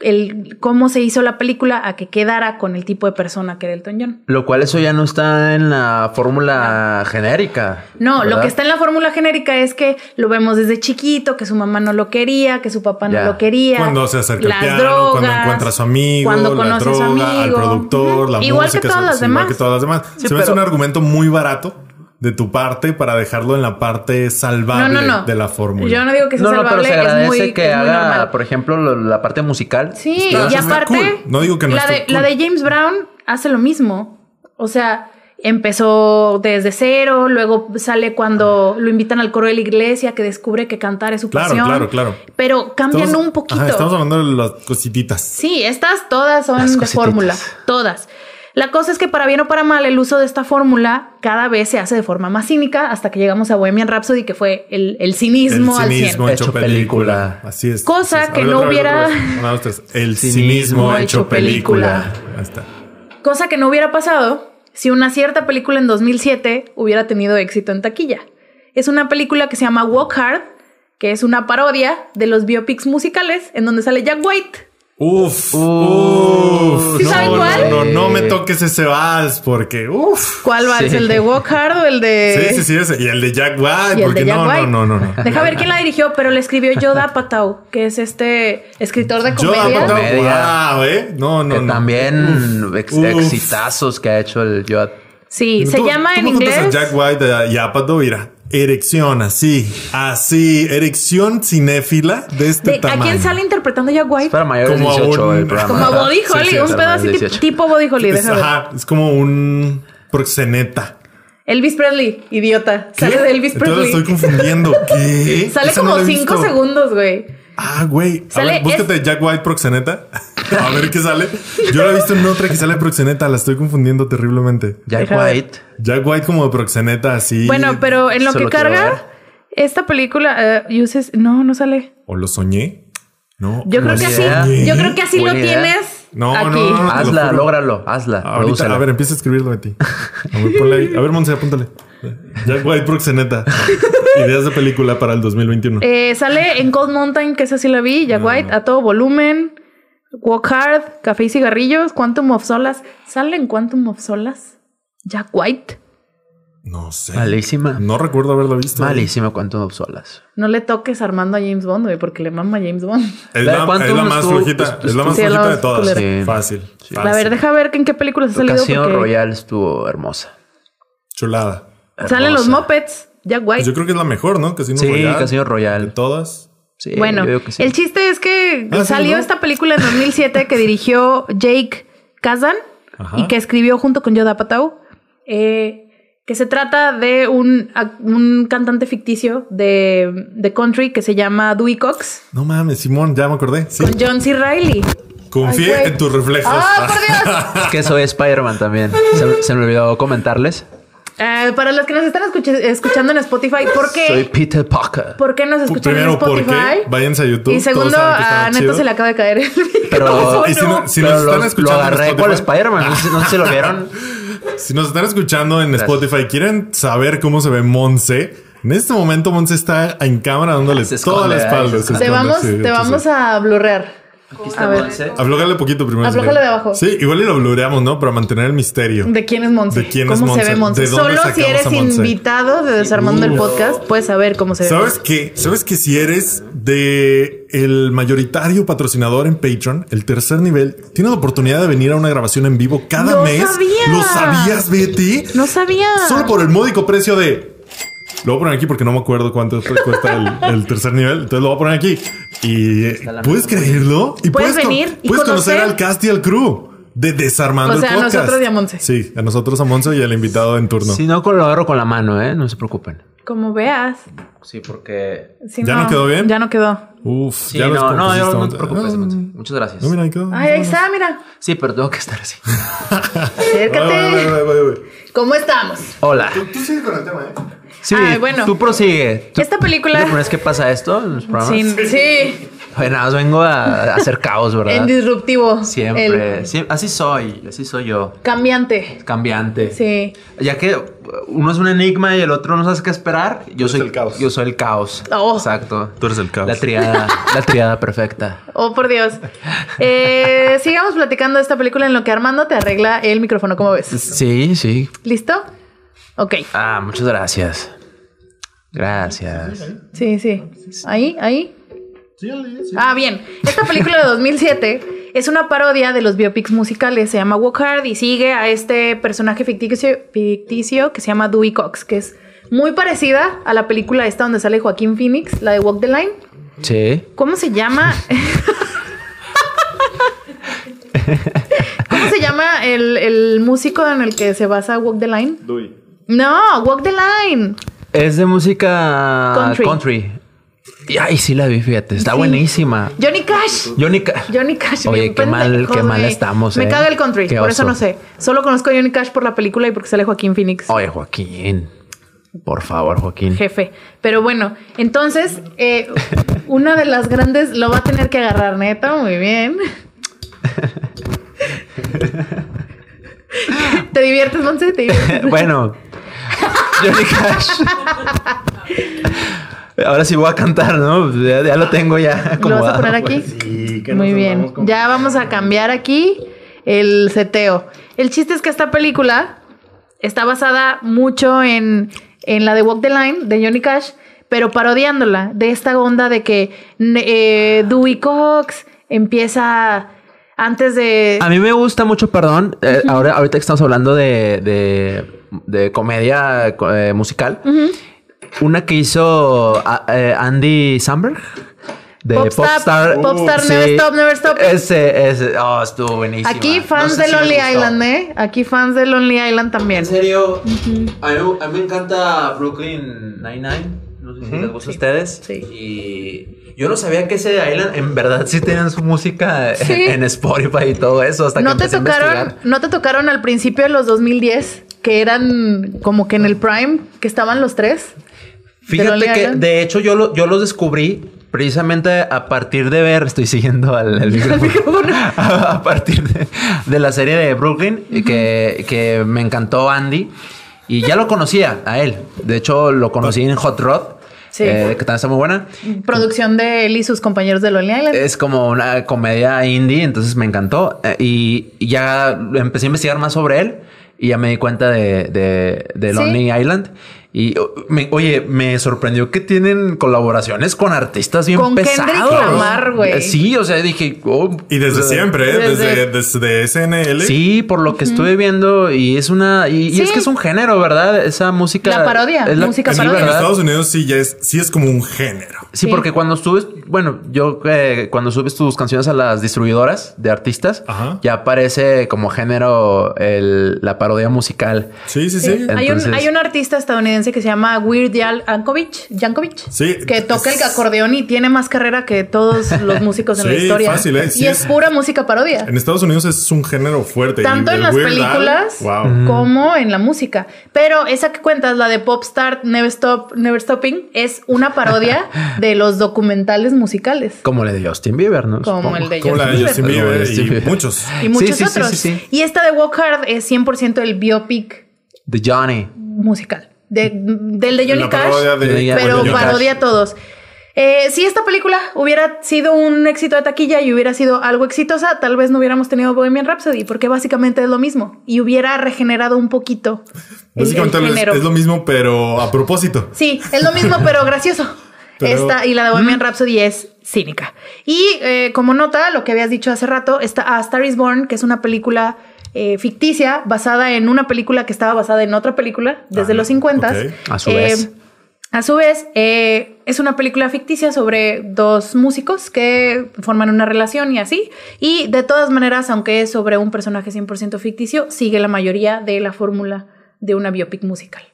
A: el cómo se hizo la película a que quedara con el tipo de persona que era Elton John.
B: Lo cual eso ya no está en la fórmula genérica.
A: Ah. No, lo
B: ¿verdad?
A: que está en la fórmula genérica es que lo vemos desde chiquito, que su mamá no lo quería, que su papá
B: Ya.
A: no lo quería.
C: Cuando se acerca al
A: las
C: piano, cuando
A: drogas,
C: encuentra a su amigo,
A: cuando
C: la
A: conoce a su
C: droga, al
A: amigo.
C: productor,
A: Ujú.
C: la
A: Igual
C: música,
A: que todas
C: se-
A: las
C: igual
A: demás.
C: que todas las demás.
B: Sí,
C: se me hace un
B: pero-
C: argumento muy barato de tu parte para dejarlo en la parte salvable
A: no, no, no.
C: de la fórmula.
A: Yo no digo que sea
B: No, no, pero
A: salvable,
B: se agradece
A: es muy,
B: que
A: es muy
B: haga,
A: normal.
B: por ejemplo, lo- la parte musical.
A: Sí,
C: Está-
A: y
C: está
A: aparte,
C: cool. No digo que no
A: la,
C: esté
A: de,
C: cool.
A: la de James Brown hace lo mismo. O sea, empezó desde cero, luego sale cuando lo invitan al coro de la iglesia, que descubre que cantar es su
C: Claro,
A: pasión.
C: claro, claro.
A: Pero cambian
C: Estamos-
A: un poquito.
C: Ajá, estamos hablando de las cosititas.
A: Sí, estas todas son
B: Las
A: de
B: cosititas.
A: fórmula, todas. La cosa es que para bien o para mal el uso de esta fórmula cada vez se hace de forma más cínica hasta que llegamos a Bohemian Rhapsody que fue el, el cinismo al 100.
B: Hecho película.
C: Así es.
A: Cosa
C: Así es.
A: que
C: A ver,
A: no
C: otra vez,
A: hubiera-
C: otra vez. Una, dos, tres. El
B: Cinismo
C: cinismo
A: hecho
C: hecho película. Ahí está.
A: Cosa que no hubiera pasado si una cierta película en 2007 hubiera tenido éxito en taquilla. Es una película que se llama Walk Hard, que es una parodia de los biopics musicales en donde sale Jack White.
C: Uf,
B: Uf.
C: uf.
A: ¿Sí
C: no,
A: saben
C: no,
A: cuál?
C: No, no, me toques ese vals porque uf.
A: ¿Cuál va? ¿Es
B: Sí.
A: el de Walk Hard o el de...?
C: Sí, sí, sí, ese. Y el de Jack
A: Eh, Y
C: White,
A: el
C: porque
A: de Jack
C: no,
A: White.
C: no, no, no, no.
A: Deja ver quién la dirigió, pero le escribió Yoda Patau, que es este escritor de
C: Yo
A: comedia.
C: Apatow,
B: Comedia.
C: wow, eh. No, no,
B: que
C: no.
B: también
C: Uf,
B: ex-
C: uf.
B: exitazos que ha hecho el Yoda.
A: Sí, se
C: Tú-
A: llama
C: tú
A: en
C: me juntas
A: inglés.
C: a Jack White y Apatow, mira. Erección, así, así, erección cinéfila de este
A: De- ¿A
C: tamaño.
A: quién sale interpretando Jack White? Pues
B: Para mayores de
C: Como
B: 18
C: un-
B: el programa.
A: Como Body Holly,
B: Sí, sí,
A: un pedo
B: para mayores
A: así
B: de
A: tip-
B: 18.
A: tipo Body Holly,
C: Es,
A: déjame ver.
C: ajá, es como un proxeneta.
A: Elvis Presley, idiota.
C: ¿Qué?
A: Sale de Elvis
C: Entonces
A: Presley.
C: lo estoy confundiendo. ¿Qué?
A: Sale
C: Esa no
A: como
C: la he
A: cinco
C: visto.
A: segundos, güey.
C: Ah, güey. A
A: Sale
C: ver, búscate Jack White proxeneta. A ver qué sale. Yo la he visto en otra que sale proxeneta. La estoy confundiendo terriblemente.
B: Jack
A: Déjame ver.
B: White.
C: Jack White como de proxeneta, así.
A: Bueno, pero en lo
B: Solo
A: que
B: quiero
A: carga, esta película, eh, uses, no, no sale.
C: ¿O lo soñé? No.
A: Yo creo
C: lo
A: que así,
B: idea.
C: soñé.
A: yo creo que así lo
B: Buena idea.
A: tienes.
C: No,
A: aquí.
C: no, no, no. te lo
B: Hazla,
C: juro.
B: lógralo, hazla.
C: Ahorita,
B: prodúcela.
C: a ver, empieza a escribirlo a ti. A ver, ponle ahí. A ver, Monse, apúntale. Jack White proxeneta. Ideas de película para el 2021.
A: Eh, sale en Cold Mountain, que esa sí la vi, Jack White, a todo volumen, Walk Hard, Café y Cigarrillos, Quantum of Solas. ¿Sale en Quantum of Solas? Jack White.
C: No sé.
B: Malísima.
C: No recuerdo haberla visto.
B: Malísima cuánto obsolas.
A: No le toques armando a James Bond, güey, porque le mama a James Bond.
C: Es
B: La
C: la,
B: de Quantum
C: es la
B: no
C: más
B: estuvo-
C: flojita.
B: pues,
C: Es la más
A: sí, la
C: flojita
A: más
C: de todas.
B: culera. Sí.
C: Fácil.
A: A ver,
C: fácil.
A: deja ver en qué películas ha salido.
B: Casino
A: porque
B: Royal estuvo hermosa.
C: Chulada.
A: Salen los
B: hermosa.
A: Muppets, Jack
C: Pues
A: White.
C: yo creo que es la mejor, ¿no? Casino
B: Sí,
C: Royale.
B: Casino Royale.
C: De todas.
B: Sí,
A: Bueno,
B: yo digo que sí.
A: el chiste es que
C: Ah, sí,
A: salió
C: ¿no?
A: esta película en 2007 que dirigió Jake Kazan
C: Ajá.
A: y que escribió junto con Yoda Patau, eh, que se trata de un, ac- un cantante ficticio de, de country que se llama Dewey Cox
C: No mames, Simón, ya me acordé. Sí.
A: con John C. Reilly.
C: Confié
A: Ay, güey.
C: en tus reflejos.
A: ¡Ah, por Dios!
B: Es que soy Spider-Man también. Se, se me olvidó comentarles.
A: Eh, para los que nos están escuch- escuchando en Spotify, ¿por
B: Soy
A: qué?
B: Peter Parker.
A: ¿Por qué nos
C: Pu-
A: escuchan en
C: Primero, ¿por qué?
A: Spotify?
C: Váyanse a YouTube.
A: Y
C: todos
A: segundo,
C: saben que está
A: a Neto
C: chido.
A: se le acaba de caer el
B: Pero-
A: micrófono.
C: Y si no- si
B: Pero
C: nos
B: lo,
C: están escuchando
B: lo
C: en
B: agarré
C: Spotify.
B: cual Spider-Man. No sé, no sé si lo vieron.
C: Si nos están escuchando en
B: Gracias.
C: Spotify, quieren saber cómo se ve Monse. En este momento, Monse está en cámara dándoles
B: Se esconde,
C: toda la espalda.
B: ay, se
C: Se
A: Te
C: esconde,
A: vamos,
C: sí,
A: te
C: entonces-
A: vamos a blurrear. A ver,
C: Aflójale poquito primero. si
A: Aflójale
C: quieres.
A: de abajo.
C: Sí, igual y lo blureamos, ¿no? Para mantener el misterio.
A: ¿de quién es Monse?
C: ¿De quién es
A: ¿Cómo se
C: Monse?
A: ve Monse?
C: ¿De dónde
A: Solo si
C: sacamos
A: eres
C: a Monse?
A: invitado de Desarmando el Podcast, puedes saber cómo se ve.
C: ¿Sabes qué? ¿Sabes que si eres de el mayoritario patrocinador en Patreon, el tercer nivel, tienes la oportunidad de venir a una grabación en vivo cada
A: ¡No
C: mes?
A: sabía!
C: ¿Lo sabías, Betty?
A: Monse. No sabía.
C: Solo por el módico precio de. Lo voy a poner aquí porque no me acuerdo cuánto cuesta el, el tercer nivel. Entonces lo voy a poner aquí. Y eh, puedes creerlo. Y
A: Puedes
C: con-
A: venir y
C: puedes conocer,
A: conocer-
C: al cast y al crew de Desarmando
A: O sea,
C: el
A: a
C: Podcast.
A: nosotros y a Monse.
C: Sí, a nosotros, a Monse y al invitado en turno.
B: Si no, con- lo agarro con la mano, ¿eh? No se preocupen.
A: Como veas.
B: Sí, porque...
A: Sí,
C: ¿Ya no quedó bien?
A: Ya no quedó.
C: Uf,
B: Sí,
C: ya los
B: no, no, yo-
C: compusiste,
B: no
C: Monse.
B: te preocupes.
C: Ah,
B: Monse. Muchas gracias.
C: no, mira, ahí quedó.
A: Ay, ahí está, mira.
B: Sí, pero tengo que estar así.
C: Ay, ay,
A: Acércate.
C: ay, ay, ay.
A: ¿Cómo estamos?
B: Hola.
C: Tú sigue con el tema, ¿eh?
B: Sí,
A: Ay, bueno.
B: tú prosigue. Tú-
A: Esta película-
B: ¿Es la primera vez que pasa esto en los programas?
A: Sí, sí.
B: Oye, nada más vengo a, a hacer caos,
A: En
B: ¿verdad?
A: disruptivo.
B: Siempre.
A: El
B: Sí, así soy, así soy yo.
A: cambiante.
B: Cambiante.
A: Sí.
B: Ya que uno es un enigma y el otro no sabes qué esperar, yo soy
C: el caos.
B: Yo soy el caos.
A: Oh.
B: Exacto.
C: Tú eres el caos.
B: La triada, la triada perfecta.
A: Oh, por Dios. Eh, sigamos platicando de esta película en lo que Armando te arregla el micrófono, ¿cómo ves?
B: Sí, sí.
A: ¿Listo? Ok.
B: Ah, muchas gracias. Gracias.
A: Sí, sí. Ahí, ahí. Ah, bien. Esta película de 2007 es una parodia de los biopics musicales. Se llama Walk Hard y sigue a este personaje ficticio, ficticio que se llama Dewey Cox, que es muy parecida a la película esta donde sale Joaquín Phoenix, la de Walk the Line.
B: Sí.
A: ¿Cómo se llama? ¿Cómo se llama el, el músico en el que se basa Walk the Line? No, Walk the Line.
B: Es de música
A: Country.
B: country. Y ay, sí la vi, fíjate. Está
A: Sí.
B: buenísima.
A: Johnny Cash.
B: Johnny Ca-
A: Johnny Cash.
B: Oye,
A: bien
B: qué mal-
A: pendejos,
B: qué mal
A: güey.
B: estamos,
A: Me
B: eh.
A: caga el country,
B: Qué
A: por eso
B: oso. Oh.
A: no sé. Solo conozco a Johnny Cash por la película y porque sale Joaquín Phoenix.
B: Oye, Joaquín. Por favor, Joaquín.
A: Jefe. Pero bueno, entonces, eh, una de las grandes lo va a tener que agarrar, neta. Muy bien. ¿Te diviertes, Monse? ¿Te diviertes?
B: bueno. Johnny Cash. Ahora sí voy a cantar, ¿no? Ya, ya lo tengo ya
A: ¿Lo vas a
B: acomodado.
A: poner aquí?
F: Sí, que
A: Muy
F: nos
A: bien.
F: andamos con-
A: Ya vamos a cambiar aquí el seteo. El chiste es que esta película está basada mucho en, en la de Walk the Line de Johnny Cash, pero parodiándola de esta onda de que n- eh, Dewey Cox empieza antes de...
B: A mí me gusta mucho, perdón, eh, ahora, ahorita que estamos hablando de, de- de comedia co- eh, musical, una que hizo a- eh, Andy Samberg. De
A: Popstar,
B: Popstar.
A: Popstar, Never Stop, Never Stop.
B: Ese, ese. Oh, estuvo buenísimo.
A: Aquí fans de Lonely Island, ¿eh? Aquí fans de Lonely Island también.
B: serio, a, mí, me encanta Brooklyn Nine-Nine. No sé si les gusta a ustedes.
A: Sí.
B: Y yo no sabía que ese Island en verdad sí tenían su música
A: Sí.
B: en, en Spotify y todo eso. Hasta
A: ¿No
B: que
A: te,
B: empecé a
A: tocaron,
B: investigar.
A: ¿No te tocaron al principio de los 2010? Que eran como que en el prime, que estaban los tres. Lonely
B: Fíjate que
A: Island?
B: de hecho yo, lo- yo los descubrí precisamente a partir de ver, estoy siguiendo al, al micrófono, a, a partir de, de la serie de Brooklyn y que, que me encantó Andy y ya lo conocía a él, de hecho lo conocí en Hot Rod,
A: Sí.
B: eh, que también está muy buena.
A: Producción de él y sus compañeros de Lonely Island.
B: Es como una comedia indie, entonces me encantó. eh, Y, y ya empecé a investigar más sobre él y ya me di cuenta de, de, de Lonely Island. Y o- me- oye, me sorprendió que tienen colaboraciones con artistas bien
A: Con Kendrick
B: pesados. Eh,
A: Lamar, güey.
B: Sí, o sea, dije. oh,
C: Y desde
B: o sea,
C: siempre, ¿eh?
A: Desde-
C: Desde, desde SNL.
B: Sí, por lo que estuve viendo y es una y, y
A: Sí.
B: es que es un género, ¿verdad? Esa música
A: La parodia,
B: es
A: música
C: En,
B: sí,
C: en
A: parodia.
B: ¿verdad?
C: Estados Unidos sí, ya es, sí es como un género.
A: Sí.
B: Sí, porque cuando subes, bueno, yo eh, cuando subes tus canciones a las distribuidoras de artistas,
C: Ajá.
B: ya aparece como género el- la parodia musical.
C: Sí, sí, sí.
A: Sí. hay, un,
B: entonces-
A: hay un artista estadounidense que se llama Weird Al Ankovic, Yankovic,
C: Sí,
A: que toca
C: es-
A: el acordeón y tiene más carrera que todos los músicos en la
C: Sí,
A: historia.
C: fácil, ¿eh? Sí
A: y es
C: es-
A: pura música parodia.
C: En Estados Unidos es un género fuerte.
A: Tanto
C: Y
A: en
C: el
A: las
C: Weird Al,
A: películas
C: wow.
A: como en la música. Pero esa que cuentas, la de Popstar Never Stop, Never Stopping, es una parodia de los documentales musicales,
B: Como el de Justin Bieber, ¿no?
A: como
B: Supongo.
A: el de
C: Como la de
A: Justin
C: Justin
A: Bieber.
B: Bieber.
C: Bieber
B: Justin
C: y
B: Bieber.
C: muchos.
A: Y muchos
B: Sí, sí, sí,
A: otros.
B: sí, sí.
A: Y esta de Walk Hard es 100% el biopic
B: De Johnny.
A: musical. de- del de Johnny
C: La
A: Cash.
C: parodia de-
B: Pero
C: de
A: pero
C: Johnny Cash.
A: parodia a todos. Eh, si esta película hubiera sido un éxito de taquilla y hubiera sido algo exitosa, tal vez no hubiéramos tenido Bohemian Rhapsody, porque básicamente es lo mismo y hubiera regenerado un poquito el- el,
C: Básicamente es-
A: género.
C: es, lo mismo, pero a propósito.
A: Sí, es lo mismo, pero gracioso.
C: Pero- mm.
A: Esta y la de Bohemian Rhapsody es cínica. Y eh, como nota, lo que habías dicho hace rato, está A Star is Born, que es una película eh, ficticia basada en una película que estaba basada en otra película desde
C: Ah,
A: los 50.
C: ok.
B: A su
A: Eh,
B: vez.
A: a su vez, eh, es una película ficticia sobre dos músicos que forman una relación y así. Y de todas maneras, aunque es sobre un personaje 100% ficticio, sigue la mayoría de la fórmula de una biopic musical.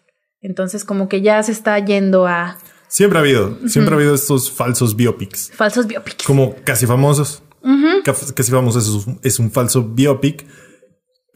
A: Entonces, como que ya se está yendo a
C: Siempre ha habido, siempre ha habido estos falsos biopics.
A: falsos biopics.
C: Como casi famosos. Caf- Casi famosos es un, es un falso biopic.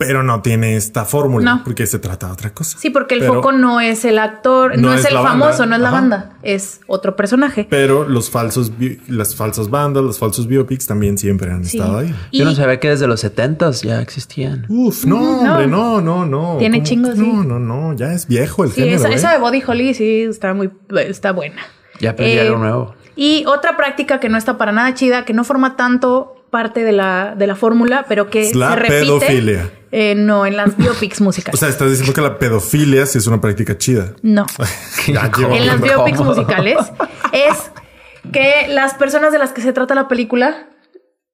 C: pero no tiene esta fórmula
A: No.
C: porque se trata de otra cosa.
A: Sí, porque el
C: Pero-
A: foco no es el actor, no,
C: no
A: es,
C: es
A: el
C: la banda.
A: famoso, no es la
C: Ajá.
A: banda, es otro personaje.
C: Pero los falsos, bi- las falsas bandas, los falsos biopics también siempre han
A: Sí.
C: estado ahí.
B: Yo no
A: Y-
B: sabía que desde los 70s ya existían.
C: Uf, no,
A: no.
C: hombre, no, no, no.
A: Tiene
C: ¿Cómo?
A: chingos, sí.
C: No, no, no, ya es viejo el
A: Sí,
C: género.
A: esa,
C: ¿eh?
A: esa de Body Holly sí está muy está buena.
B: Ya aprendí
A: Eh,
B: algo nuevo.
A: Y otra práctica que no está para nada chida, que no forma tanto parte de la, de la fórmula, pero que
C: Es la
A: se repite.
C: pedofilia.
A: eh, no, en las biopics
C: O
A: musicales.
C: sea, estás diciendo que la pedofilia sí es una práctica chida.
A: no.
C: Ya llevo
A: En las
C: tiempo.
A: biopics
B: ¿Cómo?
A: musicales es que las personas de las que se trata la película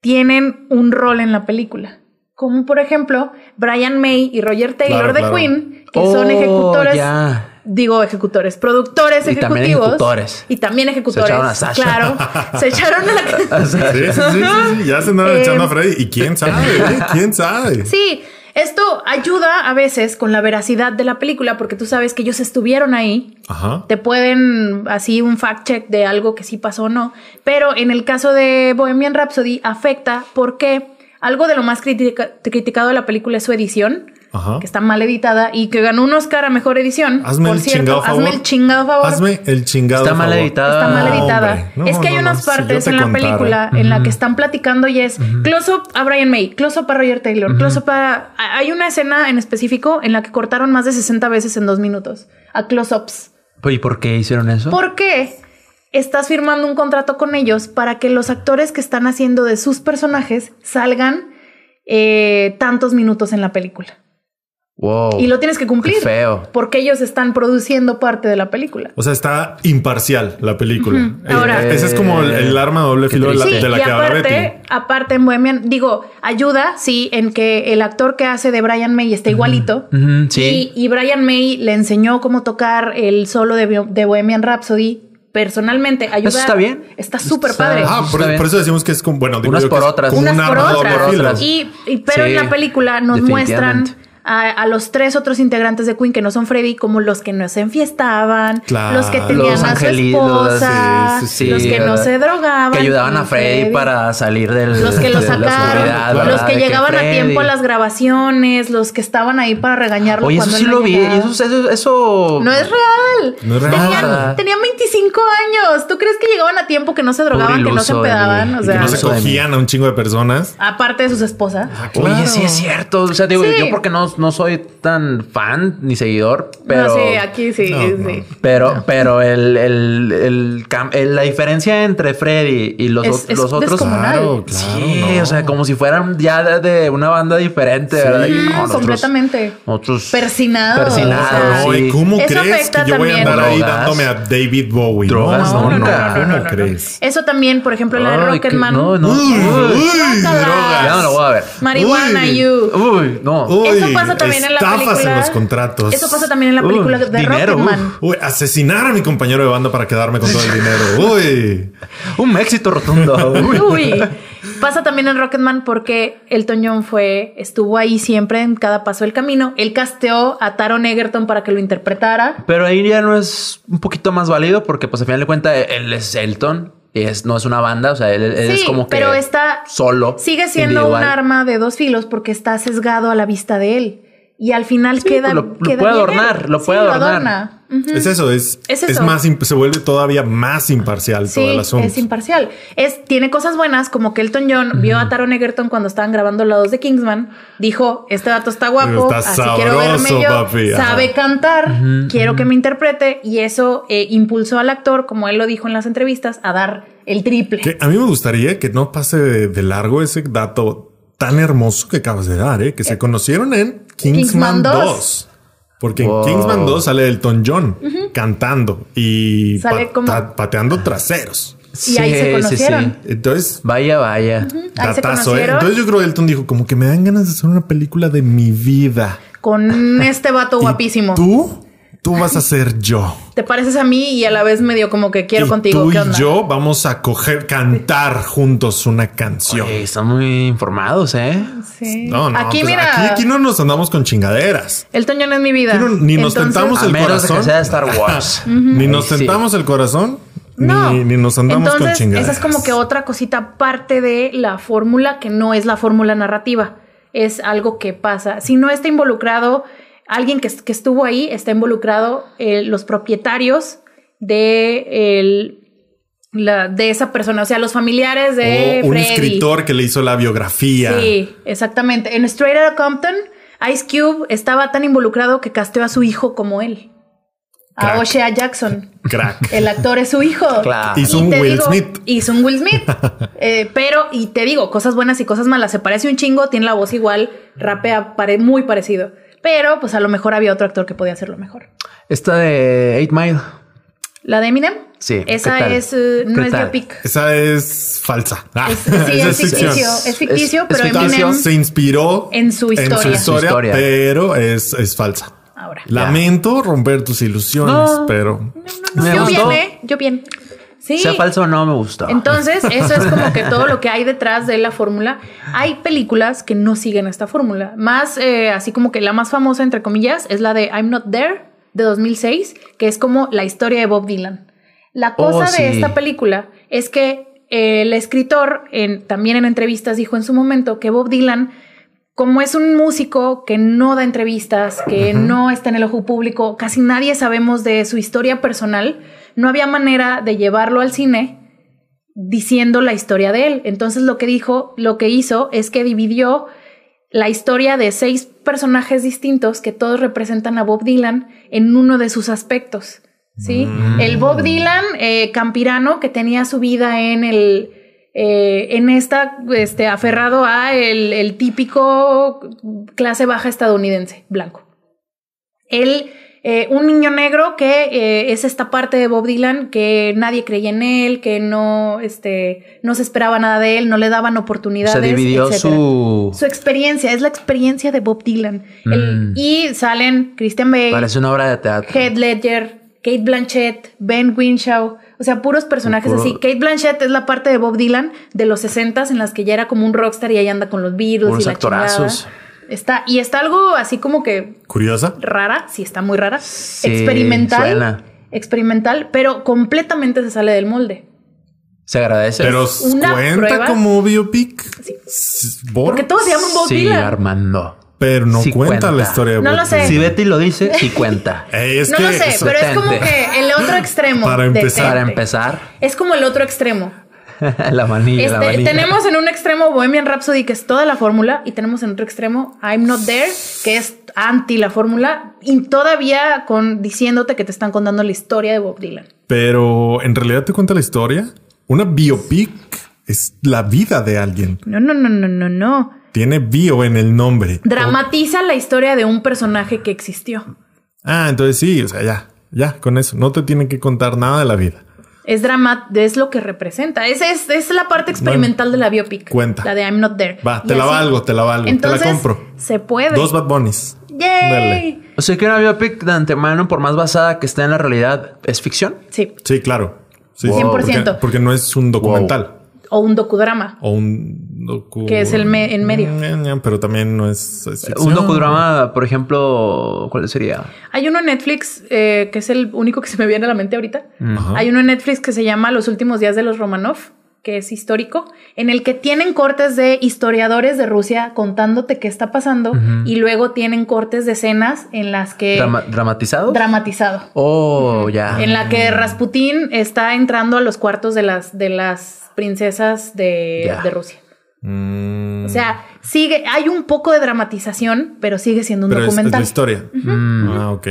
A: tienen un rol en la película. Como por ejemplo, Brian May y Roger Taylor
C: Claro,
A: de
C: claro.
A: Queen, que
B: Oh,
A: son ejecutores.
B: ya.
A: Digo, ejecutores, productores
B: Y
A: ejecutivos.
B: también ejecutores.
A: Y también ejecutores.
B: echaron a Sasha.
A: Claro. Se echaron a.
B: O sea,
C: Sí, sí, sí, sí, sí, ya se andaban
A: Eh,
C: echando a Freddy. ¿Y quién sabe? eh? ¿Quién sabe?
A: Sí, esto ayuda a veces con la veracidad de la película, porque tú sabes que ellos estuvieron ahí
C: Ajá.
A: te pueden así un fact check de algo que sí pasó o no, pero en el caso de Bohemian Rhapsody afecta porque algo de lo más critica- criticado de la película es su edición,
C: Ajá.
A: que está mal editada y que ganó un Oscar a mejor edición.
C: Hazme
A: por
C: el
A: cierto,
C: chingado favor.
A: hazme el chingado favor.
C: Hazme el chingado.
B: Está mal
C: favor.
B: editada.
A: Está mal
C: No,
A: editada.
C: Ah, hombre, no,
A: es que hay
C: no, no,
A: unas
C: si yo
A: partes
C: te
A: en la
C: contara.
A: película en la que están platicando y es close-up a Brian May, close-up a Roger Taylor, close-up a... a- Hay una escena en específico en la que cortaron más de 60 veces en dos minutos a close-ups.
B: ¿Y por qué hicieron eso?
A: ¿Por qué estás firmando un contrato con ellos para que los actores que están haciendo de sus personajes salgan eh, tantos minutos en la película?
B: Wow.
C: Oh,
A: y lo tienes que cumplir.
B: qué feo.
A: Porque ellos están produciendo parte de la película.
C: O sea, está imparcial la película.
A: Ujú.
C: Eh,
A: Ahora-
C: ese es como el,
B: Eh,
C: el arma de doble
B: Qué
C: filo de la,
A: Sí,
C: de la
A: y
C: que habla Betty.
A: aparte, aparte en Bohemian, digo, ayuda, sí, en que el actor que hace de Brian May está igualito.
B: Ujú, sí.
A: Y, y Brian May le enseñó cómo tocar el solo de, Bio- de Bohemian Rhapsody personalmente. Ayuda,
B: Eso está bien.
A: Está
B: Está-
A: súper padre.
C: Ah,
B: Pues, Está
C: por,
B: bien.
C: por eso decimos que es como, bueno, digo
B: Unas
C: yo que
B: por
C: es
B: otras.
C: como
A: unas
C: un
A: por
C: arma de doble
A: otras.
C: filo.
B: otras.
A: Y, y- pero
B: Sí,
A: en la película nos muestran
B: definitivamente.
A: a, a los tres otros integrantes de Queen que no son Freddy como los que no se enfiestaban,
C: Claro.
A: los que tenían
C: Los
A: a su
B: angelitos,
A: esposa,
C: sí, sí, sí,
A: los que no
B: ¿verdad?
A: se drogaban,
B: que ayudaban
A: como
B: a Freddy, para salir del.
A: los que lo
B: de la seguridad,
A: sacaron,
B: ¿verdad?
A: los que
B: De
A: llegaban a
B: Freddy-
A: tiempo a las grabaciones, los que estaban ahí para regañarlo
B: Oye, eso
A: cuando
B: sí
A: él no
B: lo vi.
A: llegaba.
B: Eso, eso, eso-
A: no es real.
C: No es real.
A: Tenían,
B: Nada.
A: tenían 25 años. ¿Tú crees que llegaban a tiempo, que no se drogaban, que no se
B: iluso de
A: empedaban?
B: mí.
A: O
B: eh, Y
C: Que
A: sea,
C: no se
B: Eso de mí.
C: cogían a un chingo de personas.
A: aparte de sus esposas.
B: Oye, sí es cierto. O sea, digo,
A: Sí.
B: yo porque no, no soy tan fan ni seguidor, pero.
A: no, sí, aquí sí,
C: No,
A: sí.
C: no.
B: Pero, pero el, el, el cam- el- la diferencia entre Freddy y los,
A: Es-
B: ot-
A: es
B: los otros.
A: descomunal.
C: Claro, claro.
B: Sí,
C: no.
B: o sea, como si fueran ya de, de una banda diferente, ¿verdad? Y no,
A: Mm,
B: nosotros-
A: completamente.
B: Nosotros.
A: Persinados.
B: Persinados,
A: o sea,
C: No,
B: sí.
C: ¿y ¿cómo
A: Eso
C: crees que
A: afecta
C: yo voy a
A: también.
C: andar ahí
B: Drogas.
C: dándome a David Bowie?
B: Drogas,
C: no,
A: no, no,
C: no,
A: no, no,
C: ¿Cómo
A: no, no.
C: crees?
A: Eso también, por ejemplo, la de
B: Ay, que-
A: Rocketman.
B: No, no.
C: Uy,
B: Uy,
C: uy,
A: Guácala.
C: drogas.
B: ya no lo voy a ver.
A: Marihuana,
C: Uy.
A: you.
B: Uy, no.
A: Eso
C: Uy,
A: pasa también en la
C: estafas
A: película.
C: en los contratos.
A: Eso pasa también en la película
B: Uh,
A: de
B: dinero,
A: Rocketman.
C: Uy, asesinar a mi compañero de banda para quedarme con todo el dinero. Uy.
B: Un éxito rotundo. Uy.
A: Uy. Pasa también en Rocketman porque el Toñón fue, estuvo ahí siempre en cada paso del camino. Él casteó a Taron Egerton para que lo interpretara.
B: Pero ahí ya no es un poquito más válido porque, pues, al final de cuentas, él es Elton. y Es, no es una banda, o sea, él, él es
A: Sí,
B: como que
A: pero está-
B: solo.
A: Sigue siendo
B: individual.
A: un arma de dos filos porque está sesgado a la vista de él. Y al final
B: Sí,
A: queda.
B: lo- lo
A: queda
B: puede
A: bien
B: adornar,
A: él.
B: lo
A: Sí,
B: puede adornar.
A: adorna. Ujú.
C: Es eso, es,
A: Es
C: es,
A: eso.
C: más, imp- se vuelve todavía más imparcial todo el asunto.
A: es imparcial. Es, tiene cosas buenas, como que Elton John vio a Taron Egerton cuando estaban grabando la 2 de Kingsman. Dijo, este dato está guapo,
C: Está
A: así quiero verme
C: sabroso,
A: yo.
C: papi, ajá.
A: Sabe cantar, quiero que me interprete. Y eso eh, impulsó al actor, como él lo dijo en las entrevistas, a dar el triple.
C: Que a mí me gustaría que no pase de, de largo ese dato tan hermoso que acabas de dar, ¿eh? que se conocieron en Kingsman,
A: Kingsman
C: 2.
A: 2.
C: Porque
B: Wow.
C: en Kingsman 2 sale Elton John cantando y
A: Sale
C: pa-
A: como-
C: ta- pateando traseros.
A: Y ahí se conocieron.
C: Entonces,
B: Vaya, vaya.
A: Ahí se
C: datazo, ¿eh?
A: conocieron.
C: Entonces yo creo que Elton dijo como que me dan ganas de hacer una película de mi vida.
A: Con este vato
C: Y
A: guapísimo.
C: Tú, tú vas a ser yo.
A: Te pareces a mí y a la vez medio como que quiero
C: Y
A: contigo.
C: Tú
A: ¿Qué
C: y
A: onda?
C: yo vamos a coger, cantar juntos una canción.
B: Oye, están muy informados, ¿eh?
A: Sí.
C: No, no,
A: aquí,
C: pues,
A: mira.
C: Aquí, aquí no nos andamos con chingaderas.
A: Elton John es mi vida.
C: Aquí no- ni nos
A: Entonces-
C: tentamos
B: A
C: Pues el
B: menos de que
C: corazón.
B: sea Star Wars.
C: Ni
B: Ahí
C: nos
B: sí.
C: tentamos el corazón, ni, ni nos andamos
A: Entonces,
C: con chingaderas.
A: Esa es como que otra cosita parte de la fórmula que no es la fórmula narrativa. es algo que pasa. Si no está involucrado, alguien que, que estuvo ahí está involucrado, eh, los propietarios de, el, la- de esa persona, o sea, los familiares de
C: o un
A: Freddy.
C: escritor que le hizo la biografía.
A: Sí, exactamente. En Straight Outta Compton, Ice Cube estaba tan involucrado que casteó a su hijo como él. A
C: Crack.
A: O'Shea Jackson.
C: Crack.
A: El actor es su hijo.
B: Claro.
C: Hizo
A: Y
C: un
A: te
C: Will
A: digo-
C: Smith.
A: Hizo un Will Smith. Eh, pero, y te digo, cosas buenas y cosas malas. Se parece un chingo, tiene la voz igual, rapea pare- muy parecido. Pero, pues a lo mejor había otro actor que podía hacerlo mejor.
B: Esta de Eight Mile.
A: La de Eminem.
B: Sí, ¿qué
A: Esa
B: tal?
A: es, eh, no
B: ¿Qué
A: es
B: tal?
A: biopic.
C: Esa es falsa. Ah,
A: Es- sí,
C: esa
A: es ficticio. Es ficticio,
B: es
A: pero
B: ficticio.
A: Eminem.
C: Se inspiró
A: En su
C: En su
A: historia.
C: historia,
B: Historia.
C: pero es, es falsa.
A: Ahora.
C: Lamento romper tus ilusiones,
B: No.
C: pero
B: Me
A: yo
B: gustó.
A: bien, ¿eh? Yo bien. Sí.
B: Sea falso o no, me gustó.
A: Entonces, eso es como que todo lo que hay detrás de la fórmula. Hay películas que no siguen esta fórmula. Más, eh, así como que la más famosa, entre comillas, es la de I'm Not There de 2006, que es como la historia de Bob Dylan. La
B: Oh,
A: cosa de
B: sí.
A: esta película es que eh, el escritor en- también en entrevistas dijo en su momento que Bob Dylan, como es un músico que no da entrevistas, que no está en el ojo público, casi nadie sabemos de su historia personal, no había manera de llevarlo al cine diciendo la historia de él. Entonces lo que dijo, lo que hizo es que dividió la historia de seis personajes distintos que todos representan a Bob Dylan en uno de sus aspectos. ¿Sí?
B: Mm.
A: El Bob Dylan eh, campirano que tenía su vida en el. eh, en esta, este, aferrado a el, el típico clase baja estadounidense, blanco. Él, eh, un niño negro que eh, es esta parte de Bob Dylan que nadie creía en él, que no, este, no se esperaba nada de él, no le daban
B: O
A: oportunidades.
B: sea, dividió
A: etcétera.
B: su...
A: Su experiencia, es la experiencia de Bob Dylan. El-
B: Mm.
A: y salen Christian Bale,
B: Parece una obra de teatro.
A: Heath Ledger, Kate Blanchett, Ben Winshaw. O sea, puros personajes
B: Puro-
A: así. Kate Blanchett es la parte de Bob Dylan de los 60 en las que ya era como un rockstar y ahí anda con los Beatles
B: Puros
A: y la
B: actorazos.
A: chingada. Está, y está algo así como que
C: curiosa.
A: rara, sí está muy rara,
B: Sí,
A: experimental,
B: suena.
A: experimental, pero completamente se sale del molde.
B: Se agradece.
C: Pero
A: una
C: cuenta
A: prueba.
C: como biopic. ¿Por?
A: Porque todos se llaman Bob
B: sí,
A: Dylan.
B: Armando.
C: Pero no
B: Sí
C: cuenta, la
B: cuenta.
C: historia de
A: No
C: Bob
A: lo sé.
C: Dylan.
B: Si Betty lo dice, sí cuenta.
C: Es
A: no
C: que
A: lo sé,
C: es-
A: pero es como
B: sorprendente.
A: que el otro extremo.
C: Para
A: de
C: empezar.
B: Para
A: Tente.
B: empezar,
A: Es como el otro extremo.
B: la manilla, la
A: Este,
B: manilla.
A: tenemos en un extremo Bohemian Rhapsody, que es toda la fórmula, y tenemos en otro extremo I'm Not There, que es anti la fórmula, y todavía con diciéndote que te están contando la historia de Bob Dylan.
C: Pero en realidad te cuenta la historia. Una biopic es la vida de alguien.
A: No, no, no, no, no, no.
C: Tiene bio en el nombre.
A: Dramatiza la historia de un personaje que existió.
C: Ah, entonces sí, o sea, ya, ya, con eso. No te tienen que contar nada de la vida.
A: Es drama, es lo que representa. Es, es, es la parte experimental de la biopic.
C: cuenta.
A: La de I'm Not There.
C: Va,
A: Y
C: te la
A: así-
C: valgo, te la valgo, te la
A: Entonces,
C: compro.
A: Se puede.
C: Dos Bad Bunnies.
A: ¡Yay!
C: Dale.
B: O sea que una biopic de antemano, por más basada que esté en la realidad, es ficción.
A: Sí.
C: Sí, claro. Sí, sí,
A: 100%.
C: Porque, porque no es un documental
A: O un docudrama.
C: o un docu...
A: Que es el me- en medio.
C: Mm, Pero también no es, es ficción.
B: Un docudrama, por ejemplo, ¿cuál sería?
A: Hay uno en Netflix eh, que es el único que se me viene a la mente ahorita.
B: Mm,
C: Ajá.
A: Hay uno en Netflix que se llama Los últimos días de los Romanov, que es histórico, en el que tienen cortes de historiadores de Rusia contándote qué está pasando y luego tienen cortes de escenas en las que
B: Drama- ¿Dramatizado?
A: dramatizado.
B: oh, ya.
A: En la que Rasputín está entrando a los cuartos de las, de las princesas de,
B: Ya.
A: de Rusia.
C: Mm,
A: O sea, sigue, hay un poco de dramatización, pero sigue siendo un
C: pero es- es,
A: documental.
C: la historia.
B: Mm.
C: Ah, ok.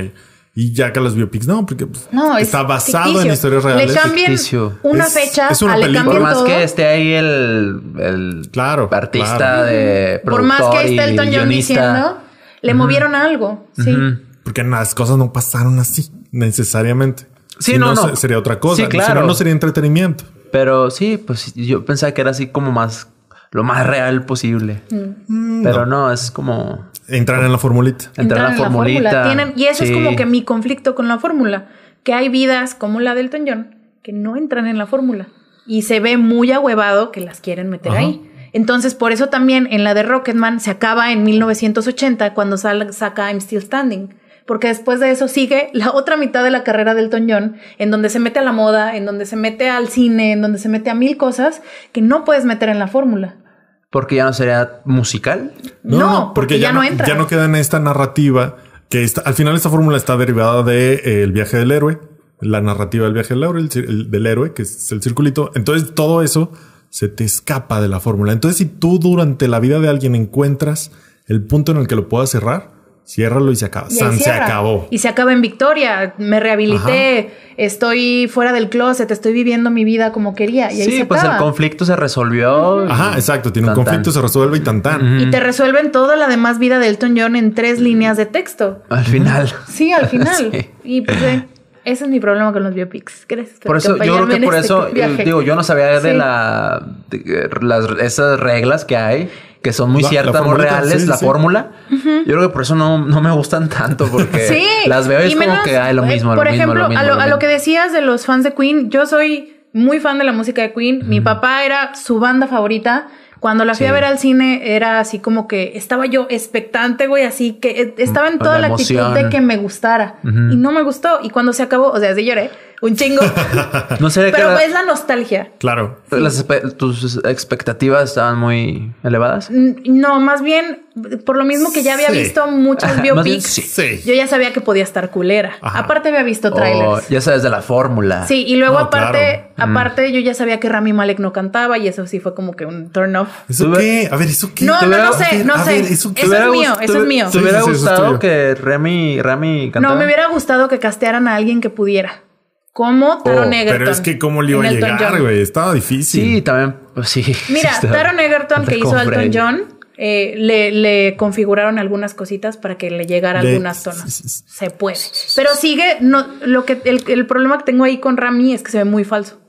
C: Y ya que los biopics, no, porque pues,
A: No, es
C: está basado
A: ficticio.
C: en historias
A: Le
C: reales.
A: cambian
B: ficticio.
A: una
C: Es-
A: fecha,
C: es una
A: ah, le
C: película.
B: por
A: cambian
B: más
A: todo.
B: que este esté ahí el, el
C: Claro,
B: artista
C: claro.
B: de
A: por más que
B: productor
A: esté
B: y
A: Elton John
B: guionista.
A: diciendo, le movieron algo. Sí.
C: Porque las cosas no pasaron así necesariamente.
B: Sí,
C: Si
B: no, no.
C: se- Sería otra cosa.
B: Sí,
C: Si
B: claro.
C: no, no sería entretenimiento.
B: Pero sí, pues yo pensaba que era así como más lo más real posible.
C: Mm,
B: Pero
C: no.
B: no, es como
C: Entrar en la formulita.
B: entrar a la
A: Entraron
B: formulita.
A: Tienen- y eso es
B: Sí.
A: como que mi conflicto con la fórmula, que hay vidas como la del Elton John que no entran en la fórmula y se ve muy ahuevado que las quieren meter
C: Ajá.
A: ahí. Entonces, por eso también en la de Rocketman se acaba en 1980 cuando sal- saca I'm Still Standing. Porque después de eso sigue la otra mitad de la carrera del Elton John, en donde se mete a la moda, en donde se mete al cine, en donde se mete a mil cosas que no puedes meter en la fórmula.
B: porque ya no sería musical.
A: No, porque ya no entra.
C: Ya no queda en esta narrativa que está- al final esta fórmula está derivada de eh, el viaje del héroe, la narrativa del viaje del héroe, el cir- el- del héroe, que es el circulito. Entonces todo eso se te escapa de la fórmula. Entonces si tú durante la vida de alguien encuentras el punto en el que lo puedas cerrar, ciérralo y se acaba.
A: Y ahí
C: San, se
A: cierra.
C: acabó.
A: Y se acaba en victoria. Me rehabilité. Estoy fuera del closet. Estoy viviendo mi vida como quería. Y ahí
B: Sí,
A: se
B: pues el
A: acaba.
B: conflicto se resolvió. y-
C: Ajá, exacto. Tiene un
B: Tan,
C: conflicto,
B: tan.
C: se resuelve y tan tan.
A: Y te resuelven toda la demás vida de Elton John en tres líneas de texto.
B: Al final.
A: Sí, al final.
B: Sí.
A: Y pues, eh, ese es mi problema con los biopics. Gracias
B: Por eso, yo creo
A: acompañarme en
B: que por
A: este
B: eso, eh,
A: viaje.
B: digo, yo no sabía de
A: Sí.
B: la de, eh, las, esas reglas que hay, que son muy
C: La- la
B: ciertas, muy
C: formulita,
B: reales,
C: sí,
B: la
C: sí.
B: fórmula. Yo creo que por eso no, no me gustan tanto, porque
A: Sí.
B: las veo y es
A: y
B: como
A: menos,
B: que hay lo
A: eh,
B: mismo,
A: Por
B: lo mismo,
A: ejemplo,
B: lo mismo.
A: a, lo, a lo
B: mismo.
A: que decías de los fans de Queen, yo soy muy fan de la música de Queen. Mi papá era su banda favorita. Cuando la fui
B: Sí.
A: a ver al cine era así como que estaba yo expectante, güey, así que eh, estaba en
B: Con
A: toda
B: la
A: la, actitud de
B: emoción.
A: que me gustara y no me gustó. Y cuando se acabó, o sea, sí lloré un chingo,
B: No sé,
A: pero pues,
B: que la-
A: es la nostalgia.
C: Claro.
B: las espe- tus expectativas estaban muy elevadas.
A: N- No, más bien, por lo mismo que ya había
C: Sí.
A: visto muchos
B: Más bien,
A: biopics,
B: sí.
C: Sí.
A: yo ya sabía que podía estar culera.
C: Ajá.
A: Aparte había visto
B: O,
A: trailers.
B: ya sabes de la fórmula.
A: Sí, y luego
C: Ah. No, Mm.
A: aparte, aparte yo ya sabía que Rami Malek no cantaba y eso sí fue como que un turn off.
C: ¿Eso
B: Tuve-
C: qué? A ver, ¿eso qué?
A: No,
B: te
A: no,
B: hubiera-
A: no sé, no
C: a
A: sé.
C: ver, ¿eso
A: eso
C: qué?
A: es
B: Te hubiera
A: mío,
B: gust-
A: eso
B: te-
A: es mío.
B: Te hubiera
C: Sí, sí, sí, eso es
B: gustado
C: tuyo.
B: que Remy, Remy cantara.
A: No, me hubiera gustado que castearan a alguien que pudiera. Como Taron Egerton.
C: Oh, Pero es que cómo le iba a
A: en Elton
C: llegar,
A: John.
C: güey. Estaba difícil.
B: Sí, también, pues sí.
A: Mira,
B: Sí, está-
A: Taron Egerton que
B: está
A: hizo
B: como
A: Elton
B: Freddy.
A: John, eh, le, le configuraron algunas cositas para que le llegara
C: Le-
A: algunas tonos. Se puede. Pero sigue, no, lo que el, el problema que tengo ahí con Rami es que se ve muy falso.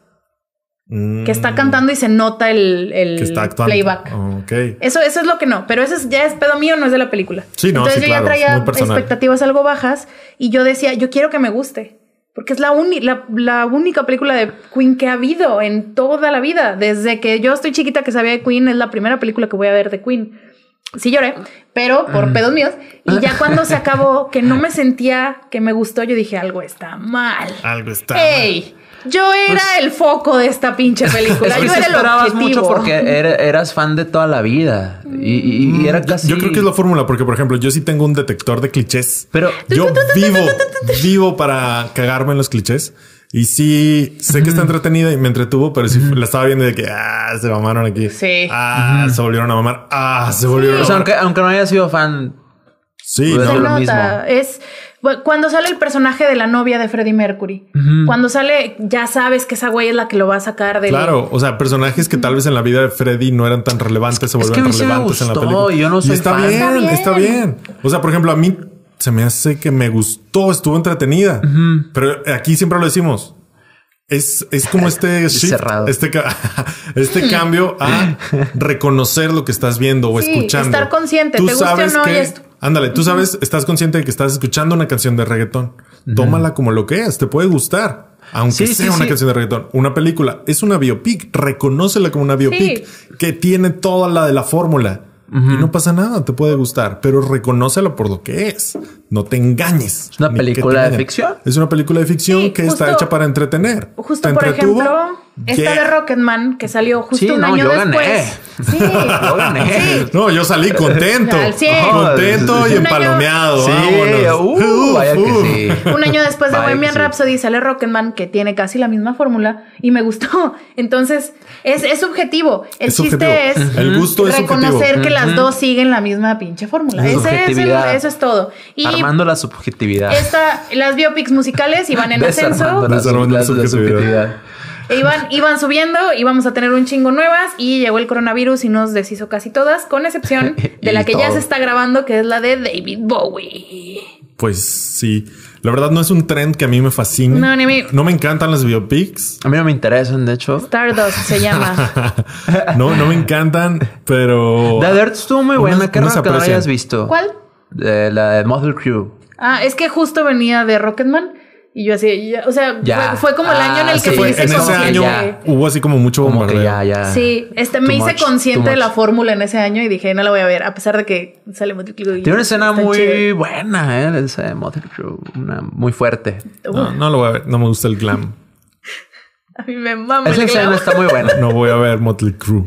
C: Mm,
A: Que está cantando y se nota el, el
C: que está actuando.
A: playback.
C: Ok.
A: Eso, eso es lo que no, pero eso es- ya es pedo mío, no es de la película.
C: Sí, no,
A: Entonces
C: sí,
A: yo
C: claro,
A: ya traía
C: es muy personal.
A: expectativas algo bajas y yo decía, yo quiero que me guste, porque es la, uni- la, la única película de Queen que ha habido en toda la vida. Desde que yo estoy chiquita que sabía de Queen, es la primera película que voy a ver de Queen. Sí lloré, pero
C: Mm.
A: por pedos míos. Y ya cuando se acabó, que no me sentía que me gustó, yo dije, algo está mal.
C: Algo Ah, está. Pues
A: ¡Ey! Yo era el foco de esta pinche película.
B: Es que
A: yo era
B: sí
A: Pues el
B: esperabas
A: objetivo.
B: mucho porque era- eras fan de toda la vida. Y, y- y era
C: Mm, Yo-
B: casi.
C: Yo creo que es la fórmula, porque por ejemplo, yo sí tengo un detector de clichés.
B: Pero-
C: yo vivo, vivo para cagarme en los clichés. Y sí, sé que está entretenida y me entretuvo, pero sí la estaba viendo de que ah, se mamaron aquí.
A: Sí.
C: Ah, se volvieron a mamar. Ah, se volvieron
B: O
C: a
B: sea,
C: mamar.
B: aunque, aunque no haya sido fan.
C: Sí,
B: Pues
A: se
B: no, lo
C: no,
A: nota.
B: mismo.
A: Es bueno, cuando sale el personaje de la novia de Freddie Mercury. Cuando sale, ya sabes que esa güey es la que lo va a sacar del.
C: Claro, o sea, personajes que tal vez en la vida de Freddy no eran tan relevantes se
B: es que
C: vuelven
B: a mí sí me
C: relevantes en la
B: gustó,
C: película.
B: yo no soy
C: y está,
B: fan.
C: Bien,
B: Está
C: está
A: bien.
C: bien, O sea, por ejemplo, a mí se me hace que me gustó, estuvo entretenida. Pero aquí siempre lo decimos. Es, es como este shift,
B: Cerrado.
C: este, ca- este cambio a reconocer lo que estás viendo o
A: Sí,
C: escuchando.
A: estar consciente, te guste o no, y esto.
C: Ándale, tú sabes, estás consciente de que estás escuchando una canción de reggaetón. Tómala como lo que es, te puede gustar. Aunque
B: Sí,
C: sea
B: sí,
C: una
B: sí.
C: canción de reggaetón, una película, es una biopic, reconócela como una biopic que tiene toda la de la fórmula. Y no pasa nada, te puede gustar, pero reconócela por lo que es. No te engañes.
B: una
C: ni que te
B: película de
C: engañen.
B: ficción.
C: Es una película de ficción
A: Sí,
C: que está
A: justo-
C: hecha para entretener.
A: Justo,
C: ¿Te
A: por
C: entretuvo?
A: ejemplo, esta de
C: Yeah.
A: Rocketman que salió justo
B: Sí,
A: un
B: no,
A: año
B: yo
A: después. Sí.
B: Yo gané.
C: No, yo salí contento.
A: Al cien.
C: Contento y
A: Un año-
C: empalomeado.
B: Sí,
C: vámonos.
B: uh,
C: Uf,
B: vaya que
C: uf.
B: sí.
A: Un año después de
B: Vaya que
A: Bohemian
B: sí.
A: Rhapsody sale Rocketman, que tiene casi la misma fórmula, y me gustó. Entonces, es, es subjetivo. El
C: Es
A: chiste
C: subjetivo.
A: es
C: El gusto es subjetivo.
A: reconocer que las dos siguen la misma pinche fórmula.
B: Es
A: Ese es el-
B: subjetividad.
A: eso es todo. Y
B: Armando la subjetividad.
A: Esta, las biopics musicales iban en
B: Desarmando
A: ascenso,
B: la,
C: Desarmando
B: sub-
C: la
B: la subjetividad.
C: subjetividad.
A: e iban, iban subiendo, íbamos a tener un chingo nuevas y llegó el coronavirus y nos deshizo casi todas, con excepción de
B: Y
A: la que ya
B: todo.
A: se está grabando, que es la de David Bowie.
C: Pues sí. La verdad no es un trend que a mí me fascine.
A: No, ni a mí.
C: No me encantan las biopics.
B: A mí no me interesan, de hecho.
A: Stardust se llama.
C: No, no me encantan, pero...
B: La Dirt estuvo muy
C: Unas-
B: buena. Qué
C: unas
B: raro que no la
C: aprecian.
B: hayas visto.
A: ¿Cuál?
B: De la de Model Crew.
A: Ah, es que justo venía de Rocketman y yo así, ya- o sea,
B: Ya.
A: Fue, fue como el año en
B: Ah,
A: el que
B: sí,
A: me
C: Fue-
A: hice
C: en ese
A: consciente.
C: año
B: ya.
C: hubo así como mucho
B: Como que
C: bombardeo.
B: ya, ya.
A: Sí, este, me
B: Ah, Too
A: hice
B: much,
A: consciente
B: too
A: de la
B: much.
A: fórmula en ese año y dije, no la voy a ver, a pesar de que sale muy
B: Tiene una escena muy
A: chido.
B: buena, ¿eh? Esa de Model Crew. Una muy fuerte.
C: No, no lo voy a ver. No me gusta el glam.
A: A mí me mama
B: Esa
A: el
B: escena
A: glam.
B: está muy buena.
C: No voy a ver Motley Crue.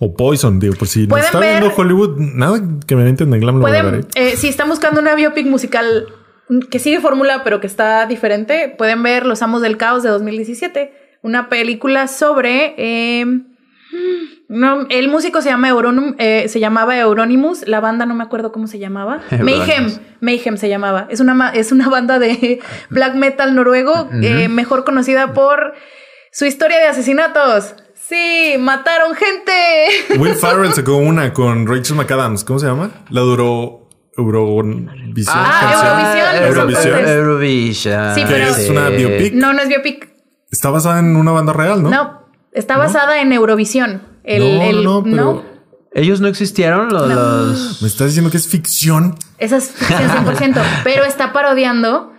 C: O Poison, digo, pues si lo
A: Pueden
C: está
A: ver-
C: viendo Hollywood, nada que me venten de glam lo veré.
A: Pueden, eh, si están buscando una biopic musical que sigue fórmula pero que está diferente, pueden ver Los Amos del Caos de 2017, una película sobre... eh, no, el músico se, llama Euronum- eh, se llamaba Euronymous, la banda no me acuerdo cómo se llamaba. Mayhem,
B: Euronymous.
A: Mayhem se llamaba. Es una, ma- es una banda de black metal noruego, eh, mejor conocida por su historia de asesinatos. Sí, mataron gente.
C: Will Farrell sacó una con Rachel McAdams. ¿Cómo se llama? La duró Eurovisión. canción.
A: Ah, Eurovisión,
C: Eurovisión.
A: entonces.
B: Eurovisión.
A: Sí, pero-
C: Que es una biopic.
A: No, no es biopic,
C: Está basada en una banda real, ¿no?
A: No, está basada en Eurovisión. El,
C: no,
A: el-
C: no, pero
A: ¿no?
B: Ellos no existieron, los. los-
C: me estás diciendo que es ficción.
A: Esa es ficción 100%, pero está parodiando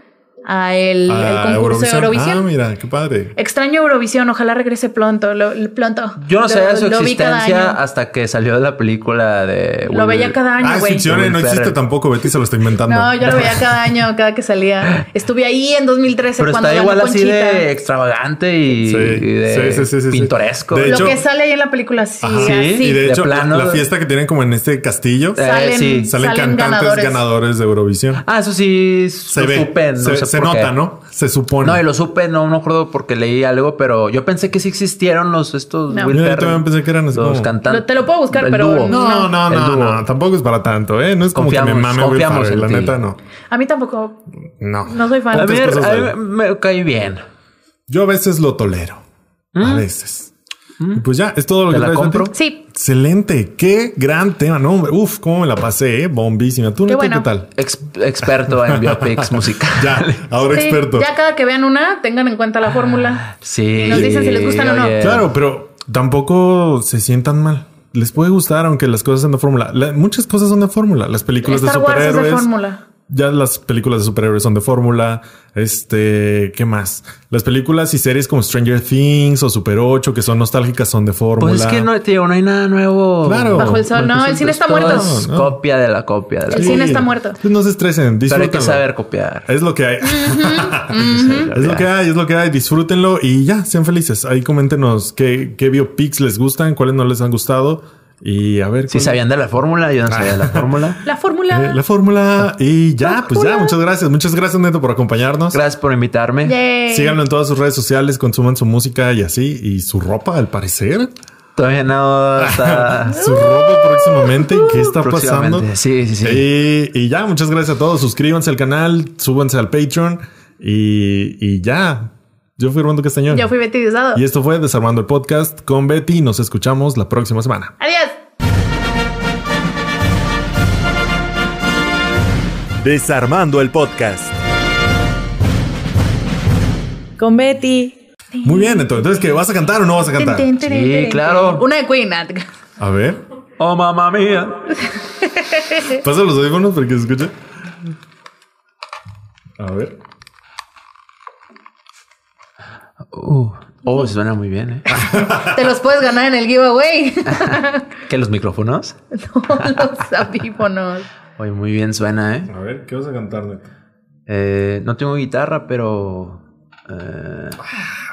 A: a el, el
C: Ah,
A: concurso de
C: Ah,
A: Eurovisión.
C: mira, qué padre.
A: Extraño Eurovisión, ojalá regrese pronto, lo, pronto.
B: Yo no
A: Lo-
B: sabía su
A: lo vi cada
B: existencia
A: año.
B: hasta que salió la película de.
A: Lo veía cada
C: Ah,
A: año,
C: es
A: güey.
C: ficción eh, no
B: Will
C: existe
B: Ferrell.
C: tampoco. Betty se lo está inventando.
A: no, yo lo veía cada año, cada que salía. Estuve ahí en 2013
B: Pero
A: cuando
B: está
A: ganó
B: igual así
A: Conchita.
B: de extravagante y,
C: Sí,
B: y de
C: sí, sí, sí, sí, sí.
B: pintoresco.
C: De
A: Lo
C: hecho-
A: que sale ahí en la película, sí,
C: Ajá.
B: Sí,
A: así.
C: Y de,
B: de
C: hecho, la-
B: plano-
C: la, fiesta que tienen como en este castillo,
B: Eh,
A: salen,
B: sí.
C: salen,
A: salen
C: cantantes ganadores.
A: ganadores.
C: de Eurovisión.
B: Ah, eso sí, se
C: Se ve,
B: supe, no
C: se,
B: sé
C: se
B: por qué.
C: nota, ¿no? Se supone.
B: No, y lo supe, no me acuerdo porque leí algo, pero yo pensé que sí existieron los estos
A: No.
B: Will
C: Yo
B: Ferrell,
C: también pensé que eran así
B: los
C: como-
B: cantantes.
A: Lo- te lo puedo buscar,
B: el
A: pero
B: dúo.
A: no.
C: No, no,
B: El
C: no,
B: dúo.
C: no, tampoco es para tanto, ¿eh? No es como que me
B: Confiamos,
C: mame Will
B: confiamos
C: Ferrell,
B: en
C: la
B: ti.
C: neta no.
A: A mí tampoco.
C: No.
A: No soy fan.
B: A
C: Otras
B: mí,
C: cosas
B: a mí
C: valen.
B: me caí bien.
C: Yo a veces lo tolero. A veces. Y Pues ya, es todo lo
B: ¿Mm? Te
C: que
B: la
C: traes,
B: compro.
C: Santi.
A: Sí,
C: Excelente, qué gran tema, ¿no? hombre? Uf, cómo me la pasé, eh. bombísima. ¿Tú
A: Qué
C: neta,
A: bueno.
C: qué tal?
B: Ex- experto en biopics musicales.
C: Ya, ahora
A: sí,
C: experto.
A: Ya cada que vean una, tengan en cuenta la fórmula.
B: Sí.
A: Nos dicen si les gustan o no.
B: oye.
C: Claro, pero tampoco se sientan mal. Les puede gustar, aunque las cosas sean de fórmula. La- muchas cosas son de fórmula. Las películas
A: Star
C: de
A: Wars es de
C: superhéroes.
A: fórmula.
C: ya las películas de superhéroes son de fórmula. Este, ¿qué más? Las películas y series como Stranger Things o Super 8, que son nostálgicas, son de fórmula.
B: Pues es que no, tío, no hay nada nuevo.
C: Claro.
A: Bajo el sol.
C: pues
A: No, el cine está muerto.
B: Es
C: No, no.
B: Copia de la copia de la
A: El
B: copia.
A: cine está muerto.
C: Pues no se estresen,
B: Pero hay
C: disfrútenlo.
B: que saber copiar.
C: Es lo que hay.
A: Mm.
C: Es lo que
B: hay.
C: hay, es lo que hay. Disfrútenlo y ya, sean felices. Ahí coméntenos qué, qué biopics les gustan, cuáles no les han gustado. Y a ver.
B: Si
C: cuál-
B: sabían de la fórmula, yo no sabía de la fórmula.
A: La
C: Eh,
A: fórmula.
C: la fórmula. Y ya, pues ya, muchas gracias. Muchas gracias, Neto, por acompañarnos.
B: Gracias por invitarme.
A: Yay.
C: Síganlo en todas sus redes sociales, consuman su música y así, y su ropa, al parecer.
B: Todavía no está.
C: Su ropa próximamente. ¿Qué está
B: Ah. Próximamente.
C: pasando?
B: Sí, sí, sí.
C: Y, y ya, muchas gracias a todos. Suscríbanse al canal, súbanse al Patreon y, y ya. Yo fui Armando Castañón.
A: Yo fui Betty Diosdado.
C: Y esto fue Desarmando el Podcast con Betty. y Nos escuchamos la próxima semana.
A: Adiós.
D: Desarmando el podcast.
E: Con Betty.
C: Muy bien, entonces, entonces, ¿qué? ¿Vas a cantar o no vas a cantar?
A: Tin, tin, tin,
B: Sí,
A: tin,
B: claro.
A: tin. Una de Queen. ah.
C: A ver,
B: Oh, mamá mía.
C: pasa los audífonos para que se escuche. A ver.
B: Uh, oh, suena muy bien, ¿eh?
A: Te los puedes ganar en el giveaway.
B: ¿Qué, los micrófonos?
A: no, los audífonos.
B: Oye, muy bien suena, ¿eh?
C: A ver, ¿qué vas a cantar, Neto?
B: Eh, no tengo guitarra, pero... eh,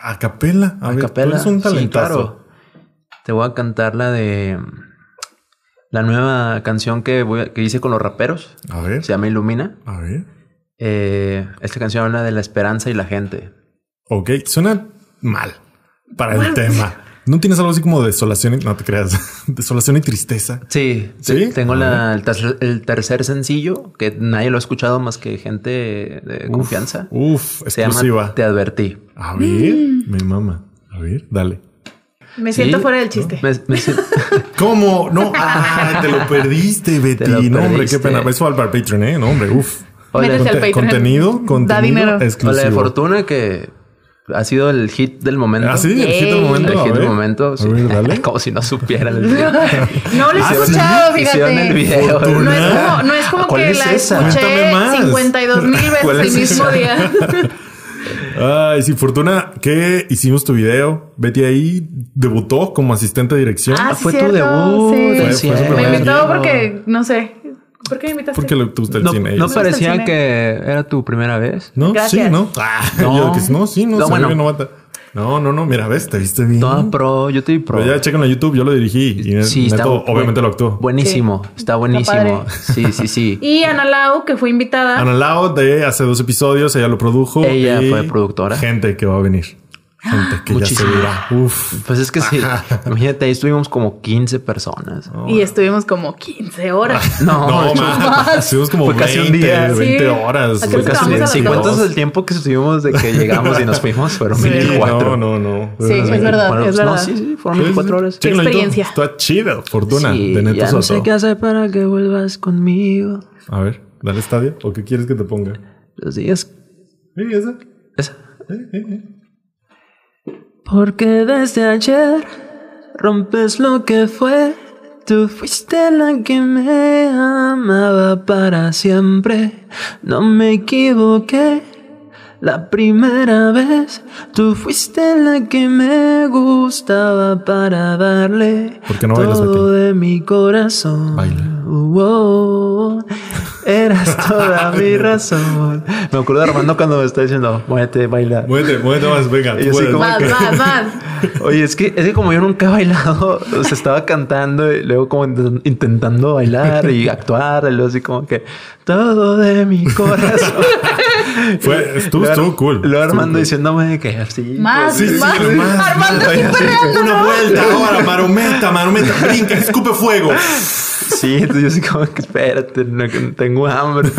C: A capela. A, ver, tú
B: capela.
C: eres un talentazo.
B: Te voy a cantar la de... La nueva canción que, voy a- que hice con los raperos.
C: A ver.
B: Se llama Ilumina.
C: A ver.
B: Eh, esta canción habla de la esperanza y la gente.
C: Ok, suena mal para el tema. ¿No tienes algo así como desolación y... No te creas. desolación y tristeza.
B: Sí, te-
C: ¿Sí?
B: tengo
C: A
B: la- el, tercer, el tercer sencillo que nadie lo ha escuchado más que gente de confianza.
C: Uf,
B: Se llama
C: exclusiva.
B: Te advertí.
C: A ver,
A: Mm.
C: me mama. A ver, dale.
A: Me siento
B: Sí,
A: fuera del chiste.
B: me- me siento-
C: ¿Cómo? No, ah, te lo perdiste, Betty.
B: lo
C: no, hombre,
B: perdiste.
C: qué pena. Eso va para Patreon, ¿eh? No, hombre, uf.
B: Oye,
A: Métete al
C: Conte-
A: Patreon.
C: contenido, contenido
A: Da dinero.
B: O la de
C: exclusivo.
B: Fortuna, que ha sido el hit del momento.
C: Ah, sí, el
A: Yay.
C: hit del momento.
B: El
C: a
B: hit del
C: ver.
B: momento.
C: A
B: sí.
C: ver, dale.
B: Como si no supieran. El
A: No lo he
C: Ah, sí,
A: escuchado,
B: Hicieron
A: fíjate.
B: el video.
A: No es como, no es como
B: ¿Cuál
A: que
B: es
A: la
B: esa?
C: Cuéntame
A: escuché
C: más.
A: 52 mil
C: ¿Cuál
A: veces el
C: es
A: mismo
C: esa?
A: día.
C: Ay, sí, Fortuna, que hicimos tu video. Betty ahí debutó como asistente de dirección.
A: Ah, sí,
B: Fue tu
A: cierto,
B: debut,
A: sí.
B: del
C: Fue- fue su
B: cielo.
A: Me
C: primer
A: invitó
B: video.
A: porque, no sé. ¿Por qué me invitaste?
C: porque le gusta el
B: No,
C: cine.
B: no
C: ella.
A: el
B: parecía
A: cine.
B: que era tu primera vez.
C: No,
A: Gracias.
C: sí, no. Ah,
B: No.
C: yo que- no, sí, no,
B: No,
C: se
B: bueno.
C: ve que no mata. No, no, no. Mira, ves, te viste bien.
B: Toda pro, yo te vi pro.
C: Pero ya chequen en YouTube, yo lo dirigí. Y
B: Sí, está bu-
C: Neto, obviamente lo actuó.
B: Buenísimo, está buenísimo.
A: padre.
B: sí, sí, sí.
A: Y Ana Lau, que fue invitada.
C: Ana Lau de hace dos episodios, ella lo produjo.
B: Ella
C: y
B: fue productora.
C: Gente que va a venir. Gente que
B: Muchísima.
C: ya se verá. Uf.
B: Pues es que sí, imagínate, ahí estuvimos como 15 personas.
A: Y estuvimos como 15 horas.
B: Ah, No,
C: No, más. Estuvimos como
B: Fue
C: 20,
B: casi un día.
A: Sí.
C: 20
A: Acá
C: horas. güey.
B: Fue
A: Creo que
B: casi
A: estábamos a
B: un-
A: las
B: si
A: dos.
B: cuentas el tiempo que estuvimos de que llegamos y nos fuimos, fueron
C: Sí,
B: 24.
C: No, no, no.
A: Sí, es
C: Bueno,
A: verdad,
B: Fueron-
A: es
B: No,
A: verdad.
B: sí, sí, fueron 24 horas.
A: Qué
C: chéquenlo en YouTube.
A: experiencia.
C: Está chida, fortuna
B: Sí,
C: de Neto
B: ya no sé
C: Soto.
B: qué hacer para que vuelvas conmigo.
C: A ver, dale estadio. ¿O qué quieres que te ponga?
B: Los días.
C: Sí, esa.
B: esa. Porque desde ayer rompes lo que fue. Tú fuiste la que me amaba para siempre. No me equivoqué. La primera vez tú fuiste la que me gustaba para darle
C: ¿Por qué no bailas
B: todo de mi corazón.
C: Baila.
B: Uh, oh, eras toda mi razón. Me acuerdo de Armando cuando me está diciendo, muévete, baila.
C: Muévete, muévete más. Venga,
B: Y así
C: tú puedes.
B: como-
A: Más,
B: que-
A: más, más.
B: Oye, es que, es que como yo nunca he bailado, o sea, estaba cantando y luego como int- intentando bailar y actuar, y luego así como que todo de mi corazón.
C: Fue, estuvo,
B: Luego-
C: estuvo cool.
B: Luego Armando
C: Estuvo
B: diciéndome de que pues, así.
A: Más,
C: Sí, sí,
A: más.
C: sí, más,
A: Armando sí
C: más. Oye,
A: fue
C: sí.
A: real,
C: Una
A: ¿no?
C: vuelta ahora, marometa, marometa, brinca, escupe fuego.
B: Sí, entonces yo así como que espérate, no, que tengo hambre.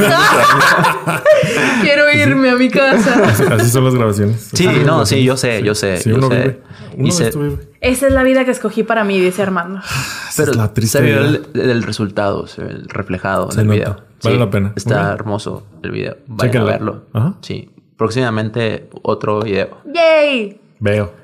A: Quiero irme a mi casa.
C: Así son las grabaciones.
B: Sí,
C: Así son
B: no,
C: las
B: sí,
C: grabaciones.
B: yo sé, yo sé,
C: Sí,
B: yo
C: uno
B: sé.
C: vive. Uno
B: Y sé-
C: de esto vive.
A: Esa es la vida que escogí para mí, dice Armando.
C: Esa es la triste
B: se vio
C: vida.
B: el, el resultado, se ve el reflejado
C: Se
B: en el
C: nota.
B: video.
C: Vale
B: Sí,
C: la pena.
B: Está
C: Muy bien.
B: hermoso el video. Vayan
C: Chéquenlo.
B: a verlo.
C: Ajá.
B: Sí. Próximamente otro video.
A: ¡Yay!
C: Veo.